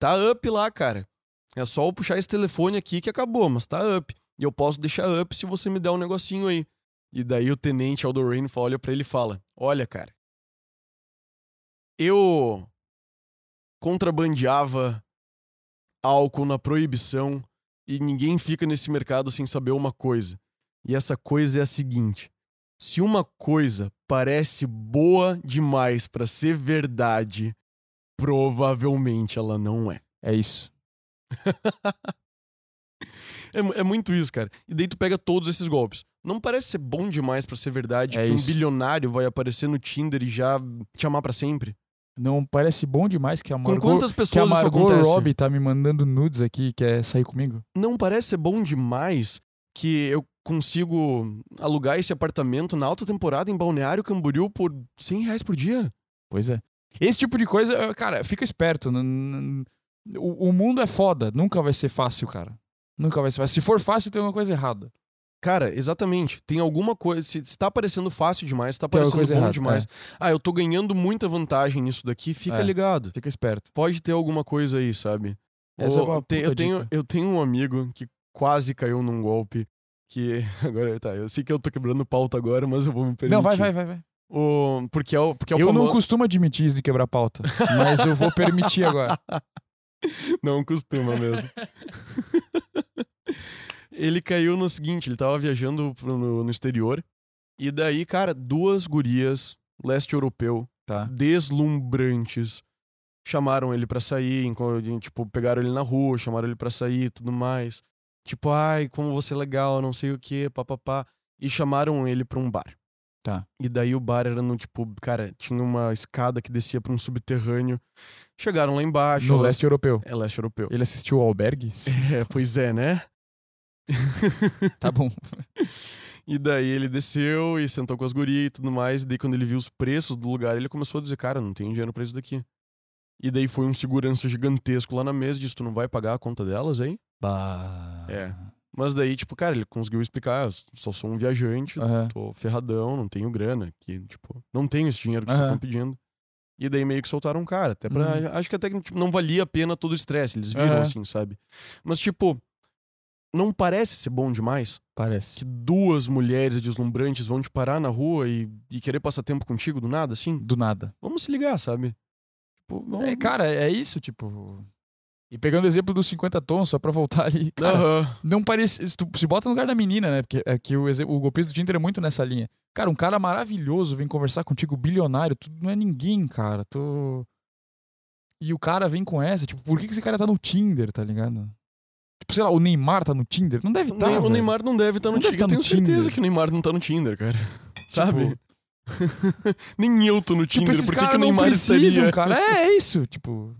[SPEAKER 2] tá up lá, cara. É só eu puxar esse telefone aqui que acabou, mas tá up. E eu posso deixar up se você me der um negocinho aí. E daí o tenente Aldorain fala- olha pra ele e fala: Olha, cara, eu contrabandeava álcool na proibição e ninguém fica nesse mercado sem saber uma coisa. E essa coisa é a seguinte: se uma coisa parece boa demais pra ser verdade, provavelmente ela não é.
[SPEAKER 1] É isso.
[SPEAKER 2] É, mu- é muito isso, cara. E daí tu pega todos esses golpes. Não parece ser bom demais pra ser verdade
[SPEAKER 1] É
[SPEAKER 2] que
[SPEAKER 1] isso.
[SPEAKER 2] um bilionário vai aparecer no Tinder e já te chamar pra sempre?
[SPEAKER 1] Não parece bom demais que a Margot,
[SPEAKER 2] Com quantas
[SPEAKER 1] que a
[SPEAKER 2] pessoas isso
[SPEAKER 1] Margot
[SPEAKER 2] acontece?
[SPEAKER 1] Robbie tá me mandando nudes aqui e quer sair comigo?
[SPEAKER 2] Não parece ser bom demais que eu consigo alugar esse apartamento na alta temporada em Balneário Camboriú por 100 reais por dia?
[SPEAKER 1] Pois é. Esse tipo de coisa, eh, cara, fica esperto. N- n- n- O, o mundo é foda. Nunca vai ser fácil, cara. Nunca vai ser fácil. Se for fácil, tem alguma coisa errada.
[SPEAKER 2] Cara, exatamente. Tem alguma coisa. Se, se tá parecendo fácil demais, se tá
[SPEAKER 1] Tem alguma
[SPEAKER 2] parecendo
[SPEAKER 1] coisa
[SPEAKER 2] bom
[SPEAKER 1] errada,
[SPEAKER 2] demais. Ah, eu tô ganhando muita vantagem nisso daqui, fica
[SPEAKER 1] É.
[SPEAKER 2] ligado.
[SPEAKER 1] Fica esperto.
[SPEAKER 2] Pode ter alguma coisa aí, sabe?
[SPEAKER 1] Essa
[SPEAKER 2] Ou
[SPEAKER 1] é uma
[SPEAKER 2] tem- eu,
[SPEAKER 1] puta
[SPEAKER 2] tenho,
[SPEAKER 1] dica.
[SPEAKER 2] eu tenho um amigo que quase caiu num golpe. Que. Agora tá, eu sei que eu tô quebrando pauta agora, mas eu vou me permitir.
[SPEAKER 1] Não, vai, vai, vai, vai.
[SPEAKER 2] O, porque é o, porque é o
[SPEAKER 1] eu não
[SPEAKER 2] famoso.
[SPEAKER 1] costumo admitir isso de quebrar pauta, mas eu vou permitir agora.
[SPEAKER 2] Não costuma mesmo. ele caiu no seguinte, ele tava viajando pro- no, no exterior. E daí, cara, duas gurias, leste europeu,
[SPEAKER 1] Tá.
[SPEAKER 2] deslumbrantes, chamaram ele pra sair, enco- tipo, pegaram ele na rua, chamaram ele pra sair e tudo mais. Tipo, ai, como você é legal, não sei o quê, papapá. E chamaram ele pra um bar.
[SPEAKER 1] Tá.
[SPEAKER 2] E daí o bar era no, tipo, cara, tinha uma escada que descia pra um subterrâneo. Chegaram lá embaixo.
[SPEAKER 1] No
[SPEAKER 2] elas-
[SPEAKER 1] leste europeu.
[SPEAKER 2] É leste europeu.
[SPEAKER 1] Ele assistiu ao albergue?
[SPEAKER 2] É, pois é, né?
[SPEAKER 1] tá bom.
[SPEAKER 2] E daí ele desceu e sentou com as gurias e tudo mais. E daí, quando ele viu os preços do lugar, ele começou a dizer: Cara, não tenho dinheiro pra isso daqui. E daí foi um segurança gigantesco lá na mesa e disse: Tu não vai pagar a conta delas, hein?
[SPEAKER 1] Bah.
[SPEAKER 2] É. Mas daí, tipo, cara, ele conseguiu explicar: "Ah, eu Só sou um viajante,
[SPEAKER 1] Aham.
[SPEAKER 2] tô ferradão, não tenho grana. Que, tipo, não tenho esse dinheiro que vocês
[SPEAKER 1] Aham.
[SPEAKER 2] estão pedindo. E daí meio que soltaram o cara. Até pra.
[SPEAKER 1] Uhum.
[SPEAKER 2] Acho que até que tipo, não valia a pena todo o estresse. Eles viram
[SPEAKER 1] Aham.
[SPEAKER 2] assim, sabe? Mas, tipo, não parece ser bom demais
[SPEAKER 1] Parece.
[SPEAKER 2] que duas mulheres deslumbrantes vão te parar na rua e, e querer passar tempo contigo do nada, assim?
[SPEAKER 1] Do nada.
[SPEAKER 2] Vamos se ligar, sabe? Tipo, vamos.
[SPEAKER 1] É, cara, é isso, tipo. E pegando o exemplo dos 50 tons, só pra voltar ali. Cara,
[SPEAKER 2] Aham.
[SPEAKER 1] não parece. Se, tu- se bota no lugar da menina, né? Porque é que o, exe- o golpista do Tinder é muito nessa linha. Cara, um cara maravilhoso vem conversar contigo, bilionário, tu não é ninguém, cara. Tu. E o cara vem com essa, tipo, por que que esse cara tá no Tinder, tá ligado? Tipo, sei lá, o Neymar tá no Tinder? Não deve
[SPEAKER 2] O
[SPEAKER 1] estar.
[SPEAKER 2] Ne- o Neymar né? não deve estar no
[SPEAKER 1] Não deve
[SPEAKER 2] Tinder. Tipo,
[SPEAKER 1] tá
[SPEAKER 2] eu
[SPEAKER 1] no
[SPEAKER 2] tenho certeza
[SPEAKER 1] Tinder.
[SPEAKER 2] que o Neymar não tá no Tinder, cara. Sabe? Nem eu tô no
[SPEAKER 1] Tipo,
[SPEAKER 2] Tinder.
[SPEAKER 1] esses
[SPEAKER 2] Por que, que
[SPEAKER 1] caras
[SPEAKER 2] o
[SPEAKER 1] não
[SPEAKER 2] Neymar
[SPEAKER 1] precisam,
[SPEAKER 2] estaria?
[SPEAKER 1] cara. É, é isso, tipo.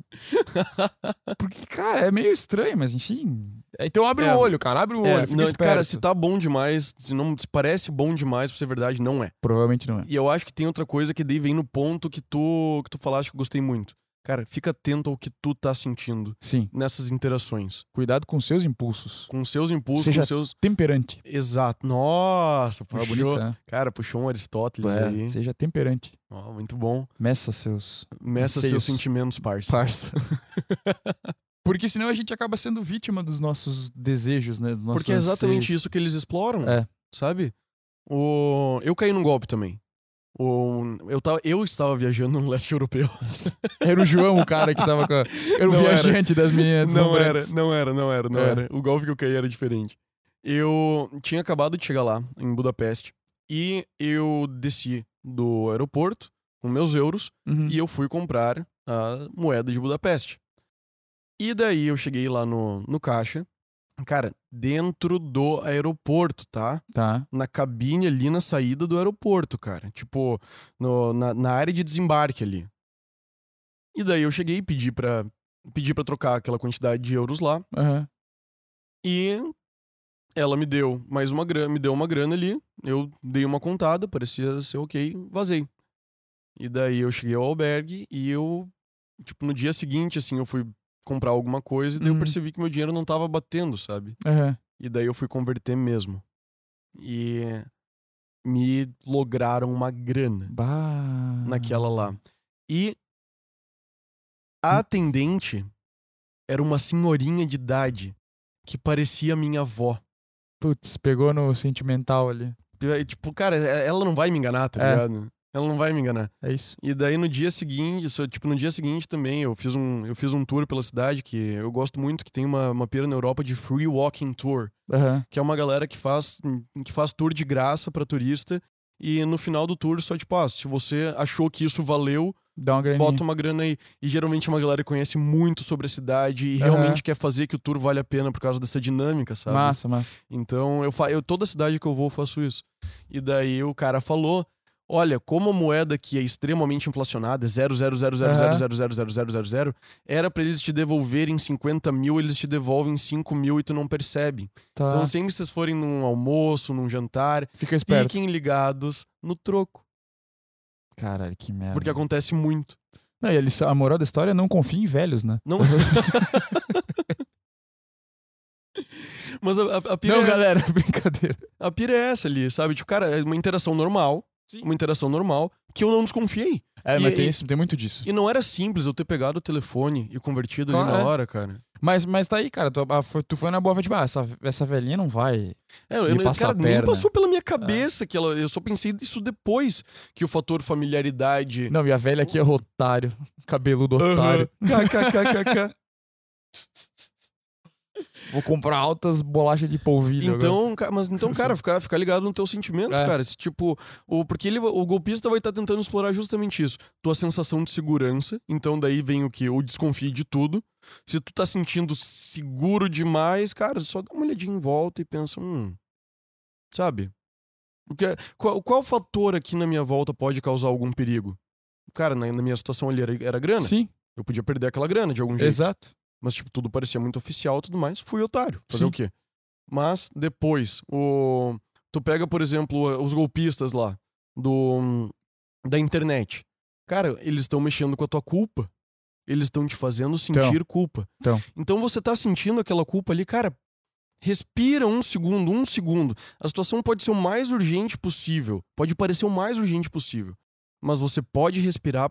[SPEAKER 1] Porque, cara, é meio estranho, mas enfim. É, Então abre
[SPEAKER 2] É.
[SPEAKER 1] o olho, cara. Abre o olho.
[SPEAKER 2] É,
[SPEAKER 1] fica
[SPEAKER 2] não,
[SPEAKER 1] esperto.
[SPEAKER 2] cara, se tá bom demais, se não se parece bom demais pra ser verdade, não é.
[SPEAKER 1] Provavelmente não é.
[SPEAKER 2] E eu acho que tem outra coisa que daí vem no ponto que tu, que tu falaste que eu gostei muito. Cara, fica atento ao que tu tá sentindo
[SPEAKER 1] Sim.
[SPEAKER 2] nessas interações.
[SPEAKER 1] Cuidado com seus impulsos.
[SPEAKER 2] Com seus impulsos,
[SPEAKER 1] Seja
[SPEAKER 2] com seus.
[SPEAKER 1] Temperante.
[SPEAKER 2] Exato. Nossa,
[SPEAKER 1] Fala
[SPEAKER 2] puxou.
[SPEAKER 1] bonita, né?
[SPEAKER 2] Cara, puxou um Aristóteles aí.
[SPEAKER 1] É, seja temperante.
[SPEAKER 2] Ó, muito bom.
[SPEAKER 1] Meça seus
[SPEAKER 2] Meça
[SPEAKER 1] Anseios.
[SPEAKER 2] seus sentimentos, parça.
[SPEAKER 1] parça. Porque senão a gente acaba sendo vítima dos nossos desejos, né? Dos nossos
[SPEAKER 2] Porque é exatamente
[SPEAKER 1] anseios.
[SPEAKER 2] isso que eles exploram,
[SPEAKER 1] É.
[SPEAKER 2] sabe? O... Eu caí num golpe também. O... Eu, tava... eu estava viajando no leste europeu.
[SPEAKER 1] Era o João, o cara que tava com. a- Era o
[SPEAKER 2] Não era.
[SPEAKER 1] viajante das minhas.
[SPEAKER 2] Não era, não era, não era, não
[SPEAKER 1] É.
[SPEAKER 2] era. O golpe que eu caí era diferente. Eu tinha acabado de chegar lá, em Budapeste, e eu desci do aeroporto com meus euros
[SPEAKER 1] Uhum.
[SPEAKER 2] e eu fui comprar a moeda de Budapeste. E daí eu cheguei lá no, no caixa, cara, dentro do aeroporto, tá?
[SPEAKER 1] Tá.
[SPEAKER 2] Na cabine ali na saída do aeroporto, cara. Tipo, no- na, na área de desembarque ali. E daí eu cheguei e pedi pra, pedi pra trocar aquela quantidade de euros lá.
[SPEAKER 1] Aham.
[SPEAKER 2] E ela me deu mais uma grana, me deu uma grana ali. Eu dei uma contada, parecia ser ok, vazei. E daí eu cheguei ao albergue e eu, tipo, no dia seguinte, assim, eu fui comprar alguma coisa, e daí eu
[SPEAKER 1] Uhum.
[SPEAKER 2] percebi que meu dinheiro não tava batendo, sabe?
[SPEAKER 1] Aham.
[SPEAKER 2] E daí eu fui converter mesmo. E me lograram uma grana
[SPEAKER 1] Bah.
[SPEAKER 2] naquela lá. E a atendente era uma senhorinha de idade que parecia minha avó.
[SPEAKER 1] Putz, pegou no sentimental ali.
[SPEAKER 2] E, Tipo, cara, ela não vai me enganar, tá
[SPEAKER 1] É.
[SPEAKER 2] ligado? Ela não vai me enganar.
[SPEAKER 1] É isso?
[SPEAKER 2] E daí no dia seguinte, isso, tipo, no dia seguinte também, eu fiz um, eu fiz um tour pela cidade que eu gosto muito, que tem uma, uma pira na Europa de free walking tour,
[SPEAKER 1] Aham.
[SPEAKER 2] que é uma galera que faz que faz tour de graça pra turista e no final do tour só tipo, ah, se você achou que isso valeu,
[SPEAKER 1] Dá uma graninha.
[SPEAKER 2] bota um, uma grana aí. E geralmente é uma galera que conhece muito sobre a cidade e
[SPEAKER 1] Aham.
[SPEAKER 2] realmente quer fazer que o tour vale a pena por causa dessa dinâmica, sabe?
[SPEAKER 1] Massa, massa.
[SPEAKER 2] Então, eu, fa- eu toda cidade que eu vou eu faço isso. E daí o cara falou: "Olha, como a moeda que é extremamente inflacionada, é 0,0000000000, era pra eles te devolverem 50 mil, eles te devolvem 5 mil e tu não percebe.
[SPEAKER 1] Tá.
[SPEAKER 2] Então, sempre que vocês forem num almoço, num jantar,
[SPEAKER 1] Fica esperto.
[SPEAKER 2] fiquem ligados no troco,
[SPEAKER 1] Caralho, que merda.
[SPEAKER 2] porque acontece muito.
[SPEAKER 1] Não, e a lição- a moral da história é não confia em velhos, né?
[SPEAKER 2] Não Mas a, a, a pira
[SPEAKER 1] Não,
[SPEAKER 2] é-
[SPEAKER 1] galera, brincadeira.
[SPEAKER 2] A pira é essa ali, sabe? Tipo, cara, é uma interação normal.
[SPEAKER 1] Sim.
[SPEAKER 2] Uma interação normal que eu não desconfiei.
[SPEAKER 1] É,
[SPEAKER 2] E-
[SPEAKER 1] mas tem,
[SPEAKER 2] e-
[SPEAKER 1] isso, tem muito disso.
[SPEAKER 2] E não era simples eu ter pegado o telefone e convertido ali
[SPEAKER 1] Claro,
[SPEAKER 2] na
[SPEAKER 1] é.
[SPEAKER 2] hora, cara.
[SPEAKER 1] Mas, mas tá aí, cara. Tu, a- foi- tu foi na boa, foi tipo, ah, essa, essa velhinha não vai.
[SPEAKER 2] É, eu,
[SPEAKER 1] E
[SPEAKER 2] eu-
[SPEAKER 1] passar
[SPEAKER 2] cara,
[SPEAKER 1] a
[SPEAKER 2] nem
[SPEAKER 1] perna. É.
[SPEAKER 2] passou pela minha cabeça que ela. Eu só pensei disso depois que o fator familiaridade.
[SPEAKER 1] Não, e a velha aqui é otário. Cabeludo otário.
[SPEAKER 2] Aham. KKKKK.
[SPEAKER 1] Vou comprar altas bolachas de polvilho agora.
[SPEAKER 2] Então, ca- mas então, cara, ficar, ficar ligado no teu sentimento,
[SPEAKER 1] né? É.
[SPEAKER 2] cara. Esse tipo, o, porque ele, o golpista vai estar tentando explorar justamente isso. Tua sensação de segurança. Então, daí vem o que? O desconfie de tudo. Se tu tá sentindo seguro demais, cara, só dá uma olhadinha em volta e pensa, hum. Sabe? O que, é- qual, qual fator aqui na minha volta pode causar algum perigo? Cara, na, na minha situação ali era, era grana.
[SPEAKER 1] Sim,
[SPEAKER 2] Eu podia perder aquela grana de algum um jeito.
[SPEAKER 1] exato.
[SPEAKER 2] Mas, tipo, tudo parecia muito oficial e tudo mais. Fui otário. Fazer
[SPEAKER 1] Sim.
[SPEAKER 2] o quê? Mas, depois, o... Tu pega, por exemplo, eh, os golpistas lá do... da internet. Cara, eles estão mexendo com a tua culpa. Eles estão te fazendo sentir culpa.
[SPEAKER 1] Então.
[SPEAKER 2] então você tá sentindo aquela culpa ali, cara. Respira um segundo, um segundo. A situação pode ser o mais urgente possível. Pode parecer o mais urgente possível. Mas você pode respirar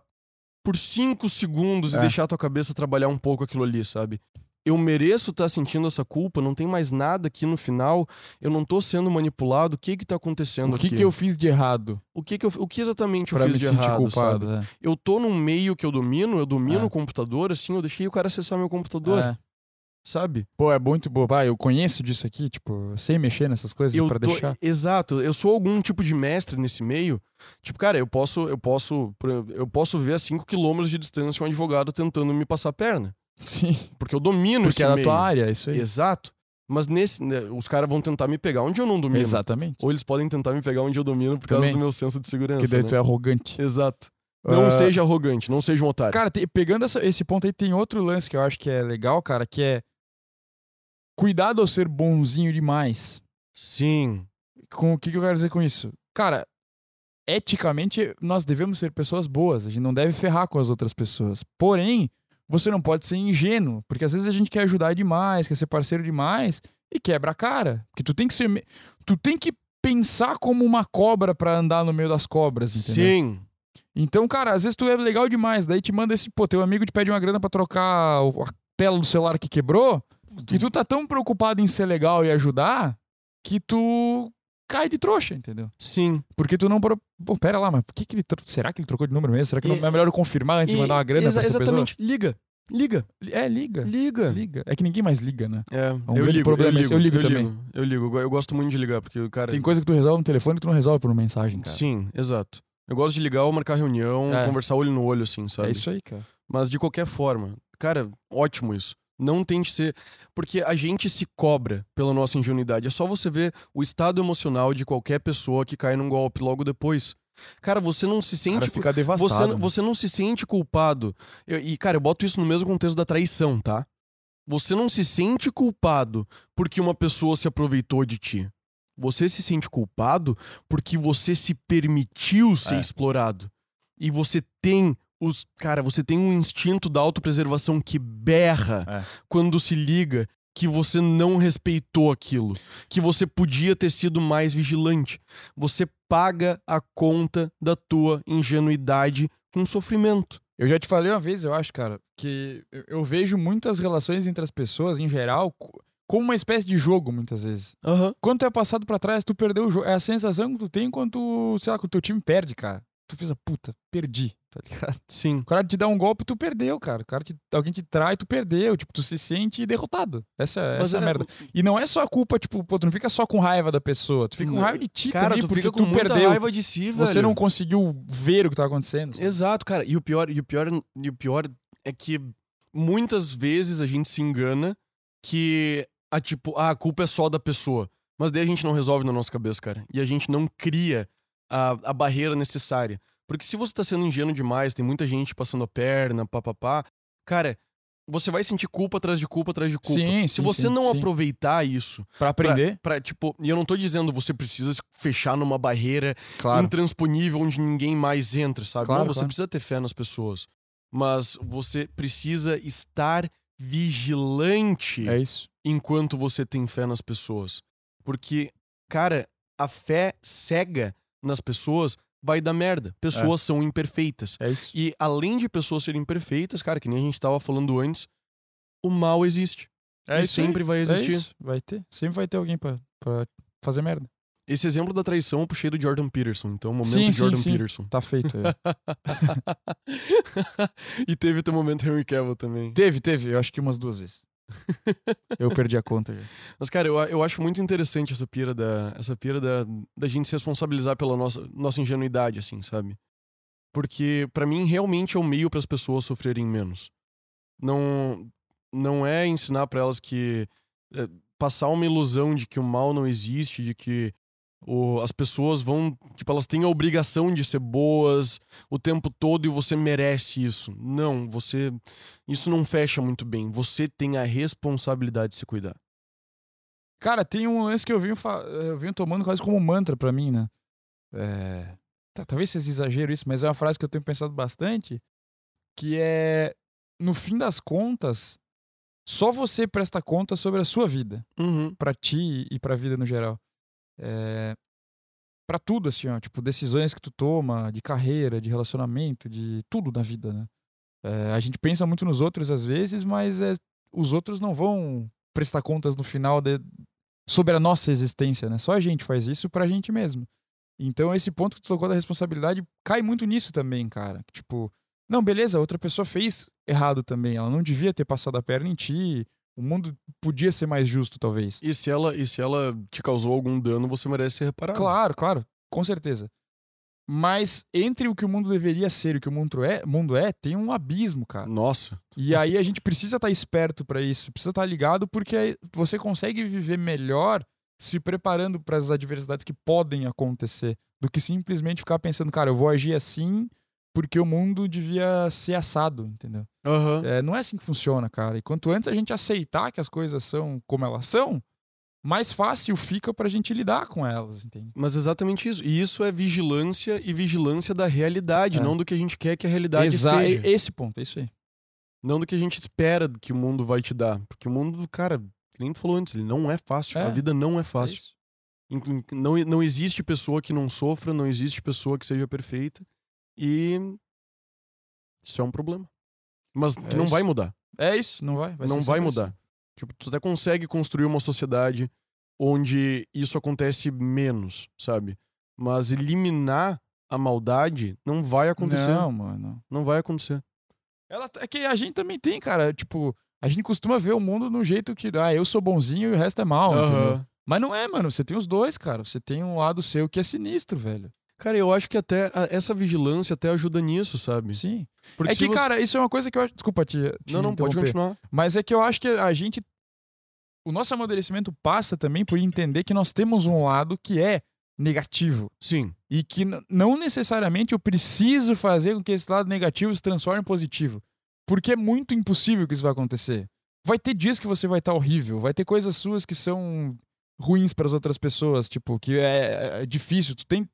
[SPEAKER 2] por cinco segundos e
[SPEAKER 1] É.
[SPEAKER 2] deixar a tua cabeça trabalhar um pouco aquilo ali, sabe? Eu mereço estar sentindo essa culpa, não tem mais nada aqui no final, eu não tô sendo manipulado, o que que tá acontecendo
[SPEAKER 1] O que,
[SPEAKER 2] aqui?
[SPEAKER 1] que eu fiz de errado
[SPEAKER 2] O que que eu- o que exatamente eu
[SPEAKER 1] pra
[SPEAKER 2] fiz
[SPEAKER 1] me
[SPEAKER 2] de
[SPEAKER 1] sentir
[SPEAKER 2] errado,
[SPEAKER 1] culpado?
[SPEAKER 2] sabe?
[SPEAKER 1] é.
[SPEAKER 2] Eu tô num meio que eu domino, eu domino
[SPEAKER 1] É.
[SPEAKER 2] o computador, assim, eu deixei o cara acessar meu computador,
[SPEAKER 1] É.
[SPEAKER 2] sabe?
[SPEAKER 1] Pô, é muito boa. Ah, eu conheço disso aqui, tipo, eu sei mexer nessas coisas
[SPEAKER 2] eu
[SPEAKER 1] pra
[SPEAKER 2] tô-
[SPEAKER 1] deixar.
[SPEAKER 2] Exato, eu sou algum tipo de mestre nesse meio. Tipo, cara, eu posso, eu posso, por exemplo, eu posso ver a 5 km de distância um advogado tentando me passar a perna,
[SPEAKER 1] Sim,
[SPEAKER 2] porque eu domino
[SPEAKER 1] porque
[SPEAKER 2] esse
[SPEAKER 1] é da
[SPEAKER 2] meio.
[SPEAKER 1] tua área, isso aí.
[SPEAKER 2] Exato. Mas nesse, né, os caras vão tentar me pegar onde eu não domino.
[SPEAKER 1] Exatamente.
[SPEAKER 2] Ou eles podem tentar me pegar onde eu domino por causa
[SPEAKER 1] Também.
[SPEAKER 2] do meu senso de segurança.
[SPEAKER 1] Porque daí
[SPEAKER 2] né?
[SPEAKER 1] tu é arrogante.
[SPEAKER 2] Exato. Não
[SPEAKER 1] Ah,
[SPEAKER 2] seja arrogante, não seja um otário.
[SPEAKER 1] Cara, te- pegando essa- esse ponto aí, tem outro lance que eu acho que é legal, cara, que é cuidado ao ser bonzinho demais.
[SPEAKER 2] Sim.
[SPEAKER 1] Com o que, que eu quero dizer com isso? Cara, eticamente nós devemos ser pessoas boas, a gente não deve ferrar com as outras pessoas. Porém, você não pode ser ingênuo, porque às vezes a gente quer ajudar demais, quer ser parceiro demais e quebra a cara. Porque tu tem que ser me- tu tem que pensar como uma cobra pra andar no meio das cobras, entendeu?
[SPEAKER 2] Sim.
[SPEAKER 1] Então, cara, às vezes tu é legal demais, daí te manda esse, pô, teu amigo te pede uma grana pra trocar o- a tela do celular que quebrou, e tu tá tão preocupado em ser legal e ajudar que tu cai de trouxa, entendeu?
[SPEAKER 2] Sim.
[SPEAKER 1] Porque tu não. pro- Pô, pera lá, mas por que que ele tro- será que ele trocou de número mesmo? Será que não
[SPEAKER 2] E-
[SPEAKER 1] é melhor eu confirmar antes de
[SPEAKER 2] E-
[SPEAKER 1] mandar uma grana
[SPEAKER 2] exa-
[SPEAKER 1] pra essa
[SPEAKER 2] Exatamente. Liga. Liga.
[SPEAKER 1] pessoa? É, liga.
[SPEAKER 2] Liga.
[SPEAKER 1] Liga. É que ninguém mais liga, né?
[SPEAKER 2] É,
[SPEAKER 1] um
[SPEAKER 2] eu
[SPEAKER 1] grande
[SPEAKER 2] ligo,
[SPEAKER 1] problema
[SPEAKER 2] eu
[SPEAKER 1] esse.
[SPEAKER 2] ligo,
[SPEAKER 1] Eu ligo também.
[SPEAKER 2] Ligo, eu ligo, eu gosto muito de ligar, porque o cara...
[SPEAKER 1] Tem coisa que tu resolve no telefone que tu não resolve por uma mensagem, cara.
[SPEAKER 2] Sim, exato. Eu gosto de ligar ou marcar reunião,
[SPEAKER 1] É.
[SPEAKER 2] conversar olho no olho, assim, sabe?
[SPEAKER 1] É isso aí, cara.
[SPEAKER 2] Mas de qualquer forma, cara, ótimo isso. Não tente ser. Porque a gente se cobra pela nossa ingenuidade. É só você ver o estado emocional de qualquer pessoa que cai num golpe logo depois. Cara, você não se
[SPEAKER 1] O
[SPEAKER 2] sente.
[SPEAKER 1] cara fica devastado.
[SPEAKER 2] tipo, você, não-
[SPEAKER 1] né?
[SPEAKER 2] você não se sente culpado. Eu- e, cara, eu boto isso no mesmo contexto da traição, tá? Você não se sente culpado porque uma pessoa se aproveitou de ti. Você se sente culpado porque você se permitiu ser
[SPEAKER 1] É.
[SPEAKER 2] explorado. E você tem os. Cara, você tem um instinto da autopreservação que berra
[SPEAKER 1] É.
[SPEAKER 2] quando se liga que você não respeitou aquilo, que você podia ter sido mais vigilante. Você paga a conta da tua ingenuidade com sofrimento.
[SPEAKER 1] Eu já te falei uma vez, eu acho, cara, que eu- eu vejo muitas relações entre as pessoas, em geral, co- como uma espécie de jogo, muitas vezes.
[SPEAKER 2] Aham.
[SPEAKER 1] Quando tu é passado pra trás, tu perdeu o jogo. É a sensação que tu tem quando, tu, sei lá, quando teu time perde, cara. Tu fez a puta, perdi, tá ligado?
[SPEAKER 2] Sim.
[SPEAKER 1] O cara te dá um golpe, tu perdeu, cara. O cara te- alguém te trai, tu perdeu. Tipo, tu se sente derrotado. Essa, essa é a merda. E não é só a culpa, tipo, pô, tu não fica só com raiva da pessoa, tu fica com
[SPEAKER 2] Não.
[SPEAKER 1] raiva de ti
[SPEAKER 2] Cara,
[SPEAKER 1] também,
[SPEAKER 2] tu
[SPEAKER 1] porque
[SPEAKER 2] fica com
[SPEAKER 1] tu
[SPEAKER 2] muita
[SPEAKER 1] perdeu.
[SPEAKER 2] raiva de si,
[SPEAKER 1] Você
[SPEAKER 2] velho.
[SPEAKER 1] não conseguiu ver o que tá acontecendo. sabe?
[SPEAKER 2] Exato, cara. E o pior, e o pior, e o pior é que muitas vezes a gente se engana que a tipo, ah, a culpa é só da pessoa. Mas daí a gente não resolve na nossa cabeça, cara. E a gente não cria a, a barreira necessária. Porque se você tá sendo ingênuo demais, tem muita gente passando a perna, papapá, cara, você vai sentir culpa atrás de culpa atrás de culpa.
[SPEAKER 1] Sim,
[SPEAKER 2] se
[SPEAKER 1] sim,
[SPEAKER 2] você
[SPEAKER 1] sim,
[SPEAKER 2] não
[SPEAKER 1] sim.
[SPEAKER 2] aproveitar isso
[SPEAKER 1] Pra aprender,
[SPEAKER 2] pra, tipo, e eu não tô dizendo você precisa se fechar numa barreira
[SPEAKER 1] claro.
[SPEAKER 2] intransponível onde ninguém mais entra, sabe?
[SPEAKER 1] Claro,
[SPEAKER 2] não, você
[SPEAKER 1] claro.
[SPEAKER 2] precisa ter fé nas pessoas, mas você precisa estar vigilante
[SPEAKER 1] É isso.
[SPEAKER 2] enquanto você tem fé nas pessoas. Porque, cara, a fé cega nas pessoas vai dar merda. Pessoas são imperfeitas.
[SPEAKER 1] É isso.
[SPEAKER 2] E além de pessoas serem imperfeitas, cara, que nem a gente tava falando antes, o mal existe.
[SPEAKER 1] É
[SPEAKER 2] e
[SPEAKER 1] isso aí.
[SPEAKER 2] sempre vai existir.
[SPEAKER 1] É isso. Vai ter. Sempre vai ter alguém pra, pra fazer merda.
[SPEAKER 2] Esse exemplo da traição eu puxei do Jordan Peterson, então momento
[SPEAKER 1] Sim, sim,
[SPEAKER 2] Jordan
[SPEAKER 1] sim.
[SPEAKER 2] Peterson.
[SPEAKER 1] Tá feito. é.
[SPEAKER 2] e teve teu momento Henry Cavill também.
[SPEAKER 1] teve, teve. Eu acho que umas duas vezes. Eu perdi a conta já.
[SPEAKER 2] Mas, cara, eu, a- eu acho muito interessante essa pira da. Essa pira da, da gente se responsabilizar pela nossa, nossa ingenuidade, assim, sabe? Porque, pra mim, realmente é o meio para as pessoas sofrerem menos. Não, não é ensinar pra elas que. é, passar uma ilusão de que o mal não existe, de que o, as pessoas vão. Tipo, elas têm a obrigação de ser boas o tempo todo e você merece isso. Não, você. Isso não fecha muito bem. Você tem a responsabilidade de se cuidar.
[SPEAKER 1] Cara, tem um lance que eu venho, fa- eu venho tomando quase como mantra pra mim, né? É, tá, talvez seja exagero isso, mas é uma frase que eu tenho pensado bastante, que é, no fim das contas, só você presta conta sobre a sua vida,
[SPEAKER 2] Uhum.
[SPEAKER 1] pra ti e pra vida no geral. É, para tudo, assim, ó, tipo, decisões que tu toma, de carreira, de relacionamento, de tudo na vida, né? É, a gente pensa muito nos outros às vezes, mas é, os outros não vão prestar contas no final de- sobre a nossa existência, né? Só a gente faz isso pra gente mesmo. Então, esse ponto que tu tocou da responsabilidade cai muito nisso também, cara. Tipo, não, beleza, outra pessoa fez errado também. Ela não devia ter passado a perna em ti. O mundo podia ser mais justo, talvez.
[SPEAKER 2] E se ela, e se ela te causou algum dano, você merece ser reparado.
[SPEAKER 1] Claro, claro, com certeza. Mas entre o que o mundo deveria ser e o que o mundo é, mundo é tem um abismo, cara.
[SPEAKER 2] Nossa.
[SPEAKER 1] E aí a gente precisa estar esperto pra isso, precisa estar ligado, porque aí você consegue viver melhor se preparando para as adversidades que podem acontecer, do que simplesmente ficar pensando, cara, eu vou agir assim porque o mundo devia ser assado, entendeu?
[SPEAKER 2] Aham.
[SPEAKER 1] É, não é assim que funciona, cara. E quanto antes a gente aceitar que as coisas são como elas são, mais fácil fica pra gente lidar com elas, entende?
[SPEAKER 2] Mas exatamente isso. E isso é vigilância e vigilância da realidade,
[SPEAKER 1] É.
[SPEAKER 2] não do que a gente quer que a realidade
[SPEAKER 1] Exa-
[SPEAKER 2] seja.
[SPEAKER 1] e- Esse ponto, é isso aí.
[SPEAKER 2] Não do que a gente espera que o mundo vai te dar. Porque o mundo, cara, que nem tu falou antes, ele não é fácil.
[SPEAKER 1] É.
[SPEAKER 2] A vida não é
[SPEAKER 1] É
[SPEAKER 2] fácil.
[SPEAKER 1] isso.
[SPEAKER 2] Inclu- Não, não existe pessoa que não sofra, não existe pessoa que seja perfeita. E isso é um problema. Mas que
[SPEAKER 1] É
[SPEAKER 2] não vai
[SPEAKER 1] isso.
[SPEAKER 2] mudar.
[SPEAKER 1] É isso, não vai.
[SPEAKER 2] não
[SPEAKER 1] ser sempre
[SPEAKER 2] vai mudar. Tipo, tu até consegue construir uma sociedade onde isso acontece menos, sabe? Mas eliminar a maldade não vai
[SPEAKER 1] assim.
[SPEAKER 2] acontecer.
[SPEAKER 1] Não,
[SPEAKER 2] Não,
[SPEAKER 1] mano.
[SPEAKER 2] vai acontecer.
[SPEAKER 1] Ela, é que a gente também tem, cara. Tipo, a gente costuma ver o mundo no jeito que, ah, eu sou bonzinho e o resto é mal, entendeu?
[SPEAKER 2] Aham.
[SPEAKER 1] Mas não é, mano. Você tem os dois, cara. Você tem um lado seu que é sinistro, velho.
[SPEAKER 2] Cara, eu acho que até a- essa vigilância até ajuda nisso, sabe?
[SPEAKER 1] Sim.
[SPEAKER 2] Porque
[SPEAKER 1] é
[SPEAKER 2] se
[SPEAKER 1] que,
[SPEAKER 2] você-
[SPEAKER 1] cara, isso é uma coisa que eu acho. Desculpa, tia.
[SPEAKER 2] Não, não, pode continuar.
[SPEAKER 1] Mas é que eu acho que a gente. O nosso amadurecimento passa também por entender que nós temos um lado que é negativo.
[SPEAKER 2] Sim.
[SPEAKER 1] e que n- não necessariamente eu preciso fazer com que esse lado negativo se transforme em positivo. Porque é muito impossível que isso vai acontecer. Vai ter dias que você vai estar horrível, vai ter coisas suas que são ruins para as outras pessoas, tipo, que é, é difícil, tu tem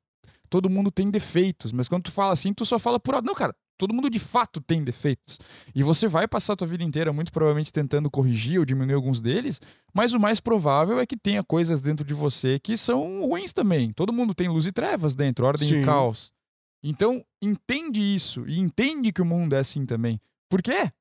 [SPEAKER 1] todo mundo tem defeitos, mas quando tu fala assim, tu só fala por, não, cara, Todo mundo de fato tem defeitos. E você vai passar a tua vida inteira, muito provavelmente, tentando corrigir ou diminuir alguns deles, mas o mais provável é que tenha coisas dentro de você que são ruins também. Todo mundo tem luz e trevas dentro, ordem
[SPEAKER 2] Sim.
[SPEAKER 1] e caos. Então, entende isso e entende que o mundo é assim também. Por quê?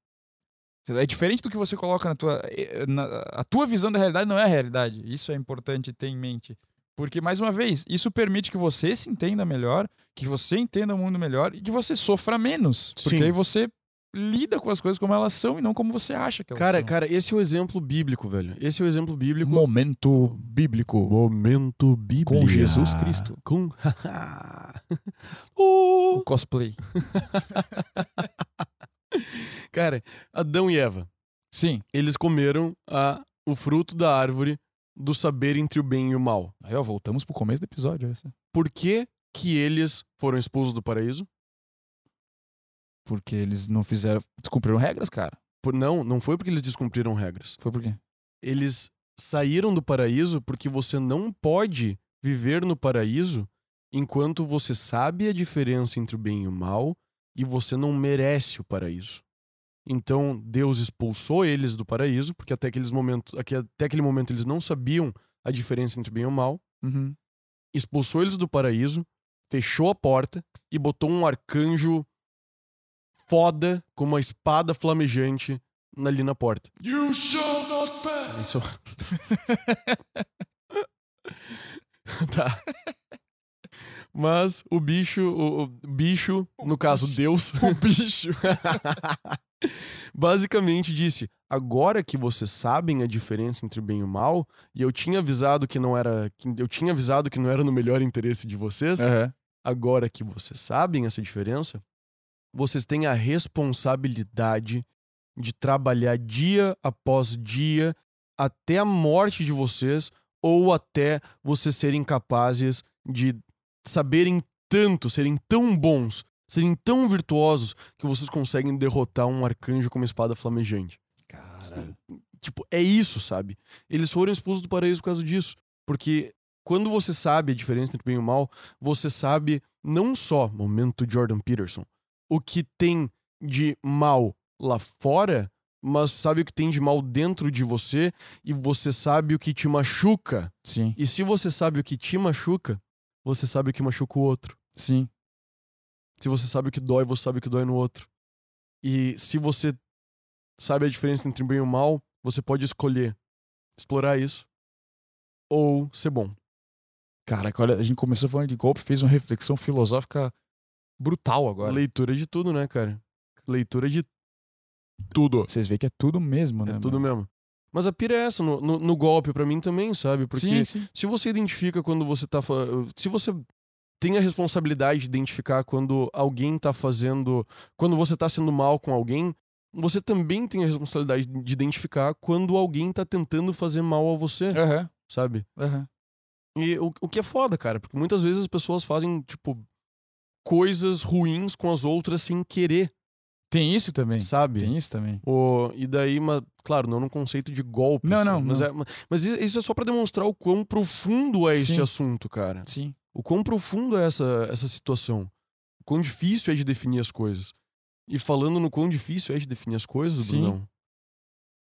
[SPEAKER 1] É diferente do que você coloca na tua. eh, na- a tua visão da realidade não é a realidade. Isso é importante ter em mente. Porque, mais uma vez, isso permite que você se entenda melhor, que você entenda o mundo melhor e que você sofra menos. Porque
[SPEAKER 2] Sim.
[SPEAKER 1] aí você lida com as coisas como elas são e não como você acha que elas
[SPEAKER 2] Cara,
[SPEAKER 1] são.
[SPEAKER 2] cara, esse é o exemplo bíblico, velho. Esse é o exemplo bíblico.
[SPEAKER 1] momento bíblico.
[SPEAKER 2] Momento bíblico.
[SPEAKER 1] Com Jesus Cristo.
[SPEAKER 2] Com. Oh!
[SPEAKER 1] O cosplay.
[SPEAKER 2] Cara, Adão e Eva,
[SPEAKER 1] Sim.
[SPEAKER 2] eles comeram a, o fruto da árvore do saber entre o bem e o mal.
[SPEAKER 1] Aí, ó, voltamos pro começo do episódio. olha só.
[SPEAKER 2] Por que, que eles foram expulsos do paraíso?
[SPEAKER 1] Porque eles não fizeram. Descumpriram regras, cara.
[SPEAKER 2] Por, não, não foi porque eles descumpriram regras.
[SPEAKER 1] Foi por quê?
[SPEAKER 2] Eles saíram do paraíso porque você não pode viver no paraíso enquanto você sabe a diferença entre o bem e o mal e você não merece o paraíso. Então Deus expulsou eles do paraíso porque até, aqueles momentos, aque- até aquele momento eles não sabiam a diferença entre o bem e o mal.
[SPEAKER 1] Uhum.
[SPEAKER 2] expulsou eles do paraíso, fechou a porta e botou um arcanjo foda com uma espada flamejante na- ali na porta.
[SPEAKER 1] You shall not pass!
[SPEAKER 2] Isso. tá. Mas o bicho, o, o bicho, no caso Deus,
[SPEAKER 1] O bicho.
[SPEAKER 2] basicamente disse: agora que vocês sabem a diferença entre o bem e o mal, e eu tinha avisado que não era, que eu tinha avisado que não era no melhor interesse de vocês,
[SPEAKER 1] Aham.
[SPEAKER 2] Agora que vocês sabem essa diferença, vocês têm a responsabilidade de trabalhar dia após dia até a morte de vocês ou até vocês serem capazes de saberem tanto, serem tão bons, serem tão virtuosos que vocês conseguem derrotar um arcanjo com uma espada flamejante.
[SPEAKER 1] Caralho.
[SPEAKER 2] Tipo, é isso, sabe? Eles foram expulsos do paraíso por causa disso. Porque quando você sabe a diferença entre o bem e o mal, você sabe não só, momento Jordan Peterson, o que tem de mal lá fora, mas sabe o que tem de mal dentro de você e você sabe o que te machuca.
[SPEAKER 1] Sim,
[SPEAKER 2] E se você sabe o que te machuca, você sabe o que machuca o outro.
[SPEAKER 1] sim.
[SPEAKER 2] Se você sabe o que dói, você sabe o que dói no outro. E se você sabe a diferença entre o bem e o mal, você pode escolher explorar isso ou ser bom.
[SPEAKER 1] Cara, olha, a gente começou falando de golpe, fez uma reflexão filosófica brutal agora.
[SPEAKER 2] Leitura de tudo, né, cara? Leitura de tudo.
[SPEAKER 1] Vocês veem que é tudo mesmo, né?
[SPEAKER 2] É tudo
[SPEAKER 1] mano?
[SPEAKER 2] mesmo. Mas a pira é essa, no, no- no golpe pra mim também, sabe? Porque
[SPEAKER 1] Sim, sim.
[SPEAKER 2] se você identifica quando você tá. fa- Se você tem a responsabilidade de identificar quando alguém tá fazendo. Quando você tá sendo mal com alguém, você também tem a responsabilidade de identificar quando alguém tá tentando fazer mal a você,
[SPEAKER 1] Aham,
[SPEAKER 2] sabe?
[SPEAKER 1] aham.
[SPEAKER 2] E o, o que é foda, cara, porque muitas vezes as pessoas fazem, tipo, coisas ruins com as outras sem querer,
[SPEAKER 1] Tem isso também.
[SPEAKER 2] sabe?
[SPEAKER 1] Tem isso também.
[SPEAKER 2] O- e daí, mas, claro, não no conceito de golpe.
[SPEAKER 1] Não,
[SPEAKER 2] assim,
[SPEAKER 1] não,
[SPEAKER 2] Mas,
[SPEAKER 1] não.
[SPEAKER 2] é- mas i- isso é só pra demonstrar o quão profundo é esse
[SPEAKER 1] Sim.
[SPEAKER 2] assunto, cara.
[SPEAKER 1] Sim.
[SPEAKER 2] O quão profundo é essa, essa situação. O quão difícil é de definir as coisas. E falando no quão difícil é de definir as coisas,
[SPEAKER 1] Sim.
[SPEAKER 2] Brunão,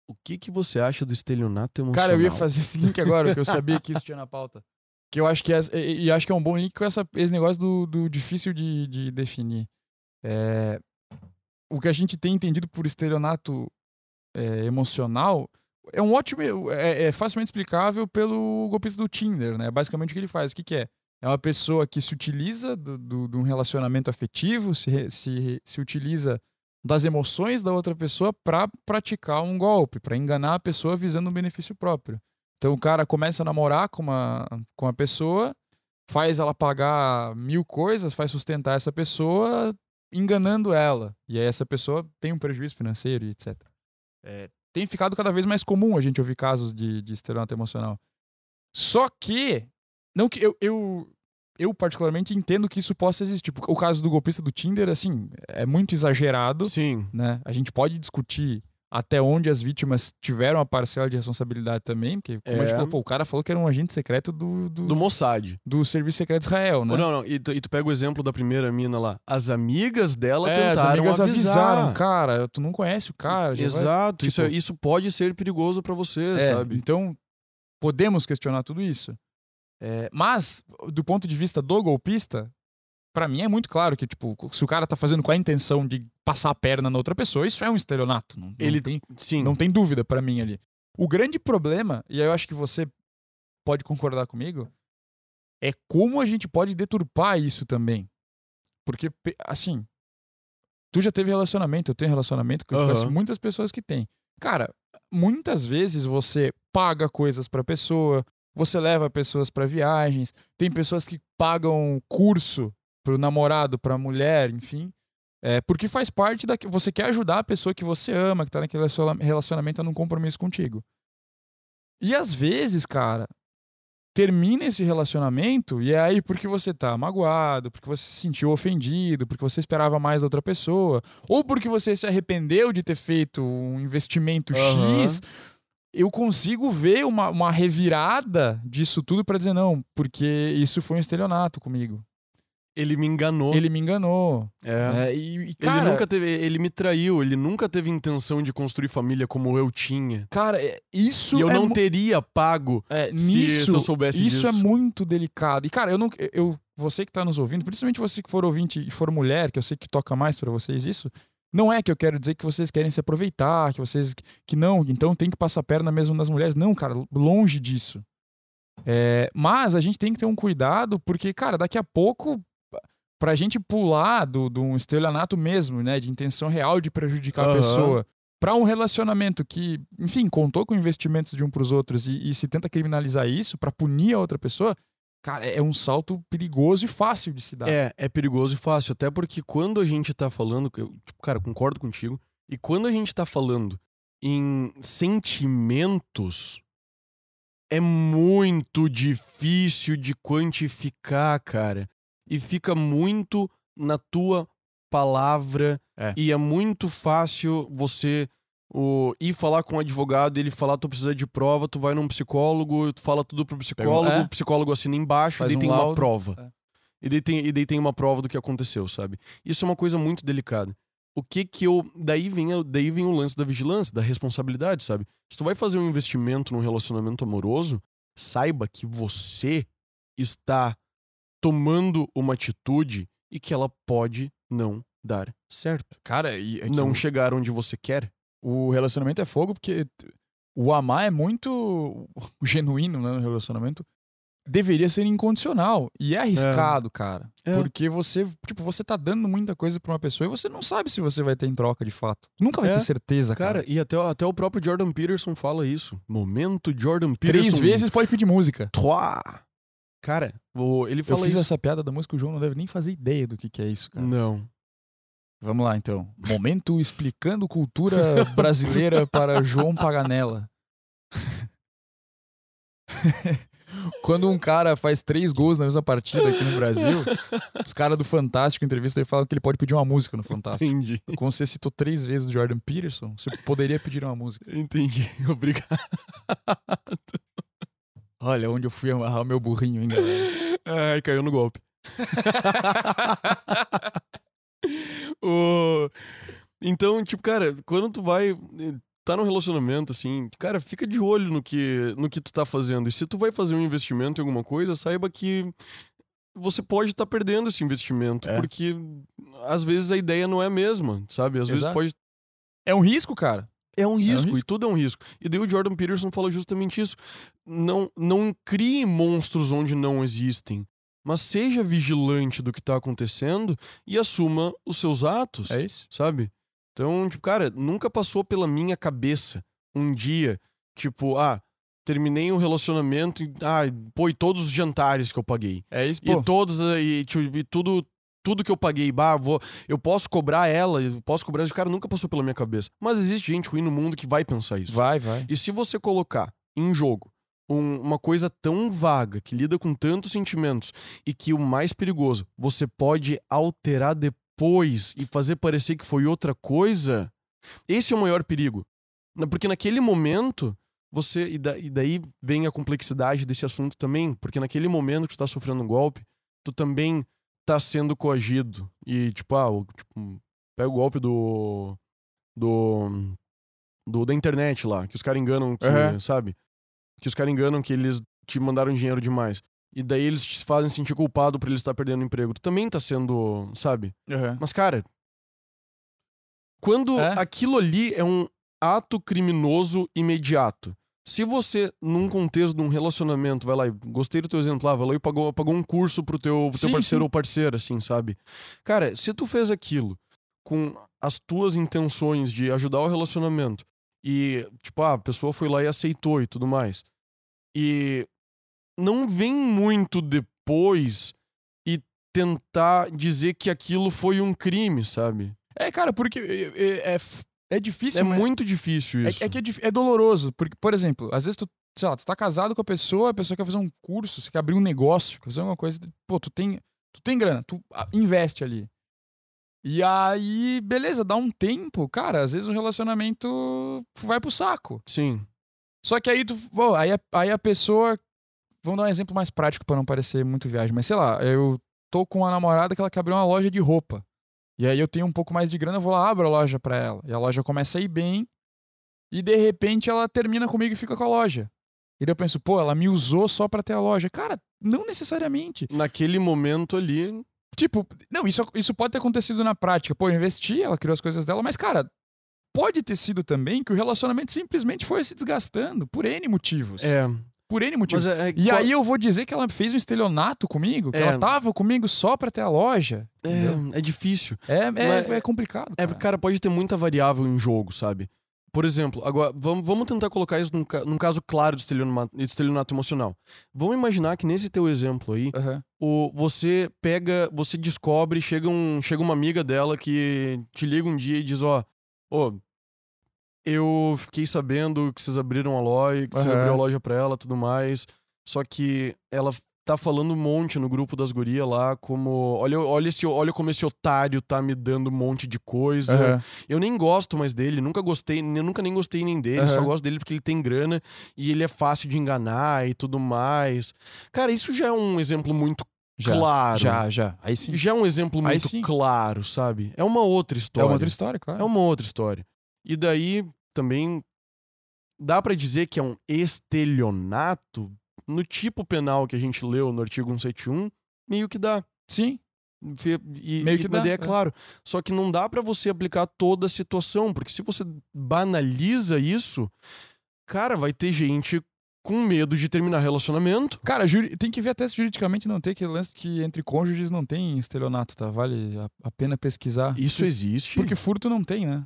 [SPEAKER 2] o que que você acha do estelionato emocional?
[SPEAKER 1] Cara, eu ia fazer esse link agora, porque eu sabia que isso tinha na pauta. Que eu acho que é, e, e acho que é um bom link com essa, esse negócio do, do difícil de, de definir. É, o que a gente tem entendido por estelionato é, emocional é um ótimo. É, é facilmente explicável pelo golpista do Tinder, né? Basicamente o que ele faz. O que, que é? É uma pessoa que se utiliza do- do- de um relacionamento afetivo, se, re- se, se utiliza das emoções da outra pessoa para praticar um golpe, para enganar a pessoa visando um benefício próprio. Então o cara começa a namorar com uma, com uma pessoa, faz ela pagar mil coisas, faz sustentar essa pessoa, enganando ela. E aí essa pessoa tem um prejuízo financeiro e etc. É, tem ficado cada vez mais comum a gente ouvir casos de, de estelionato emocional. Só que, não que eu, eu, eu particularmente entendo que isso possa existir. O caso do golpista do Tinder, assim, é muito exagerado
[SPEAKER 2] Sim,
[SPEAKER 1] né? A gente pode discutir até onde as vítimas tiveram a parcela de responsabilidade também, porque como a
[SPEAKER 2] É.
[SPEAKER 1] gente falou, pô, o cara falou que era um agente secreto do, do,
[SPEAKER 2] Do Mossad.
[SPEAKER 1] do Serviço Secreto de Israel, né?
[SPEAKER 2] Não, não, E, tu, e tu pega o exemplo da primeira mina lá. As amigas dela
[SPEAKER 1] é, as
[SPEAKER 2] tentaram
[SPEAKER 1] amigas
[SPEAKER 2] avisar.
[SPEAKER 1] avisaram, cara, tu não conhece o cara, já vai-
[SPEAKER 2] Exato. isso, é-
[SPEAKER 1] tipo-
[SPEAKER 2] isso pode ser perigoso pra você,
[SPEAKER 1] É,
[SPEAKER 2] sabe?
[SPEAKER 1] Então, podemos questionar tudo isso. É, mas, do ponto de vista do golpista, pra mim é muito claro que, tipo, se o cara tá fazendo com a intenção de passar a perna na outra pessoa, isso é um estelionato. Não, não
[SPEAKER 2] Ele-
[SPEAKER 1] tem,
[SPEAKER 2] Sim.
[SPEAKER 1] não tem dúvida pra mim ali. O grande problema, e aí eu acho que você pode concordar comigo, é como a gente pode deturpar isso também. Porque, pe- assim, tu já teve relacionamento, eu tenho relacionamento, que eu
[SPEAKER 2] Aham.
[SPEAKER 1] conheço muitas pessoas que têm. Cara, muitas vezes você paga coisas pra pessoa, você leva pessoas pra viagens, tem pessoas que pagam curso pro namorado, pra mulher, enfim. É, porque faz parte da. Você quer ajudar a pessoa que você ama, que tá naquele relaciona- relacionamento, a num compromisso contigo. E às vezes, cara, termina esse relacionamento e é aí porque você tá magoado, porque você se sentiu ofendido, porque você esperava mais da outra pessoa, ou porque você se arrependeu de ter feito um investimento
[SPEAKER 2] Aham.
[SPEAKER 1] X, eu consigo ver uma, uma revirada disso tudo pra dizer não, porque isso foi um estelionato comigo.
[SPEAKER 2] Ele me enganou.
[SPEAKER 1] Ele me enganou.
[SPEAKER 2] É.
[SPEAKER 1] É, e, e,
[SPEAKER 2] Ele
[SPEAKER 1] cara,
[SPEAKER 2] nunca teve. Ele me traiu, ele nunca teve intenção de construir família como eu tinha.
[SPEAKER 1] cara, é- isso
[SPEAKER 2] e eu
[SPEAKER 1] é
[SPEAKER 2] não
[SPEAKER 1] mu-
[SPEAKER 2] teria pago
[SPEAKER 1] é,
[SPEAKER 2] se-
[SPEAKER 1] nisso,
[SPEAKER 2] se eu soubesse
[SPEAKER 1] isso
[SPEAKER 2] disso.
[SPEAKER 1] é muito delicado. E, cara, eu não. Eu, você que tá nos ouvindo, principalmente você que for ouvinte e for mulher, que eu sei que toca mais pra vocês isso, não é que eu quero dizer que vocês querem se aproveitar, que vocês. que não, então tem que passar a perna mesmo nas mulheres. Não, cara, longe disso. É, mas a gente tem que ter um cuidado, porque, cara, daqui a pouco. Pra gente pular do, do um estelionato mesmo, né? De intenção real de prejudicar a
[SPEAKER 2] Aham.
[SPEAKER 1] pessoa. Pra um relacionamento que, enfim, contou com investimentos de um pros outros e, e se tenta criminalizar isso pra punir a outra pessoa, cara, é um salto perigoso e fácil de se dar.
[SPEAKER 2] É, é perigoso e fácil, até porque quando a gente tá falando, que eu, tipo, cara, eu concordo contigo, e quando a gente tá falando em sentimentos, é muito difícil de quantificar, cara. E fica muito na tua palavra,
[SPEAKER 1] É.
[SPEAKER 2] e é muito fácil você o, ir falar com um advogado, ele falar tu precisa de prova, tu vai num psicólogo, tu fala tudo pro psicólogo,
[SPEAKER 1] é.
[SPEAKER 2] o psicólogo assina embaixo,
[SPEAKER 1] Faz
[SPEAKER 2] e daí
[SPEAKER 1] um
[SPEAKER 2] tem uma
[SPEAKER 1] laudo.
[SPEAKER 2] prova.
[SPEAKER 1] É.
[SPEAKER 2] E daí, tem, e daí tem uma prova do que aconteceu, sabe? Isso é uma coisa muito delicada. O que que eu. Daí vem, a- daí vem o lance da vigilância, da responsabilidade, sabe? Se tu vai fazer um investimento num relacionamento amoroso, saiba que você está tomando uma atitude e que ela pode não dar certo.
[SPEAKER 1] Cara, e é que
[SPEAKER 2] não
[SPEAKER 1] o-
[SPEAKER 2] chegar onde você quer.
[SPEAKER 1] o relacionamento é fogo porque t- o amar é muito genuíno né, no relacionamento. Deveria ser incondicional e é arriscado, cara.
[SPEAKER 2] É.
[SPEAKER 1] Porque você, tipo, você tá dando muita coisa pra uma pessoa e você não sabe se você vai ter em troca de fato. Nunca vai
[SPEAKER 2] É.
[SPEAKER 1] ter certeza, cara.
[SPEAKER 2] Cara, e até, até o próprio Jordan Peterson fala isso. Momento Jordan Peterson.
[SPEAKER 1] Três vezes pode pedir música.
[SPEAKER 2] Trois. Cara, o- ele
[SPEAKER 1] Eu
[SPEAKER 2] fala
[SPEAKER 1] fiz
[SPEAKER 2] isso.
[SPEAKER 1] essa piada da música, o João não deve nem fazer ideia do que, que é isso, cara.
[SPEAKER 2] Não.
[SPEAKER 1] Vamos lá, então. Momento explicando cultura brasileira para João Paganella. Quando um cara faz três gols na mesma partida aqui no Brasil, os caras do Fantástico, em entrevista, ele fala que ele pode pedir uma música no Fantástico.
[SPEAKER 2] Entendi.
[SPEAKER 1] Como você citou três vezes o Jordan Peterson, você poderia pedir uma música.
[SPEAKER 2] Entendi. Obrigado.
[SPEAKER 1] Olha onde eu fui amarrar o meu burrinho, hein, galera.
[SPEAKER 2] Ai, caiu no golpe. O- Então, tipo, cara, quando tu vai. eh, Tá num relacionamento, assim, cara, fica de olho no que, no que tu tá fazendo. E se tu vai fazer um investimento em alguma coisa, saiba que você pode estar perdendo esse investimento.
[SPEAKER 1] É.
[SPEAKER 2] Porque às vezes a ideia não é a mesma, sabe? Às vezes
[SPEAKER 1] Exato.
[SPEAKER 2] pode
[SPEAKER 1] É um risco, cara.
[SPEAKER 2] É um risco, e
[SPEAKER 1] risco.
[SPEAKER 2] tudo é um risco. E daí o Jordan Peterson fala justamente isso. Não, não crie monstros onde não existem, mas seja vigilante do que tá acontecendo e assuma os seus atos,
[SPEAKER 1] É isso?
[SPEAKER 2] sabe? Então, tipo, cara, nunca passou pela minha cabeça um dia, tipo, ah, terminei um relacionamento e, ah, pô, e todos os jantares que eu paguei.
[SPEAKER 1] É isso,
[SPEAKER 2] E todos, e, tipo, e tudo, tudo que eu paguei, bah, vou, eu posso cobrar ela, eu posso cobrar esse cara, nunca passou pela minha cabeça. Mas existe gente ruim no mundo que vai pensar isso.
[SPEAKER 1] Vai, vai.
[SPEAKER 2] E se você colocar em jogo um- uma coisa tão vaga, que lida com tantos sentimentos, e que o mais perigoso, você pode alterar depois e fazer parecer que foi outra coisa, esse é o maior perigo. Na- Porque naquele momento, você. E, da- e daí vem a complexidade desse assunto também, porque naquele momento que tu tá sofrendo um golpe, tu também tá sendo coagido. E, tipo, ah, o- tipo, pega o golpe do. do. do- da internet lá, que os caras enganam, que,
[SPEAKER 1] Aham.
[SPEAKER 2] sabe? Que os caras enganam que eles te mandaram dinheiro demais. E daí eles te fazem sentir culpado por eles estar perdendo o emprego. Tu também tá sendo, sabe?
[SPEAKER 1] Aham.
[SPEAKER 2] Mas, cara, quando
[SPEAKER 1] É?
[SPEAKER 2] aquilo ali é um ato criminoso imediato. Se você, num contexto de um relacionamento, vai lá e gostei do teu exemplo lá, vai lá e pagou, pagou um curso pro teu, pro teu
[SPEAKER 1] Sim,
[SPEAKER 2] parceiro
[SPEAKER 1] sim.
[SPEAKER 2] ou parceira, assim, sabe? Cara, se tu fez aquilo com as tuas intenções de ajudar o relacionamento e, tipo, ah, a pessoa foi lá e aceitou e tudo mais, e não vem muito depois e tentar dizer que aquilo foi um crime, sabe?
[SPEAKER 1] É, cara, porque é, é, é f- é difícil.
[SPEAKER 2] é
[SPEAKER 1] mas-
[SPEAKER 2] muito difícil isso.
[SPEAKER 1] É, é que é, dif- é doloroso. Porque, por exemplo, às vezes tu, sei lá, tu tá casado com a pessoa, a pessoa quer fazer um curso, você quer abrir um negócio, quer fazer alguma coisa. Pô, tu tem, tu tem grana, tu ah, investe ali. E aí, beleza, dá um tempo, cara, às vezes o relacionamento vai pro saco.
[SPEAKER 2] Sim.
[SPEAKER 1] Só que aí tu. pô, aí, a, aí a pessoa. Vamos dar um exemplo mais prático pra não parecer muito viagem. Mas sei lá, eu tô com uma namorada que ela quer abrir uma loja de roupa. E aí eu tenho um pouco mais de grana, eu vou lá, abro a loja pra ela. E a loja começa a ir bem. E de repente ela termina comigo e fica com a loja. E daí eu penso, pô, ela me usou só pra ter a loja. Cara, não necessariamente.
[SPEAKER 2] Naquele momento ali.
[SPEAKER 1] Tipo, não, isso, isso pode ter acontecido na prática. Pô, eu investi, ela criou as coisas dela, mas, cara, pode ter sido também que o relacionamento simplesmente foi se desgastando por N motivos.
[SPEAKER 2] É.
[SPEAKER 1] Por N motivos.
[SPEAKER 2] Mas é, é-
[SPEAKER 1] tipo, E
[SPEAKER 2] qual-
[SPEAKER 1] aí eu vou dizer que ela fez um estelionato comigo, que
[SPEAKER 2] É.
[SPEAKER 1] ela tava comigo só pra ter a loja. entendeu?
[SPEAKER 2] É, é difícil.
[SPEAKER 1] É, é,
[SPEAKER 2] Mas-
[SPEAKER 1] é complicado.
[SPEAKER 2] É,
[SPEAKER 1] cara.
[SPEAKER 2] cara, pode ter muita variável em jogo, sabe? Por exemplo, agora, vamos, vamos tentar colocar isso num, ca- num caso claro de estelionato, de estelionato emocional. Vamos imaginar que nesse teu exemplo aí,
[SPEAKER 1] Aham.
[SPEAKER 2] o, você pega, você descobre, chega, um, chega uma amiga dela que te liga um dia e diz, ó, ô, eu fiquei sabendo que vocês abriram a loja, que você
[SPEAKER 1] Aham.
[SPEAKER 2] abriu a loja pra ela e tudo mais, só que ela tá falando um monte no grupo das gurias lá, como, olha, olha, esse, olha como esse otário tá me dando um monte de coisa,
[SPEAKER 1] Aham.
[SPEAKER 2] eu nem gosto mais dele, nunca gostei, eu nunca nem gostei nem dele, só
[SPEAKER 1] Aham.
[SPEAKER 2] gosto dele porque ele tem grana e ele é fácil de enganar e tudo mais. Cara, isso já é um exemplo muito
[SPEAKER 1] Já,
[SPEAKER 2] claro.
[SPEAKER 1] Já, já. Aí sim.
[SPEAKER 2] Já é um exemplo
[SPEAKER 1] Aí
[SPEAKER 2] muito
[SPEAKER 1] sim.
[SPEAKER 2] claro, sabe? É uma outra
[SPEAKER 1] É
[SPEAKER 2] história.
[SPEAKER 1] uma outra história, claro.
[SPEAKER 2] É uma outra história. E daí também dá pra dizer que é um estelionato no tipo penal que a gente leu no artigo 171, meio que dá.
[SPEAKER 1] Sim.
[SPEAKER 2] Fe- E,
[SPEAKER 1] Meio
[SPEAKER 2] e-
[SPEAKER 1] que
[SPEAKER 2] mas
[SPEAKER 1] dá,
[SPEAKER 2] daí é
[SPEAKER 1] é.
[SPEAKER 2] claro. Só que não dá pra você aplicar toda a situação, porque se você banaliza isso, cara, vai ter gente com medo de terminar relacionamento.
[SPEAKER 1] Cara, juri- tem que ver até se juridicamente não tem aquele lance que entre cônjuges não tem estelionato, tá? Vale a, a pena pesquisar.
[SPEAKER 2] Isso existe.
[SPEAKER 1] Porque furto não tem, né?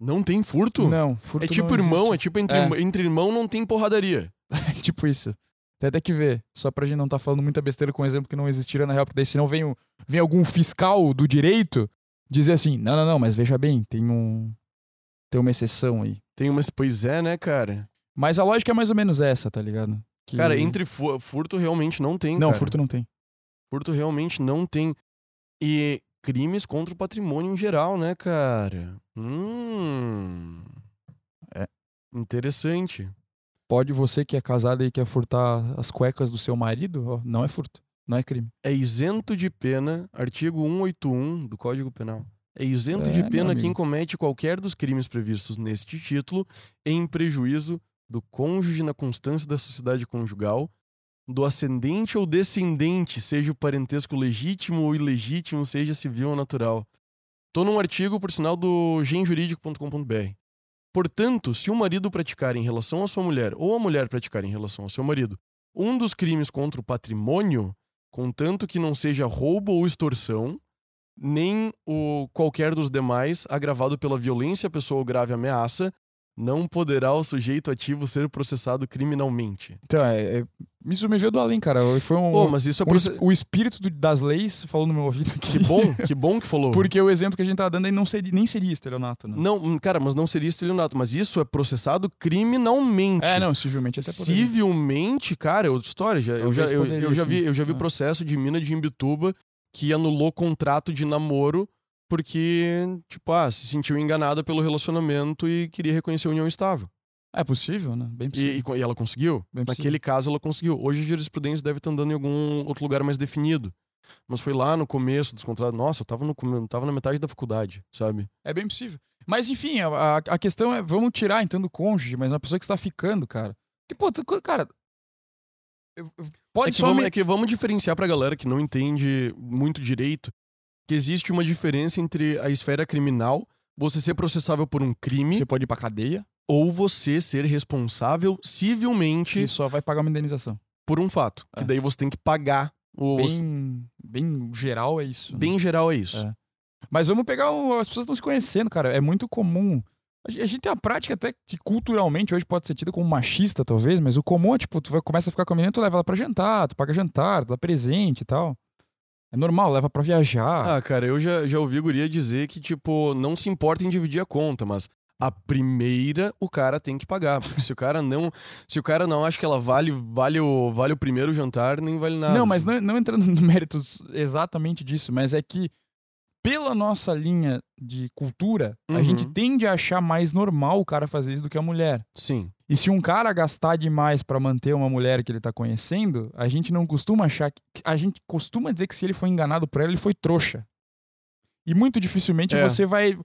[SPEAKER 2] não tem furto.
[SPEAKER 1] Não, furto
[SPEAKER 2] é tipo
[SPEAKER 1] não
[SPEAKER 2] irmão,
[SPEAKER 1] existe.
[SPEAKER 2] é tipo entre,
[SPEAKER 1] É.
[SPEAKER 2] entre irmão não tem porradaria.
[SPEAKER 1] É tipo isso. Tem até que ver. Só pra gente não tá falando muita besteira com um exemplo que não existiria na real, porque daí senão vem, o- vem algum fiscal do direito dizer assim: não, não, não, mas veja bem, tem um. Tem uma exceção aí.
[SPEAKER 2] Tem umas, pois é, né, cara?
[SPEAKER 1] Mas a lógica é mais ou menos essa, tá ligado? Que-
[SPEAKER 2] Cara, entre fu- furto realmente não tem.
[SPEAKER 1] Não,
[SPEAKER 2] cara.
[SPEAKER 1] furto não tem.
[SPEAKER 2] Furto realmente não tem. E crimes contra o patrimônio em geral, né, cara? Hum.
[SPEAKER 1] É.
[SPEAKER 2] Interessante.
[SPEAKER 1] Pode você que é casado e quer furtar as cuecas do seu marido, ó, não é furto. Não é crime.
[SPEAKER 2] É isento de pena, artigo 181 do Código Penal. É isento
[SPEAKER 1] É,
[SPEAKER 2] de
[SPEAKER 1] meu
[SPEAKER 2] pena
[SPEAKER 1] amigo.
[SPEAKER 2] quem comete qualquer dos crimes previstos neste título em prejuízo do cônjuge na constância da sociedade conjugal, do ascendente ou descendente, seja o parentesco legítimo ou ilegítimo, seja civil ou natural. Tô num artigo, por sinal, do genjurídico.com.br. Portanto, se o marido praticar em relação à sua mulher ou a mulher praticar em relação ao seu marido um dos crimes contra o patrimônio, contanto que não seja roubo ou extorsão, nem o qualquer dos demais agravado pela violência, pessoa ou grave ameaça, não poderá o sujeito ativo ser processado criminalmente.
[SPEAKER 1] Então, é, é- isso me veio do além, cara. Foi um.
[SPEAKER 2] Pô, mas isso é
[SPEAKER 1] um es-
[SPEAKER 2] proce-
[SPEAKER 1] O espírito do- das leis falou no meu ouvido aqui.
[SPEAKER 2] que bom, que bom que falou.
[SPEAKER 1] Porque o exemplo que a gente tá dando aí não seria, nem seria estelionato, né?
[SPEAKER 2] Não, hum, cara, mas não seria estelionato, mas isso é processado criminalmente.
[SPEAKER 1] É, não, civilmente até poderia.
[SPEAKER 2] Civilmente, cara, é outra história. Já, eu,
[SPEAKER 1] Talvez
[SPEAKER 2] já, eu,
[SPEAKER 1] poderia,
[SPEAKER 2] eu já vi,
[SPEAKER 1] sim.
[SPEAKER 2] eu já vi
[SPEAKER 1] É.
[SPEAKER 2] processo de mina de Imbituba que anulou contrato de namoro porque, tipo, ah, se sentiu enganada pelo relacionamento e queria reconhecer a união estável.
[SPEAKER 1] É possível, né? Bem possível.
[SPEAKER 2] E, e co- e ela conseguiu?
[SPEAKER 1] Bem possível.
[SPEAKER 2] Naquele caso, ela conseguiu. Hoje a jurisprudência deve estar andando em algum outro lugar mais definido. Mas foi lá no começo dos contratos. Nossa, eu tava, no, come- tava na metade da faculdade, sabe?
[SPEAKER 1] É bem possível. Mas enfim, a, a- a questão é, vamos tirar então do cônjuge, mas uma pessoa que está ficando, cara. Porque, pô, tu- cara. eu- eu-
[SPEAKER 2] É
[SPEAKER 1] pode
[SPEAKER 2] que,
[SPEAKER 1] só
[SPEAKER 2] vamos,
[SPEAKER 1] me-
[SPEAKER 2] é que vamos diferenciar pra galera que não entende muito direito que existe uma diferença entre a esfera criminal, você ser processável por um crime,
[SPEAKER 1] Você pode ir pra cadeia
[SPEAKER 2] ou você ser responsável civilmente
[SPEAKER 1] e só vai pagar uma indenização.
[SPEAKER 2] por um fato.
[SPEAKER 1] É.
[SPEAKER 2] Que daí você tem que pagar. O...
[SPEAKER 1] Bem, bem geral é isso. né?
[SPEAKER 2] bem geral é isso.
[SPEAKER 1] É. Mas vamos pegar. o- as pessoas estão se conhecendo, cara. É muito comum. A gen- a gente tem uma prática até que culturalmente hoje pode ser tida como machista, talvez, mas o comum é, tipo, tu vai, começa a ficar com a menina, tu leva ela pra jantar, tu paga jantar, tu dá presente e tal. É normal, leva pra viajar.
[SPEAKER 2] Ah, cara, eu já, já ouvi guria dizer que, tipo, não se importa em dividir a conta, mas a primeira o cara tem que pagar. Porque se o cara não. Se o cara não acha que ela vale, vale, o, vale o primeiro jantar, nem vale nada.
[SPEAKER 1] Não, mas
[SPEAKER 2] assim.
[SPEAKER 1] não, não entrando no mérito s- exatamente disso, mas é que pela nossa linha de cultura, a
[SPEAKER 2] Uhum.
[SPEAKER 1] gente tende a achar mais normal o cara fazer isso do que a mulher.
[SPEAKER 2] Sim.
[SPEAKER 1] E se um cara gastar demais pra manter uma mulher que ele tá conhecendo, a gente não costuma achar que a gente costuma dizer que se ele foi enganado por ela, ele foi trouxa. E muito dificilmente
[SPEAKER 2] É.
[SPEAKER 1] você vai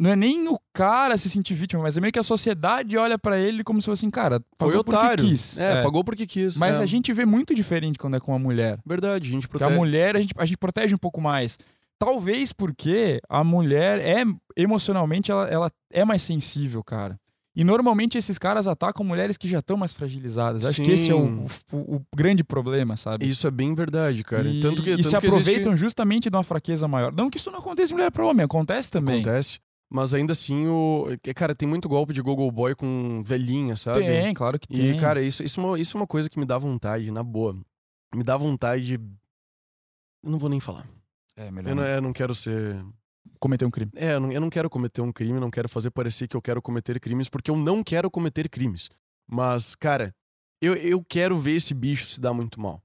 [SPEAKER 1] não é nem o cara se sentir vítima, mas é meio que a sociedade olha pra ele como se fosse assim, cara,
[SPEAKER 2] Foi
[SPEAKER 1] pagou
[SPEAKER 2] otário.
[SPEAKER 1] porque quis.
[SPEAKER 2] É,
[SPEAKER 1] É.
[SPEAKER 2] pagou porque quis.
[SPEAKER 1] Mas
[SPEAKER 2] é.
[SPEAKER 1] a gente vê muito diferente quando é com uma mulher.
[SPEAKER 2] Verdade, a gente
[SPEAKER 1] Porque
[SPEAKER 2] protege.
[SPEAKER 1] a mulher a gente, a gente protege um pouco mais. Talvez porque a mulher é emocionalmente ela, ela é mais sensível, cara. E normalmente esses caras atacam mulheres que já estão mais fragilizadas. Acho que esse é o, o- o grande problema, sabe?
[SPEAKER 2] Isso é bem verdade, cara.
[SPEAKER 1] E,
[SPEAKER 2] tanto que,
[SPEAKER 1] e
[SPEAKER 2] tanto
[SPEAKER 1] se
[SPEAKER 2] que existe- um
[SPEAKER 1] aproveitam justamente de uma fraqueza maior. Não que isso não aconteça de mulher para homem, acontece também.
[SPEAKER 2] Acontece. Mas ainda assim, o... é, cara, tem muito golpe de Google Boy com velhinha, sabe?
[SPEAKER 1] Tem, claro que tem.
[SPEAKER 2] E, cara, isso, isso, é uma, isso é uma coisa que me dá vontade, na boa. Me dá vontade de. Eu não vou nem falar.
[SPEAKER 1] é melhor
[SPEAKER 2] Eu não, eu não quero ser.
[SPEAKER 1] cometer um crime.
[SPEAKER 2] É, eu não, eu não quero cometer um crime, não quero fazer parecer que eu quero cometer crimes, porque eu não quero cometer crimes. Mas, cara, eu, eu quero ver esse bicho se dar muito mal.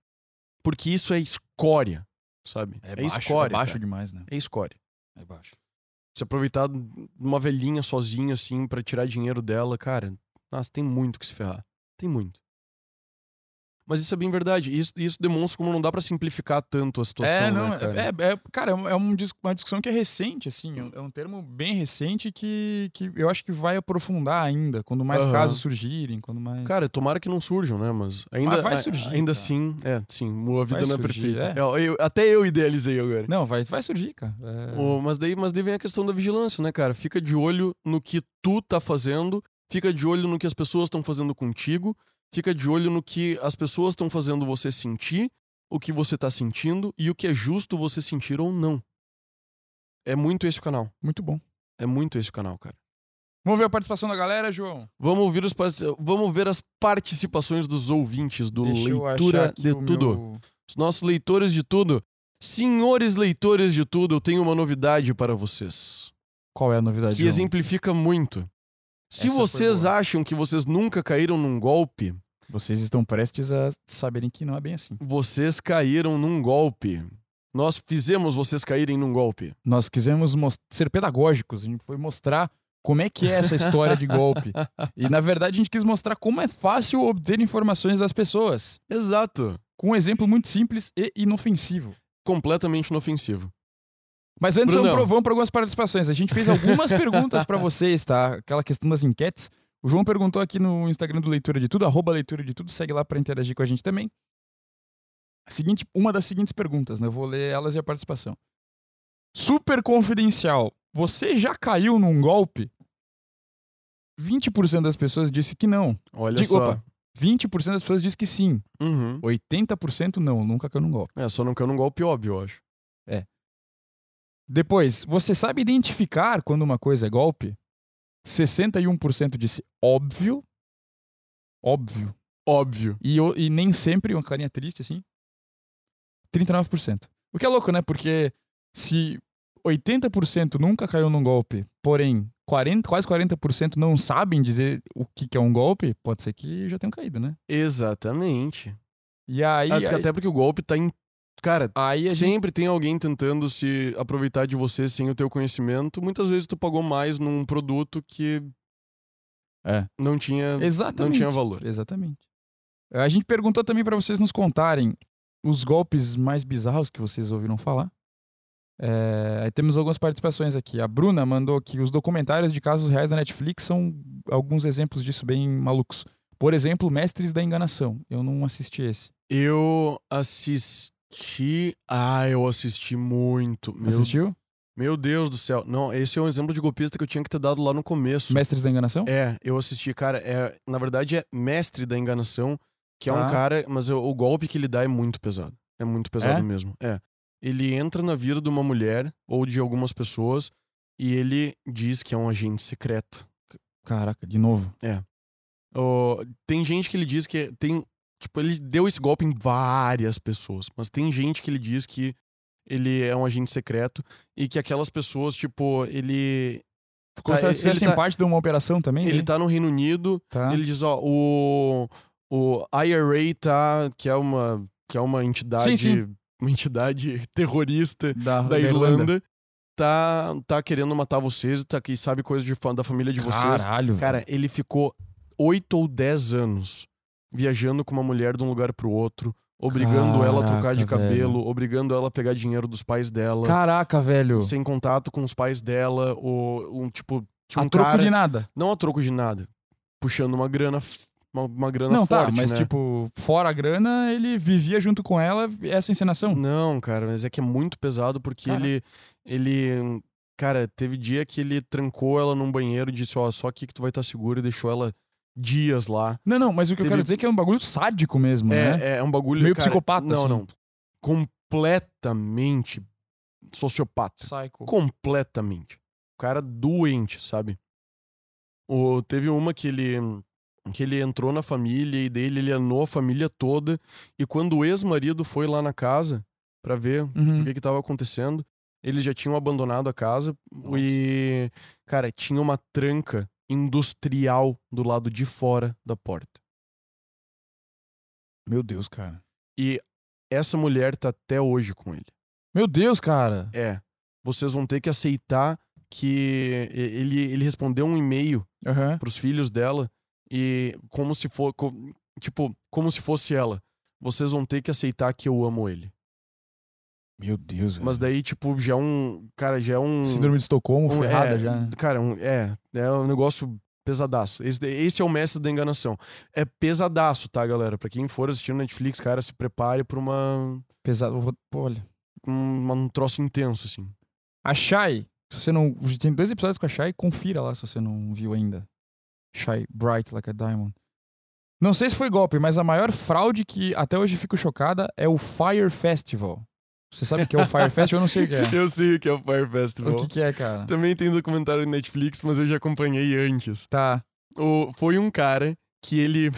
[SPEAKER 2] Porque isso é escória, sabe? escória.
[SPEAKER 1] é baixo
[SPEAKER 2] cara.
[SPEAKER 1] demais, né?
[SPEAKER 2] É escória.
[SPEAKER 1] É baixo.
[SPEAKER 2] Se aproveitar de uma velhinha sozinha, assim, pra tirar dinheiro dela, cara, nossa, tem muito que se ferrar. Tem muito. Mas isso é bem verdade. Isso, isso demonstra como não dá pra simplificar tanto a situação.
[SPEAKER 1] É, não,
[SPEAKER 2] né, cara?
[SPEAKER 1] é, é- cara, é, um- é um dis- uma discussão que é recente, assim, é um- é um termo bem recente que, que eu acho que vai aprofundar ainda, quando mais
[SPEAKER 2] Aham.
[SPEAKER 1] casos surgirem, quando mais...
[SPEAKER 2] Cara, tomara que não surjam, né? Mas ainda,
[SPEAKER 1] Mas vai
[SPEAKER 2] a-
[SPEAKER 1] surgir,
[SPEAKER 2] ainda
[SPEAKER 1] cara.
[SPEAKER 2] assim, é, sim, a vida
[SPEAKER 1] Vai
[SPEAKER 2] não é
[SPEAKER 1] surgir, é.
[SPEAKER 2] perfeita. Eu- eu- até eu idealizei agora.
[SPEAKER 1] Não, vai, vai surgir, cara. É,
[SPEAKER 2] Ô, mas, daí, mas daí vem a questão da vigilância, né, cara? Fica de olho no que tu tá fazendo, fica de olho no que as pessoas estão fazendo contigo, fica de olho no que as pessoas estão fazendo você sentir, o que você tá sentindo e o que é justo você sentir ou não. É muito esse o canal.
[SPEAKER 1] Muito bom.
[SPEAKER 2] É muito esse o canal, cara.
[SPEAKER 1] Vamos ver a participação da galera, João?
[SPEAKER 2] Vamos, ouvir os parti- Vamos ver as participações dos ouvintes do
[SPEAKER 1] Deixa eu achar
[SPEAKER 2] Leitura
[SPEAKER 1] aqui
[SPEAKER 2] de
[SPEAKER 1] o
[SPEAKER 2] Tudo.
[SPEAKER 1] meu-
[SPEAKER 2] Os nossos leitores de tudo. Senhores leitores de tudo, eu tenho uma novidade para vocês.
[SPEAKER 1] Qual é a novidade,
[SPEAKER 2] que assim-
[SPEAKER 1] João?
[SPEAKER 2] exemplifica muito. Se
[SPEAKER 1] Essa foi
[SPEAKER 2] vocês
[SPEAKER 1] boa.
[SPEAKER 2] acham que vocês nunca caíram num golpe,
[SPEAKER 1] Vocês estão prestes a saberem que não é bem assim.
[SPEAKER 2] vocês caíram num golpe. Nós fizemos vocês caírem num golpe.
[SPEAKER 1] Nós quisemos mos- ser pedagógicos, a gente foi mostrar como é que é essa história de golpe. E, na verdade, a gente quis mostrar como é fácil obter informações das pessoas.
[SPEAKER 2] Exato.
[SPEAKER 1] com um exemplo muito simples e inofensivo.
[SPEAKER 2] Completamente inofensivo.
[SPEAKER 1] Mas antes
[SPEAKER 2] Brunão.
[SPEAKER 1] vamos pro- vamos para algumas participações. A gente fez algumas perguntas para vocês, tá? Aquela questão das enquetes. O João perguntou aqui no Instagram do Leitura de Tudo, arroba Leitura de Tudo, segue lá para interagir com a gente também. A seguinte, uma das seguintes perguntas, né? Eu vou ler elas e a participação. Super confidencial. Você já caiu num golpe? 20% das pessoas disse que não.
[SPEAKER 2] Olha
[SPEAKER 1] Digo,
[SPEAKER 2] só.
[SPEAKER 1] opa, 20% das pessoas disse que sim.
[SPEAKER 2] Uhum.
[SPEAKER 1] 80% não, nunca caiu num golpe.
[SPEAKER 2] É, só não caiu num golpe óbvio, eu acho.
[SPEAKER 1] Depois, você sabe identificar quando uma coisa é golpe? 61% disse óbvio. Óbvio.
[SPEAKER 2] Óbvio.
[SPEAKER 1] E, o- e nem sempre, uma carinha triste assim. 39%. O que é louco, né? Porque se 80% nunca caiu num golpe, porém 40, quase 40% não sabem dizer o que, que é um golpe, pode ser que já tenham caído, né?
[SPEAKER 2] Exatamente.
[SPEAKER 1] E aí.
[SPEAKER 2] Até-
[SPEAKER 1] aí-
[SPEAKER 2] Até porque o golpe tá em Cara,
[SPEAKER 3] Aí a gente.
[SPEAKER 2] sempre tem alguém tentando se aproveitar de você sem o teu conhecimento. Muitas vezes tu pagou mais num produto que
[SPEAKER 1] É.
[SPEAKER 2] não tinha, não
[SPEAKER 1] Exatamente.
[SPEAKER 2] tinha valor.
[SPEAKER 1] Exatamente. A gente perguntou também pra vocês nos contarem os golpes mais bizarros que vocês ouviram falar. É, aí temos algumas participações aqui. A Bruna mandou que os documentários de casos reais da Netflix são alguns exemplos disso bem malucos. Por exemplo, Mestres da Enganação. Eu não assisti esse.
[SPEAKER 2] Eu assisti. Ah, eu assisti muito. Meu,
[SPEAKER 1] Assistiu?
[SPEAKER 2] meu Deus do céu. Não, esse é um exemplo de golpista que eu tinha que ter dado lá no começo.
[SPEAKER 1] Mestres da Enganação?
[SPEAKER 2] É, eu assisti, cara, é, na verdade é mestre da enganação, que é um
[SPEAKER 1] Tá.
[SPEAKER 2] cara, mas o, o golpe que ele dá é muito pesado. É muito pesado
[SPEAKER 1] É?
[SPEAKER 2] mesmo. É. Ele entra na vida de uma mulher ou de algumas pessoas e ele diz que é um agente secreto.
[SPEAKER 1] Caraca, de novo.
[SPEAKER 2] Ó, tem gente que ele diz que tem, tipo, ele deu esse golpe em várias pessoas, mas tem gente que ele diz que ele é um agente secreto e que aquelas pessoas, tipo, ele
[SPEAKER 1] Como
[SPEAKER 2] Tá,
[SPEAKER 1] se elas
[SPEAKER 2] ele- ele
[SPEAKER 1] fizessem
[SPEAKER 2] tá-
[SPEAKER 1] parte de uma operação também?
[SPEAKER 2] ele
[SPEAKER 1] né?
[SPEAKER 2] tá no Reino Unido
[SPEAKER 1] Tá.
[SPEAKER 2] Ele diz, ó, o, o IRA tá, que é uma, que é uma entidade,
[SPEAKER 1] Sim, sim. Ah,
[SPEAKER 2] uma entidade terrorista
[SPEAKER 1] Da,
[SPEAKER 2] da, Irlanda, tá tá querendo matar vocês, tá que sabe coisa de fa- da família de vocês.
[SPEAKER 1] Caralho.
[SPEAKER 2] Cara, ele ficou 8 ou 10 anos viajando com uma mulher de um lugar pro outro, obrigando ela a trocar de
[SPEAKER 1] Caraca,
[SPEAKER 2] cabelo, obrigando ela a pegar dinheiro dos pais dela,
[SPEAKER 1] Caraca, velho.
[SPEAKER 2] sem contato com os pais dela, ou um tipo, tinha um
[SPEAKER 1] a troco
[SPEAKER 2] cara
[SPEAKER 1] de nada.
[SPEAKER 2] não a troco de nada, puxando uma grana, f- uma, uma grana
[SPEAKER 1] Não,
[SPEAKER 2] forte,
[SPEAKER 1] tá, mas
[SPEAKER 2] né?
[SPEAKER 1] tipo, fora a grana, ele vivia junto com ela essa encenação.
[SPEAKER 2] Não, cara, mas é que é muito pesado porque
[SPEAKER 1] Caraca.
[SPEAKER 2] ele ele cara, teve dia que ele trancou ela num banheiro e disse, ó, só aqui que tu vai estar seguro e deixou ela dias lá.
[SPEAKER 1] Não, não, mas o que eu
[SPEAKER 2] Teve-
[SPEAKER 1] quero dizer é que é um bagulho sádico mesmo,
[SPEAKER 2] é,
[SPEAKER 1] né?
[SPEAKER 2] é, é um bagulho
[SPEAKER 1] Meio
[SPEAKER 2] cara,
[SPEAKER 1] psicopata,
[SPEAKER 2] Não,
[SPEAKER 1] assim.
[SPEAKER 2] não. Completamente sociopata.
[SPEAKER 1] Psycho.
[SPEAKER 2] completamente. O cara doente, sabe? O, teve uma que ele que ele entrou na família e dele ele anou a família toda e quando o ex-marido foi lá na casa pra ver o
[SPEAKER 1] Uhum.
[SPEAKER 2] que que tava acontecendo, eles já tinham abandonado a casa e cara, tinha uma tranca industrial do lado de fora da porta.
[SPEAKER 1] Meu Deus, cara.
[SPEAKER 2] Essa mulher tá até hoje com ele.
[SPEAKER 1] Meu Deus, cara.
[SPEAKER 2] É, vocês vão ter que aceitar que e- ele ele respondeu um e-mail
[SPEAKER 1] Aham.
[SPEAKER 2] pros filhos dela e como se for co- tipo, como se fosse ela. Vocês vão ter que aceitar que eu amo ele.
[SPEAKER 1] Meu Deus, velho.
[SPEAKER 2] Mas daí tipo já é um, cara, já é um
[SPEAKER 1] Síndrome de Estocolmo,
[SPEAKER 2] um-
[SPEAKER 1] ferrada
[SPEAKER 2] é,
[SPEAKER 1] já. né?
[SPEAKER 2] Cara, um- é, é um negócio pesadaço. Esse, da- esse é o mestre da enganação. É pesadaço, tá, galera? Pra quem for assistir no Netflix, cara, se prepare pra uma
[SPEAKER 1] Pesado. Eu vou- Pô, olha.
[SPEAKER 2] um, um troço intenso assim.
[SPEAKER 1] A Shai, se você não. Tem dois episódios com a Shai, confira lá se você não viu ainda. Shai Bright Like a Diamond. Não sei se foi golpe, mas a maior fraude que até hoje fico chocada é o Fire Festival. Você sabe o que é o Fire Festival? Eu não sei o que é.
[SPEAKER 2] Eu sei o que é o Fire Festival.
[SPEAKER 1] O que, que é, cara?
[SPEAKER 2] Também tem documentário no Netflix, mas eu já acompanhei antes.
[SPEAKER 1] Tá.
[SPEAKER 2] O- foi um cara que ele.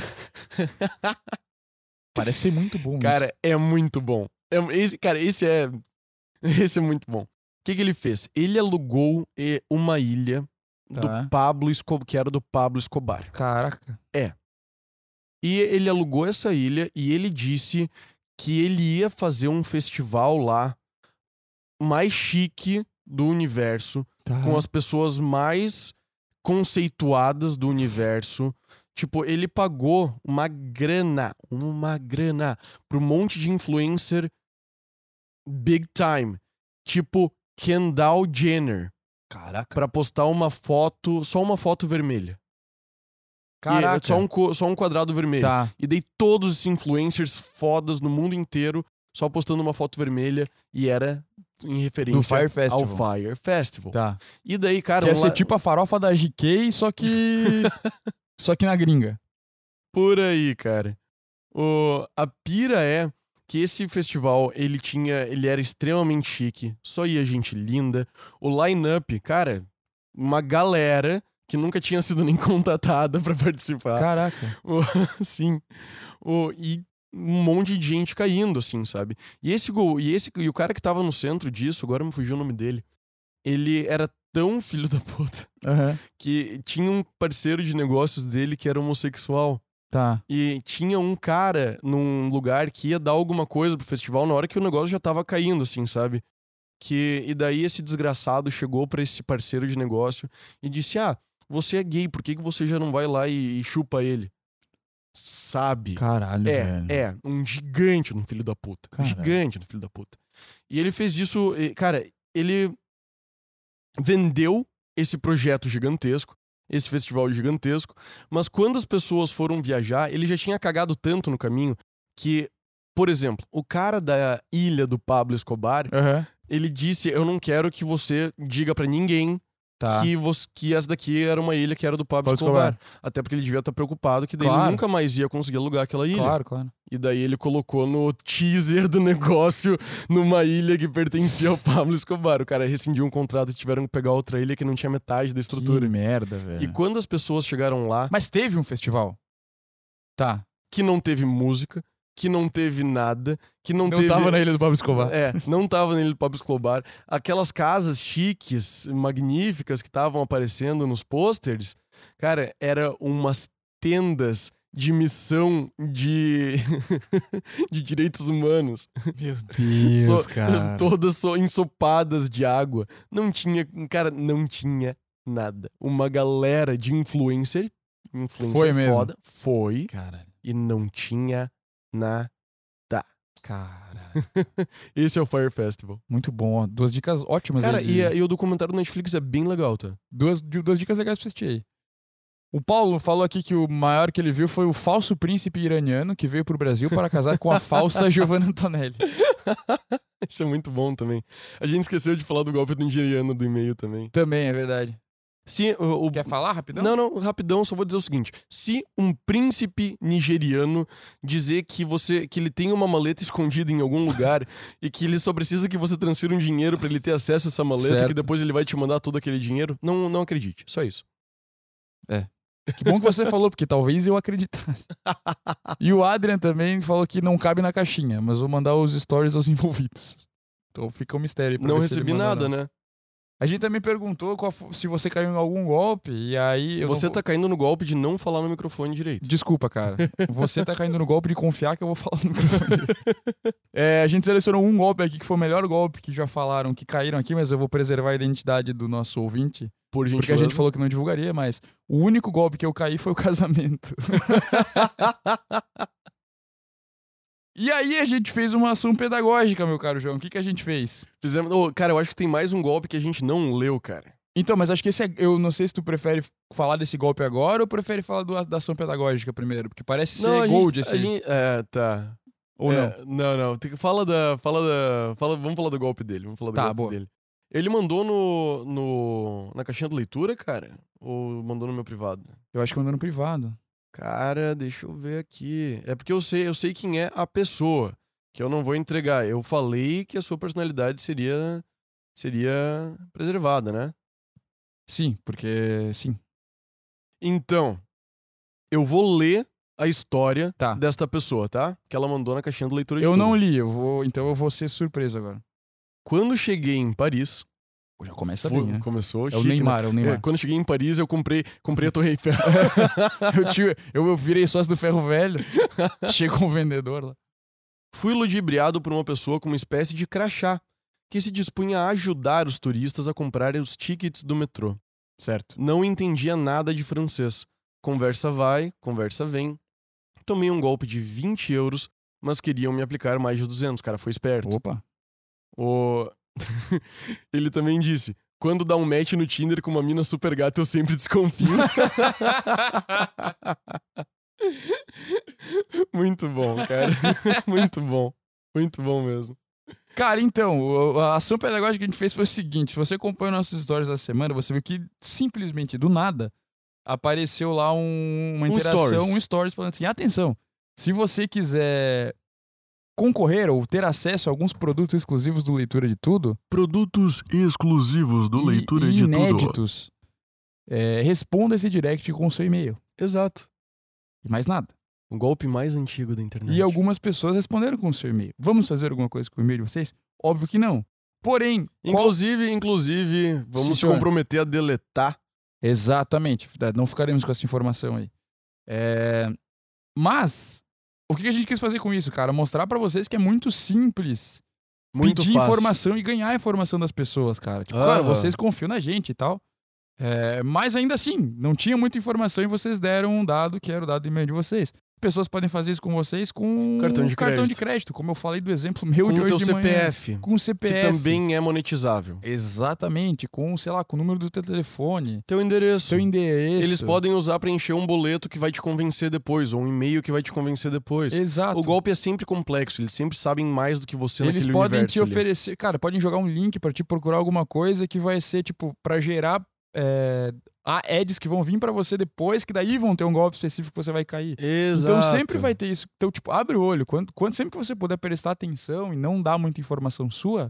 [SPEAKER 1] Parece ser muito bom.
[SPEAKER 2] Cara, é muito bom. É, esse, cara, esse é. Esse é muito bom. O que, que ele fez? Ele alugou eh, uma ilha
[SPEAKER 1] Tá.
[SPEAKER 2] do Pablo Escobar, que era do Pablo Escobar.
[SPEAKER 1] isso. Caraca.
[SPEAKER 2] E ele alugou essa ilha e ele disse que ele ia fazer um festival lá mais chique do universo
[SPEAKER 1] Tá.
[SPEAKER 2] com as pessoas mais conceituadas do universo. Tipo, ele pagou uma grana, uma grana, pra um monte de influencer big time. Tipo, Kendall Jenner,
[SPEAKER 1] Caraca.
[SPEAKER 2] pra postar uma foto, só uma foto vermelha. E
[SPEAKER 1] Caraca.
[SPEAKER 2] só, um, co- só um quadrado vermelho.
[SPEAKER 1] Tá.
[SPEAKER 2] E dei todos os influencers fodas no mundo inteiro só postando uma foto vermelha e era em referência
[SPEAKER 1] Fire Festival.
[SPEAKER 2] ao Fire Festival.
[SPEAKER 1] Tá.
[SPEAKER 2] E daí, cara,
[SPEAKER 1] Quer
[SPEAKER 2] um
[SPEAKER 1] ser
[SPEAKER 2] la-
[SPEAKER 1] tipo a farofa da GK, só que. só que na gringa.
[SPEAKER 2] Por aí, cara. O, a pira é que esse festival, ele tinha, ele era extremamente chique, só ia gente linda. O line-up, cara, uma galera que nunca tinha sido nem contatada pra participar.
[SPEAKER 1] Caraca.
[SPEAKER 2] Sim. O, e um monte de gente caindo, assim, sabe? E esse gol, e esse e o cara que tava no centro disso, agora me fugiu o nome dele. Ele era tão filho da puta
[SPEAKER 1] Aham.
[SPEAKER 2] que tinha um parceiro de negócios dele que era homossexual.
[SPEAKER 1] Tá.
[SPEAKER 2] E tinha um cara num lugar que ia dar alguma coisa pro festival na hora que o negócio já tava caindo, assim, sabe? Que, e daí esse desgraçado chegou pra esse parceiro de negócio e disse: Ah, você é gay, por que, que você já não vai lá e, e chupa ele? Sabe?
[SPEAKER 1] Caralho,
[SPEAKER 2] É,
[SPEAKER 1] velho.
[SPEAKER 2] é, um gigante no filho da puta. Um
[SPEAKER 1] Caralho.
[SPEAKER 2] Gigante no filho da puta. E ele fez isso, e, cara, ele vendeu esse projeto gigantesco, esse festival gigantesco, mas quando as pessoas foram viajar, ele já tinha cagado tanto no caminho que, por exemplo, o cara da ilha do Pablo Escobar,
[SPEAKER 1] Aham.
[SPEAKER 2] ele disse: "Eu não quero que você diga pra ninguém
[SPEAKER 1] Tá.
[SPEAKER 2] que, você, que essa daqui era uma ilha que era do Pablo,
[SPEAKER 1] Pablo
[SPEAKER 2] Escobar.
[SPEAKER 1] Escobar.
[SPEAKER 2] Até porque ele devia estar preocupado que daí ele
[SPEAKER 1] Claro.
[SPEAKER 2] nunca mais ia conseguir alugar aquela ilha.
[SPEAKER 1] Claro, claro.
[SPEAKER 2] E daí ele colocou no teaser do negócio numa ilha que pertencia ao Pablo Escobar. O cara rescindiu um contrato e tiveram que pegar outra ilha que não tinha metade da estrutura.
[SPEAKER 1] Que merda, velho.
[SPEAKER 2] E quando as pessoas chegaram lá,
[SPEAKER 1] Mas teve um festival. Tá.
[SPEAKER 2] que não teve música, que não teve nada, que não,
[SPEAKER 1] Não
[SPEAKER 2] teve.
[SPEAKER 1] tava na ilha do Pablo Escobar.
[SPEAKER 2] É, não tava nele do Pablo Escobar. Aquelas casas chiques, magníficas que estavam aparecendo nos pôsteres, cara, era umas tendas de missão de de direitos humanos.
[SPEAKER 1] Meu Deus,
[SPEAKER 2] So-
[SPEAKER 1] cara.
[SPEAKER 2] Todas so- ensopadas de água. Não tinha, cara, não tinha nada. Uma galera de influencer, influencer
[SPEAKER 1] Foi mesmo.
[SPEAKER 2] foda, foi
[SPEAKER 1] Caralho.
[SPEAKER 2] e não tinha nada.
[SPEAKER 1] Caralho.
[SPEAKER 2] Esse é o Fire Festival.
[SPEAKER 1] Muito bom. ó. Duas dicas ótimas
[SPEAKER 2] cara,
[SPEAKER 1] aí.
[SPEAKER 2] e,
[SPEAKER 1] de-
[SPEAKER 2] a- e o documentário do Netflix é bem legal, tá?
[SPEAKER 1] Duas, de- duas dicas legais pra assistir aí. O Paulo falou aqui que o maior que ele viu foi o falso príncipe iraniano que veio pro Brasil para casar com a falsa Giovanna Antonelli.
[SPEAKER 2] Isso é muito bom também. A gente esqueceu de falar do golpe do nigeriano do e-mail também.
[SPEAKER 1] Também é verdade.
[SPEAKER 2] Se o, o-
[SPEAKER 1] Quer falar rapidão?
[SPEAKER 2] Não, não, rapidão, só vou dizer o seguinte: se um príncipe nigeriano dizer que você que ele tem uma maleta escondida em algum lugar e que ele só precisa que você transfira um dinheiro pra ele ter acesso a essa maleta que
[SPEAKER 1] Certo.
[SPEAKER 2] depois ele vai te mandar todo aquele dinheiro, não, não acredite, só isso.
[SPEAKER 1] Que bom que você falou, porque talvez eu acreditasse. E o Adrian também falou que não cabe na caixinha, mas vou mandar os stories aos envolvidos. Então fica um mistério. aí Pra
[SPEAKER 2] não
[SPEAKER 1] ver se ele
[SPEAKER 2] recebi
[SPEAKER 1] manda ou
[SPEAKER 2] nada,
[SPEAKER 1] não.
[SPEAKER 2] né?
[SPEAKER 1] A gente também perguntou qual fo- se você caiu em algum golpe, e aí. eu
[SPEAKER 2] você
[SPEAKER 1] não vou-
[SPEAKER 2] tá caindo no golpe de não falar no microfone direito.
[SPEAKER 1] Desculpa, cara. Você tá caindo no golpe de confiar que eu vou falar no microfone. É, a gente selecionou um golpe aqui que foi o melhor golpe que já falaram, que caíram aqui, mas eu vou preservar a identidade do nosso ouvinte.
[SPEAKER 2] Por
[SPEAKER 1] Porque a gente falou que não divulgaria, mas o único golpe que eu caí foi o casamento. e aí a gente fez uma ação pedagógica, meu caro João. O que, que a gente fez?
[SPEAKER 2] Fizemos... Ô, cara, eu acho que tem mais um golpe que a gente não leu, cara.
[SPEAKER 1] Então, mas acho que esse é, eu não sei se tu prefere falar desse golpe agora ou prefere falar do- da ação pedagógica primeiro, porque parece ser
[SPEAKER 2] não, a
[SPEAKER 1] gold assim.
[SPEAKER 2] gente,
[SPEAKER 1] esse aí,
[SPEAKER 2] a gente- É, tá.
[SPEAKER 1] ou
[SPEAKER 2] É,
[SPEAKER 1] não?
[SPEAKER 2] Não, não. Tem que- Fala da. Fala da. Fala, vamos falar do golpe dele. Vamos falar do
[SPEAKER 1] Tá,
[SPEAKER 2] golpe
[SPEAKER 1] boa.
[SPEAKER 2] dele. Ele mandou no, no. na caixinha de leitura, cara? Ou mandou no meu privado?
[SPEAKER 1] Eu acho que eu ando no privado.
[SPEAKER 2] Cara, deixa eu ver aqui. É porque eu sei, eu sei quem é a pessoa que eu não vou entregar. Eu falei que a sua personalidade seria seria preservada, né?
[SPEAKER 1] Sim, porque sim.
[SPEAKER 2] Então, eu vou ler a história
[SPEAKER 1] Tá.
[SPEAKER 2] desta pessoa, tá? Que ela mandou na caixinha de leitura. de
[SPEAKER 1] Eu
[SPEAKER 2] tudo.
[SPEAKER 1] não li, eu vou, então eu vou ser surpresa agora.
[SPEAKER 2] Quando cheguei em Paris,
[SPEAKER 1] Já começa
[SPEAKER 2] Foi-
[SPEAKER 1] bem, né?
[SPEAKER 2] Começou,
[SPEAKER 1] É o
[SPEAKER 2] chique, né?
[SPEAKER 1] Neymar, é o Neymar.
[SPEAKER 2] É, quando eu cheguei em Paris, eu comprei, comprei a Torre Eiffel. É.
[SPEAKER 1] Eu, tive, eu, eu virei sócio do ferro velho. Chegou um vendedor lá.
[SPEAKER 2] Fui ludibriado por uma pessoa com uma espécie de crachá, que se dispunha a ajudar os turistas a comprarem os tickets do metrô.
[SPEAKER 1] Certo.
[SPEAKER 2] Não entendia nada de francês. Conversa vai, conversa vem. Tomei um golpe de 20 euros, mas queriam me aplicar mais de 200. O cara foi esperto.
[SPEAKER 1] Opa.
[SPEAKER 2] O- Ele também disse: quando dá um match no Tinder com uma mina super gata, eu sempre desconfio. Muito bom, cara. Muito bom. Muito bom mesmo.
[SPEAKER 1] Cara, então, o- a ação pedagógica que a gente fez foi o seguinte: se você acompanha nossas histórias da semana, você viu que simplesmente do nada apareceu lá um- uma
[SPEAKER 2] Um
[SPEAKER 1] interação,
[SPEAKER 2] stories.
[SPEAKER 1] um stories falando assim: atenção, se você quiser concorrer ou ter acesso a alguns produtos exclusivos do Leitura de Tudo,
[SPEAKER 2] Produtos exclusivos do
[SPEAKER 1] e- e inéditos. É, responda esse direct com o seu e-mail.
[SPEAKER 2] Exato.
[SPEAKER 1] E mais nada.
[SPEAKER 2] O golpe mais antigo da internet.
[SPEAKER 1] E algumas pessoas responderam com o seu e-mail. Vamos fazer alguma coisa com o e-mail de vocês? Óbvio que não. Porém, qual...
[SPEAKER 2] Inclusive, inclusive,
[SPEAKER 1] Sim,
[SPEAKER 2] vamos se
[SPEAKER 1] senhor.
[SPEAKER 2] comprometer a deletar.
[SPEAKER 1] exatamente. Não ficaremos com essa informação aí. É, Mas, o que a gente quis fazer com isso, cara? Mostrar pra vocês que é muito simples
[SPEAKER 2] Muito
[SPEAKER 1] pedir
[SPEAKER 2] fácil.
[SPEAKER 1] informação e ganhar a informação das pessoas, cara. Tipo,
[SPEAKER 2] Aham.
[SPEAKER 1] claro, vocês confiam na gente e tal. É, mas ainda assim, não tinha muita informação e vocês deram um dado que era o dado do e-mail de vocês. Pessoas podem fazer isso com vocês com
[SPEAKER 2] Cartão de
[SPEAKER 1] um cartão
[SPEAKER 2] crédito.
[SPEAKER 1] de crédito, como eu falei do exemplo meu
[SPEAKER 2] Com
[SPEAKER 1] de
[SPEAKER 2] o
[SPEAKER 1] hoje
[SPEAKER 2] teu
[SPEAKER 1] de manhã.
[SPEAKER 2] CPF,
[SPEAKER 1] Com o
[SPEAKER 2] que
[SPEAKER 1] CPF.
[SPEAKER 2] também é monetizável.
[SPEAKER 1] Exatamente, com, sei lá, com o número do teu telefone,
[SPEAKER 2] Teu endereço.
[SPEAKER 1] seu endereço.
[SPEAKER 2] Eles podem usar pra encher um boleto que vai te convencer depois, ou um e-mail que vai te convencer depois.
[SPEAKER 1] Exato.
[SPEAKER 2] O golpe é sempre complexo, eles sempre sabem mais do que você
[SPEAKER 1] Eles
[SPEAKER 2] naquele
[SPEAKER 1] podem
[SPEAKER 2] universo
[SPEAKER 1] te
[SPEAKER 2] ali.
[SPEAKER 1] oferecer, cara, podem jogar um link pra te procurar alguma coisa que vai ser tipo pra gerar é, a ads que vão vir pra você depois, que daí vão ter um golpe específico que você vai cair.
[SPEAKER 2] Exato.
[SPEAKER 1] Então sempre vai ter isso. Então tipo, abre o olho, quando, quando sempre que você puder prestar atenção e não dar muita informação sua,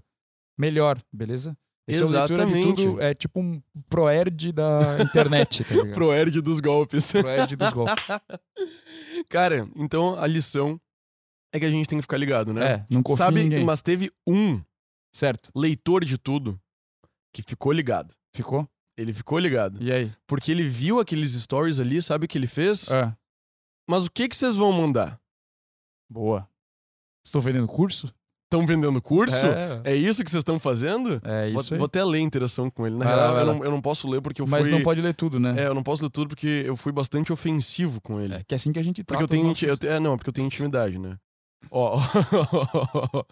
[SPEAKER 1] melhor, beleza? Esse é o leitura de
[SPEAKER 2] Exatamente.
[SPEAKER 1] tudo, é tipo um proerd da internet, tá ligado?
[SPEAKER 2] Pro Erd dos golpes.
[SPEAKER 1] proerd dos golpes.
[SPEAKER 2] Cara, então a lição é que a gente tem que ficar ligado, né?
[SPEAKER 1] É, não confia
[SPEAKER 2] Sabe,
[SPEAKER 1] em ninguém.
[SPEAKER 2] mas teve um
[SPEAKER 1] Certo.
[SPEAKER 2] leitor de tudo que ficou ligado.
[SPEAKER 1] Ficou?
[SPEAKER 2] Ele ficou ligado.
[SPEAKER 1] E aí?
[SPEAKER 2] Porque ele viu aqueles stories ali, sabe o que ele fez?
[SPEAKER 1] É.
[SPEAKER 2] Mas o que que vocês vão mandar?
[SPEAKER 1] Boa. Estou vendendo curso?
[SPEAKER 2] Estão vendendo curso?
[SPEAKER 1] É,
[SPEAKER 2] É, isso que vocês estão fazendo?
[SPEAKER 1] é
[SPEAKER 2] Vou-
[SPEAKER 1] isso
[SPEAKER 2] vou,
[SPEAKER 1] aí.
[SPEAKER 2] até ler a interação com ele. Na
[SPEAKER 1] Vai lá,
[SPEAKER 2] real,
[SPEAKER 1] vai
[SPEAKER 2] eu,
[SPEAKER 1] lá.
[SPEAKER 2] não, eu não posso ler porque eu
[SPEAKER 1] Mas
[SPEAKER 2] fui.
[SPEAKER 1] não pode ler tudo, né?
[SPEAKER 2] É, eu não posso ler tudo porque eu fui bastante ofensivo com ele.
[SPEAKER 1] É, que é assim que a gente
[SPEAKER 2] Porque
[SPEAKER 1] trata
[SPEAKER 2] eu tenho,
[SPEAKER 1] os
[SPEAKER 2] inti- eu
[SPEAKER 1] nossos-
[SPEAKER 2] te- é, não, porque eu tenho intimidade, né? Ó,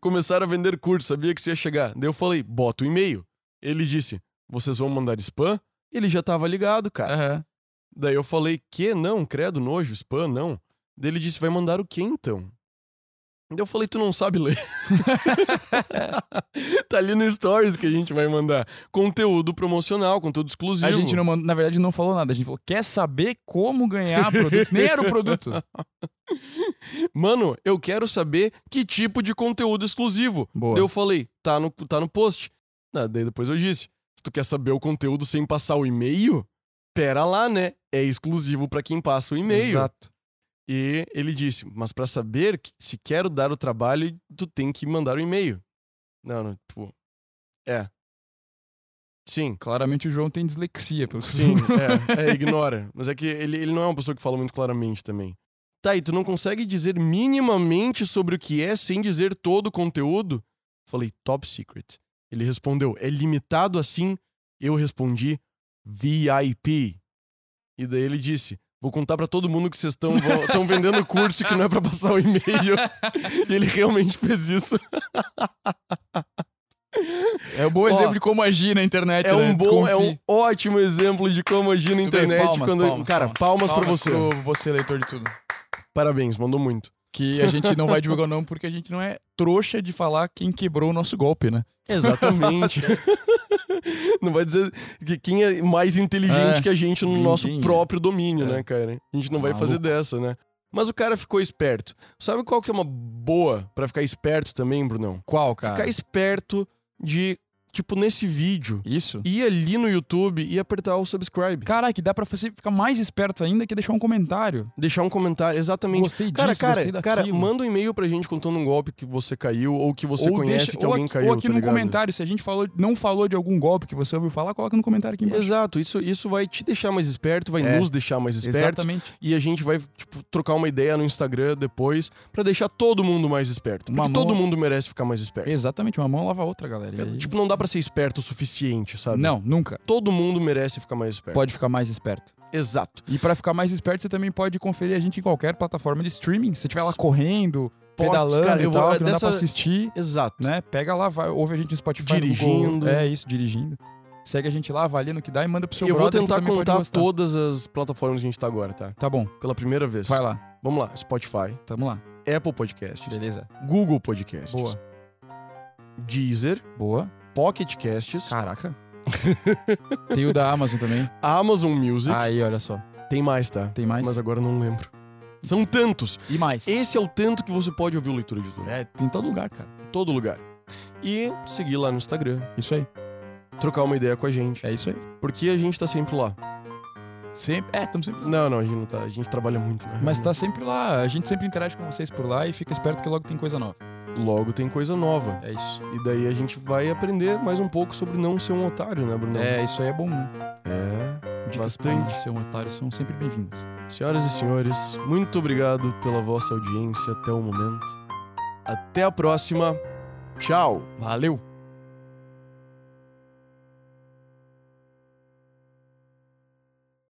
[SPEAKER 2] começaram a vender curso, sabia que isso ia chegar. Daí eu falei, bota o e-mail. Ele disse, vocês vão mandar spam? Ele já tava ligado, cara.
[SPEAKER 1] Aham.
[SPEAKER 2] Daí eu falei, que não, credo, nojo, spam, não. Daí ele disse, vai mandar o que então? Daí eu falei, tu não sabe ler. tá ali no Stories que a gente vai mandar. Conteúdo promocional, conteúdo exclusivo.
[SPEAKER 1] A gente, não mandou- na verdade, não falou nada. A gente falou, quer saber como ganhar produtos? Nem era o produto.
[SPEAKER 2] Mano, eu quero saber que tipo de conteúdo exclusivo.
[SPEAKER 1] Boa.
[SPEAKER 2] Daí eu falei, tá no, tá no post. Ah, daí depois eu disse, se tu quer saber o conteúdo sem passar o e-mail, pera lá, né? É exclusivo pra quem passa o e-mail.
[SPEAKER 1] Exato.
[SPEAKER 2] E ele disse, mas pra saber que- se quero dar o trabalho, tu tem que mandar o e-mail. Não, não, tipo... É. Sim.
[SPEAKER 1] Claramente o João tem dislexia. Pelo
[SPEAKER 2] Sim, é, é, ignora. Mas é que ele, ele não é uma pessoa que fala muito claramente também. Tá, e tu não consegue dizer minimamente sobre o que é sem dizer todo o conteúdo? Falei, top secret. Ele respondeu, é limitado assim? Eu respondi, VIP. E daí ele disse, vou contar pra todo mundo que vocês estão estão vendendo curso que não é pra passar o e-mail. e ele realmente fez isso.
[SPEAKER 1] É um bom
[SPEAKER 2] Ó,
[SPEAKER 1] exemplo de como agir na internet,
[SPEAKER 2] É
[SPEAKER 1] né?
[SPEAKER 2] um bom, é um
[SPEAKER 1] Desconfie.
[SPEAKER 2] ótimo exemplo de como agir
[SPEAKER 1] Tudo
[SPEAKER 2] na
[SPEAKER 1] bem,
[SPEAKER 2] internet.
[SPEAKER 1] palmas,
[SPEAKER 2] quando...
[SPEAKER 1] palmas,
[SPEAKER 2] Cara, palmas, pra
[SPEAKER 1] Palmas
[SPEAKER 2] você.
[SPEAKER 1] pro você, leitor de tudo.
[SPEAKER 2] Parabéns, mandou muito.
[SPEAKER 1] Que a gente não vai divulgar o nome porque a gente não é trouxa de falar quem quebrou o nosso golpe, né?
[SPEAKER 2] Exatamente. Não vai dizer que quem é mais inteligente
[SPEAKER 1] É,
[SPEAKER 2] que a gente no nosso
[SPEAKER 1] ninguém é.
[SPEAKER 2] próprio domínio,
[SPEAKER 1] É.
[SPEAKER 2] né, cara? A gente não vai
[SPEAKER 1] Maluco.
[SPEAKER 2] fazer dessa, né? Mas o cara ficou esperto. Sabe qual que é uma boa pra ficar esperto também, Brunão?
[SPEAKER 1] Qual, cara?
[SPEAKER 2] Ficar esperto de, tipo, nesse vídeo,
[SPEAKER 1] Isso?
[SPEAKER 2] ir ali no YouTube e apertar o subscribe.
[SPEAKER 1] Caraca, que dá pra você ficar mais esperto ainda que deixar um comentário.
[SPEAKER 2] Deixar um comentário, exatamente.
[SPEAKER 1] Gostei disso,
[SPEAKER 2] Cara,
[SPEAKER 1] gostei
[SPEAKER 2] cara,
[SPEAKER 1] daquilo.
[SPEAKER 2] cara, manda um e-mail pra gente contando um golpe que você caiu ou que você conhece que
[SPEAKER 1] ou
[SPEAKER 2] alguém
[SPEAKER 1] aqui,
[SPEAKER 2] caiu.
[SPEAKER 1] Ou aqui
[SPEAKER 2] tá
[SPEAKER 1] no
[SPEAKER 2] ligado?
[SPEAKER 1] comentário, se a gente falou, não falou de algum golpe que você ouviu falar, coloca no comentário aqui embaixo.
[SPEAKER 2] Exato, isso, isso vai te deixar mais esperto, vai
[SPEAKER 1] É.
[SPEAKER 2] nos deixar mais espertos.
[SPEAKER 1] Exatamente.
[SPEAKER 2] E a gente vai, tipo, trocar uma ideia no Instagram depois pra deixar todo mundo mais esperto.
[SPEAKER 1] Uma
[SPEAKER 2] Porque todo
[SPEAKER 1] mão-
[SPEAKER 2] mundo merece ficar mais esperto.
[SPEAKER 1] Exatamente, uma mão lava a outra, galera. E aí-
[SPEAKER 2] Tipo, não dá pra ser esperto o suficiente, sabe?
[SPEAKER 1] não, nunca.
[SPEAKER 2] Todo mundo merece ficar mais esperto.
[SPEAKER 1] Pode ficar mais esperto.
[SPEAKER 2] Exato.
[SPEAKER 1] E pra ficar mais esperto, você também pode conferir a gente em qualquer plataforma de streaming. Se tiver lá correndo,
[SPEAKER 2] Pode,
[SPEAKER 1] pedalando
[SPEAKER 2] cara, eu
[SPEAKER 1] e tal,
[SPEAKER 2] vou-
[SPEAKER 1] que não dá pra
[SPEAKER 2] dessa-
[SPEAKER 1] assistir,
[SPEAKER 2] Exato.
[SPEAKER 1] né? Pega lá, vai, ouve a gente no Spotify, no
[SPEAKER 2] Dirigindo.
[SPEAKER 1] Google, é isso, dirigindo. Segue a gente lá, avalia no que dá e manda pro seu
[SPEAKER 2] Eu vou
[SPEAKER 1] brother que
[SPEAKER 2] tentar
[SPEAKER 1] também pode
[SPEAKER 2] contar
[SPEAKER 1] gostar.
[SPEAKER 2] todas as plataformas que a gente tá agora, tá?
[SPEAKER 1] Tá bom,
[SPEAKER 2] Pela primeira vez.
[SPEAKER 1] vai lá.
[SPEAKER 2] Vamos lá. Spotify,
[SPEAKER 1] Tamo lá.
[SPEAKER 2] Apple Podcasts,
[SPEAKER 1] Beleza.
[SPEAKER 2] Google Podcasts,
[SPEAKER 1] Boa.
[SPEAKER 2] Deezer,
[SPEAKER 1] Boa.
[SPEAKER 2] Pocket Casts,
[SPEAKER 1] Caraca. Tem o da Amazon também.
[SPEAKER 2] Amazon Music.
[SPEAKER 1] Aí, olha só.
[SPEAKER 2] Tem mais, tá?
[SPEAKER 1] Tem mais?
[SPEAKER 2] Mas agora eu não lembro. São tantos.
[SPEAKER 1] E mais.
[SPEAKER 2] Esse é o tanto que você pode ouvir o Leitura de Tudo.
[SPEAKER 1] É, tem em todo lugar, cara.
[SPEAKER 2] Em todo lugar. E seguir lá no Instagram.
[SPEAKER 1] Isso aí.
[SPEAKER 2] Trocar uma ideia com a gente.
[SPEAKER 1] É isso aí.
[SPEAKER 2] Porque a gente tá sempre lá.
[SPEAKER 1] Sempre. É, estamos sempre lá.
[SPEAKER 2] Não, não, a gente não tá. A gente trabalha muito, né?
[SPEAKER 1] Mas tá sempre lá. A gente sempre interage com vocês por lá e fica esperto que logo tem coisa nova.
[SPEAKER 2] Logo tem coisa nova.
[SPEAKER 1] É isso.
[SPEAKER 2] E daí a gente vai aprender mais um pouco sobre não ser um otário, né, Bruno?
[SPEAKER 1] É, isso aí é bom, né?
[SPEAKER 2] É.
[SPEAKER 1] Dicas
[SPEAKER 2] Bastante.
[SPEAKER 1] pra ser um otário são sempre bem-vindas.
[SPEAKER 2] Senhoras e senhores, muito obrigado pela vossa audiência até o momento. Até a próxima. Tchau!
[SPEAKER 1] Valeu!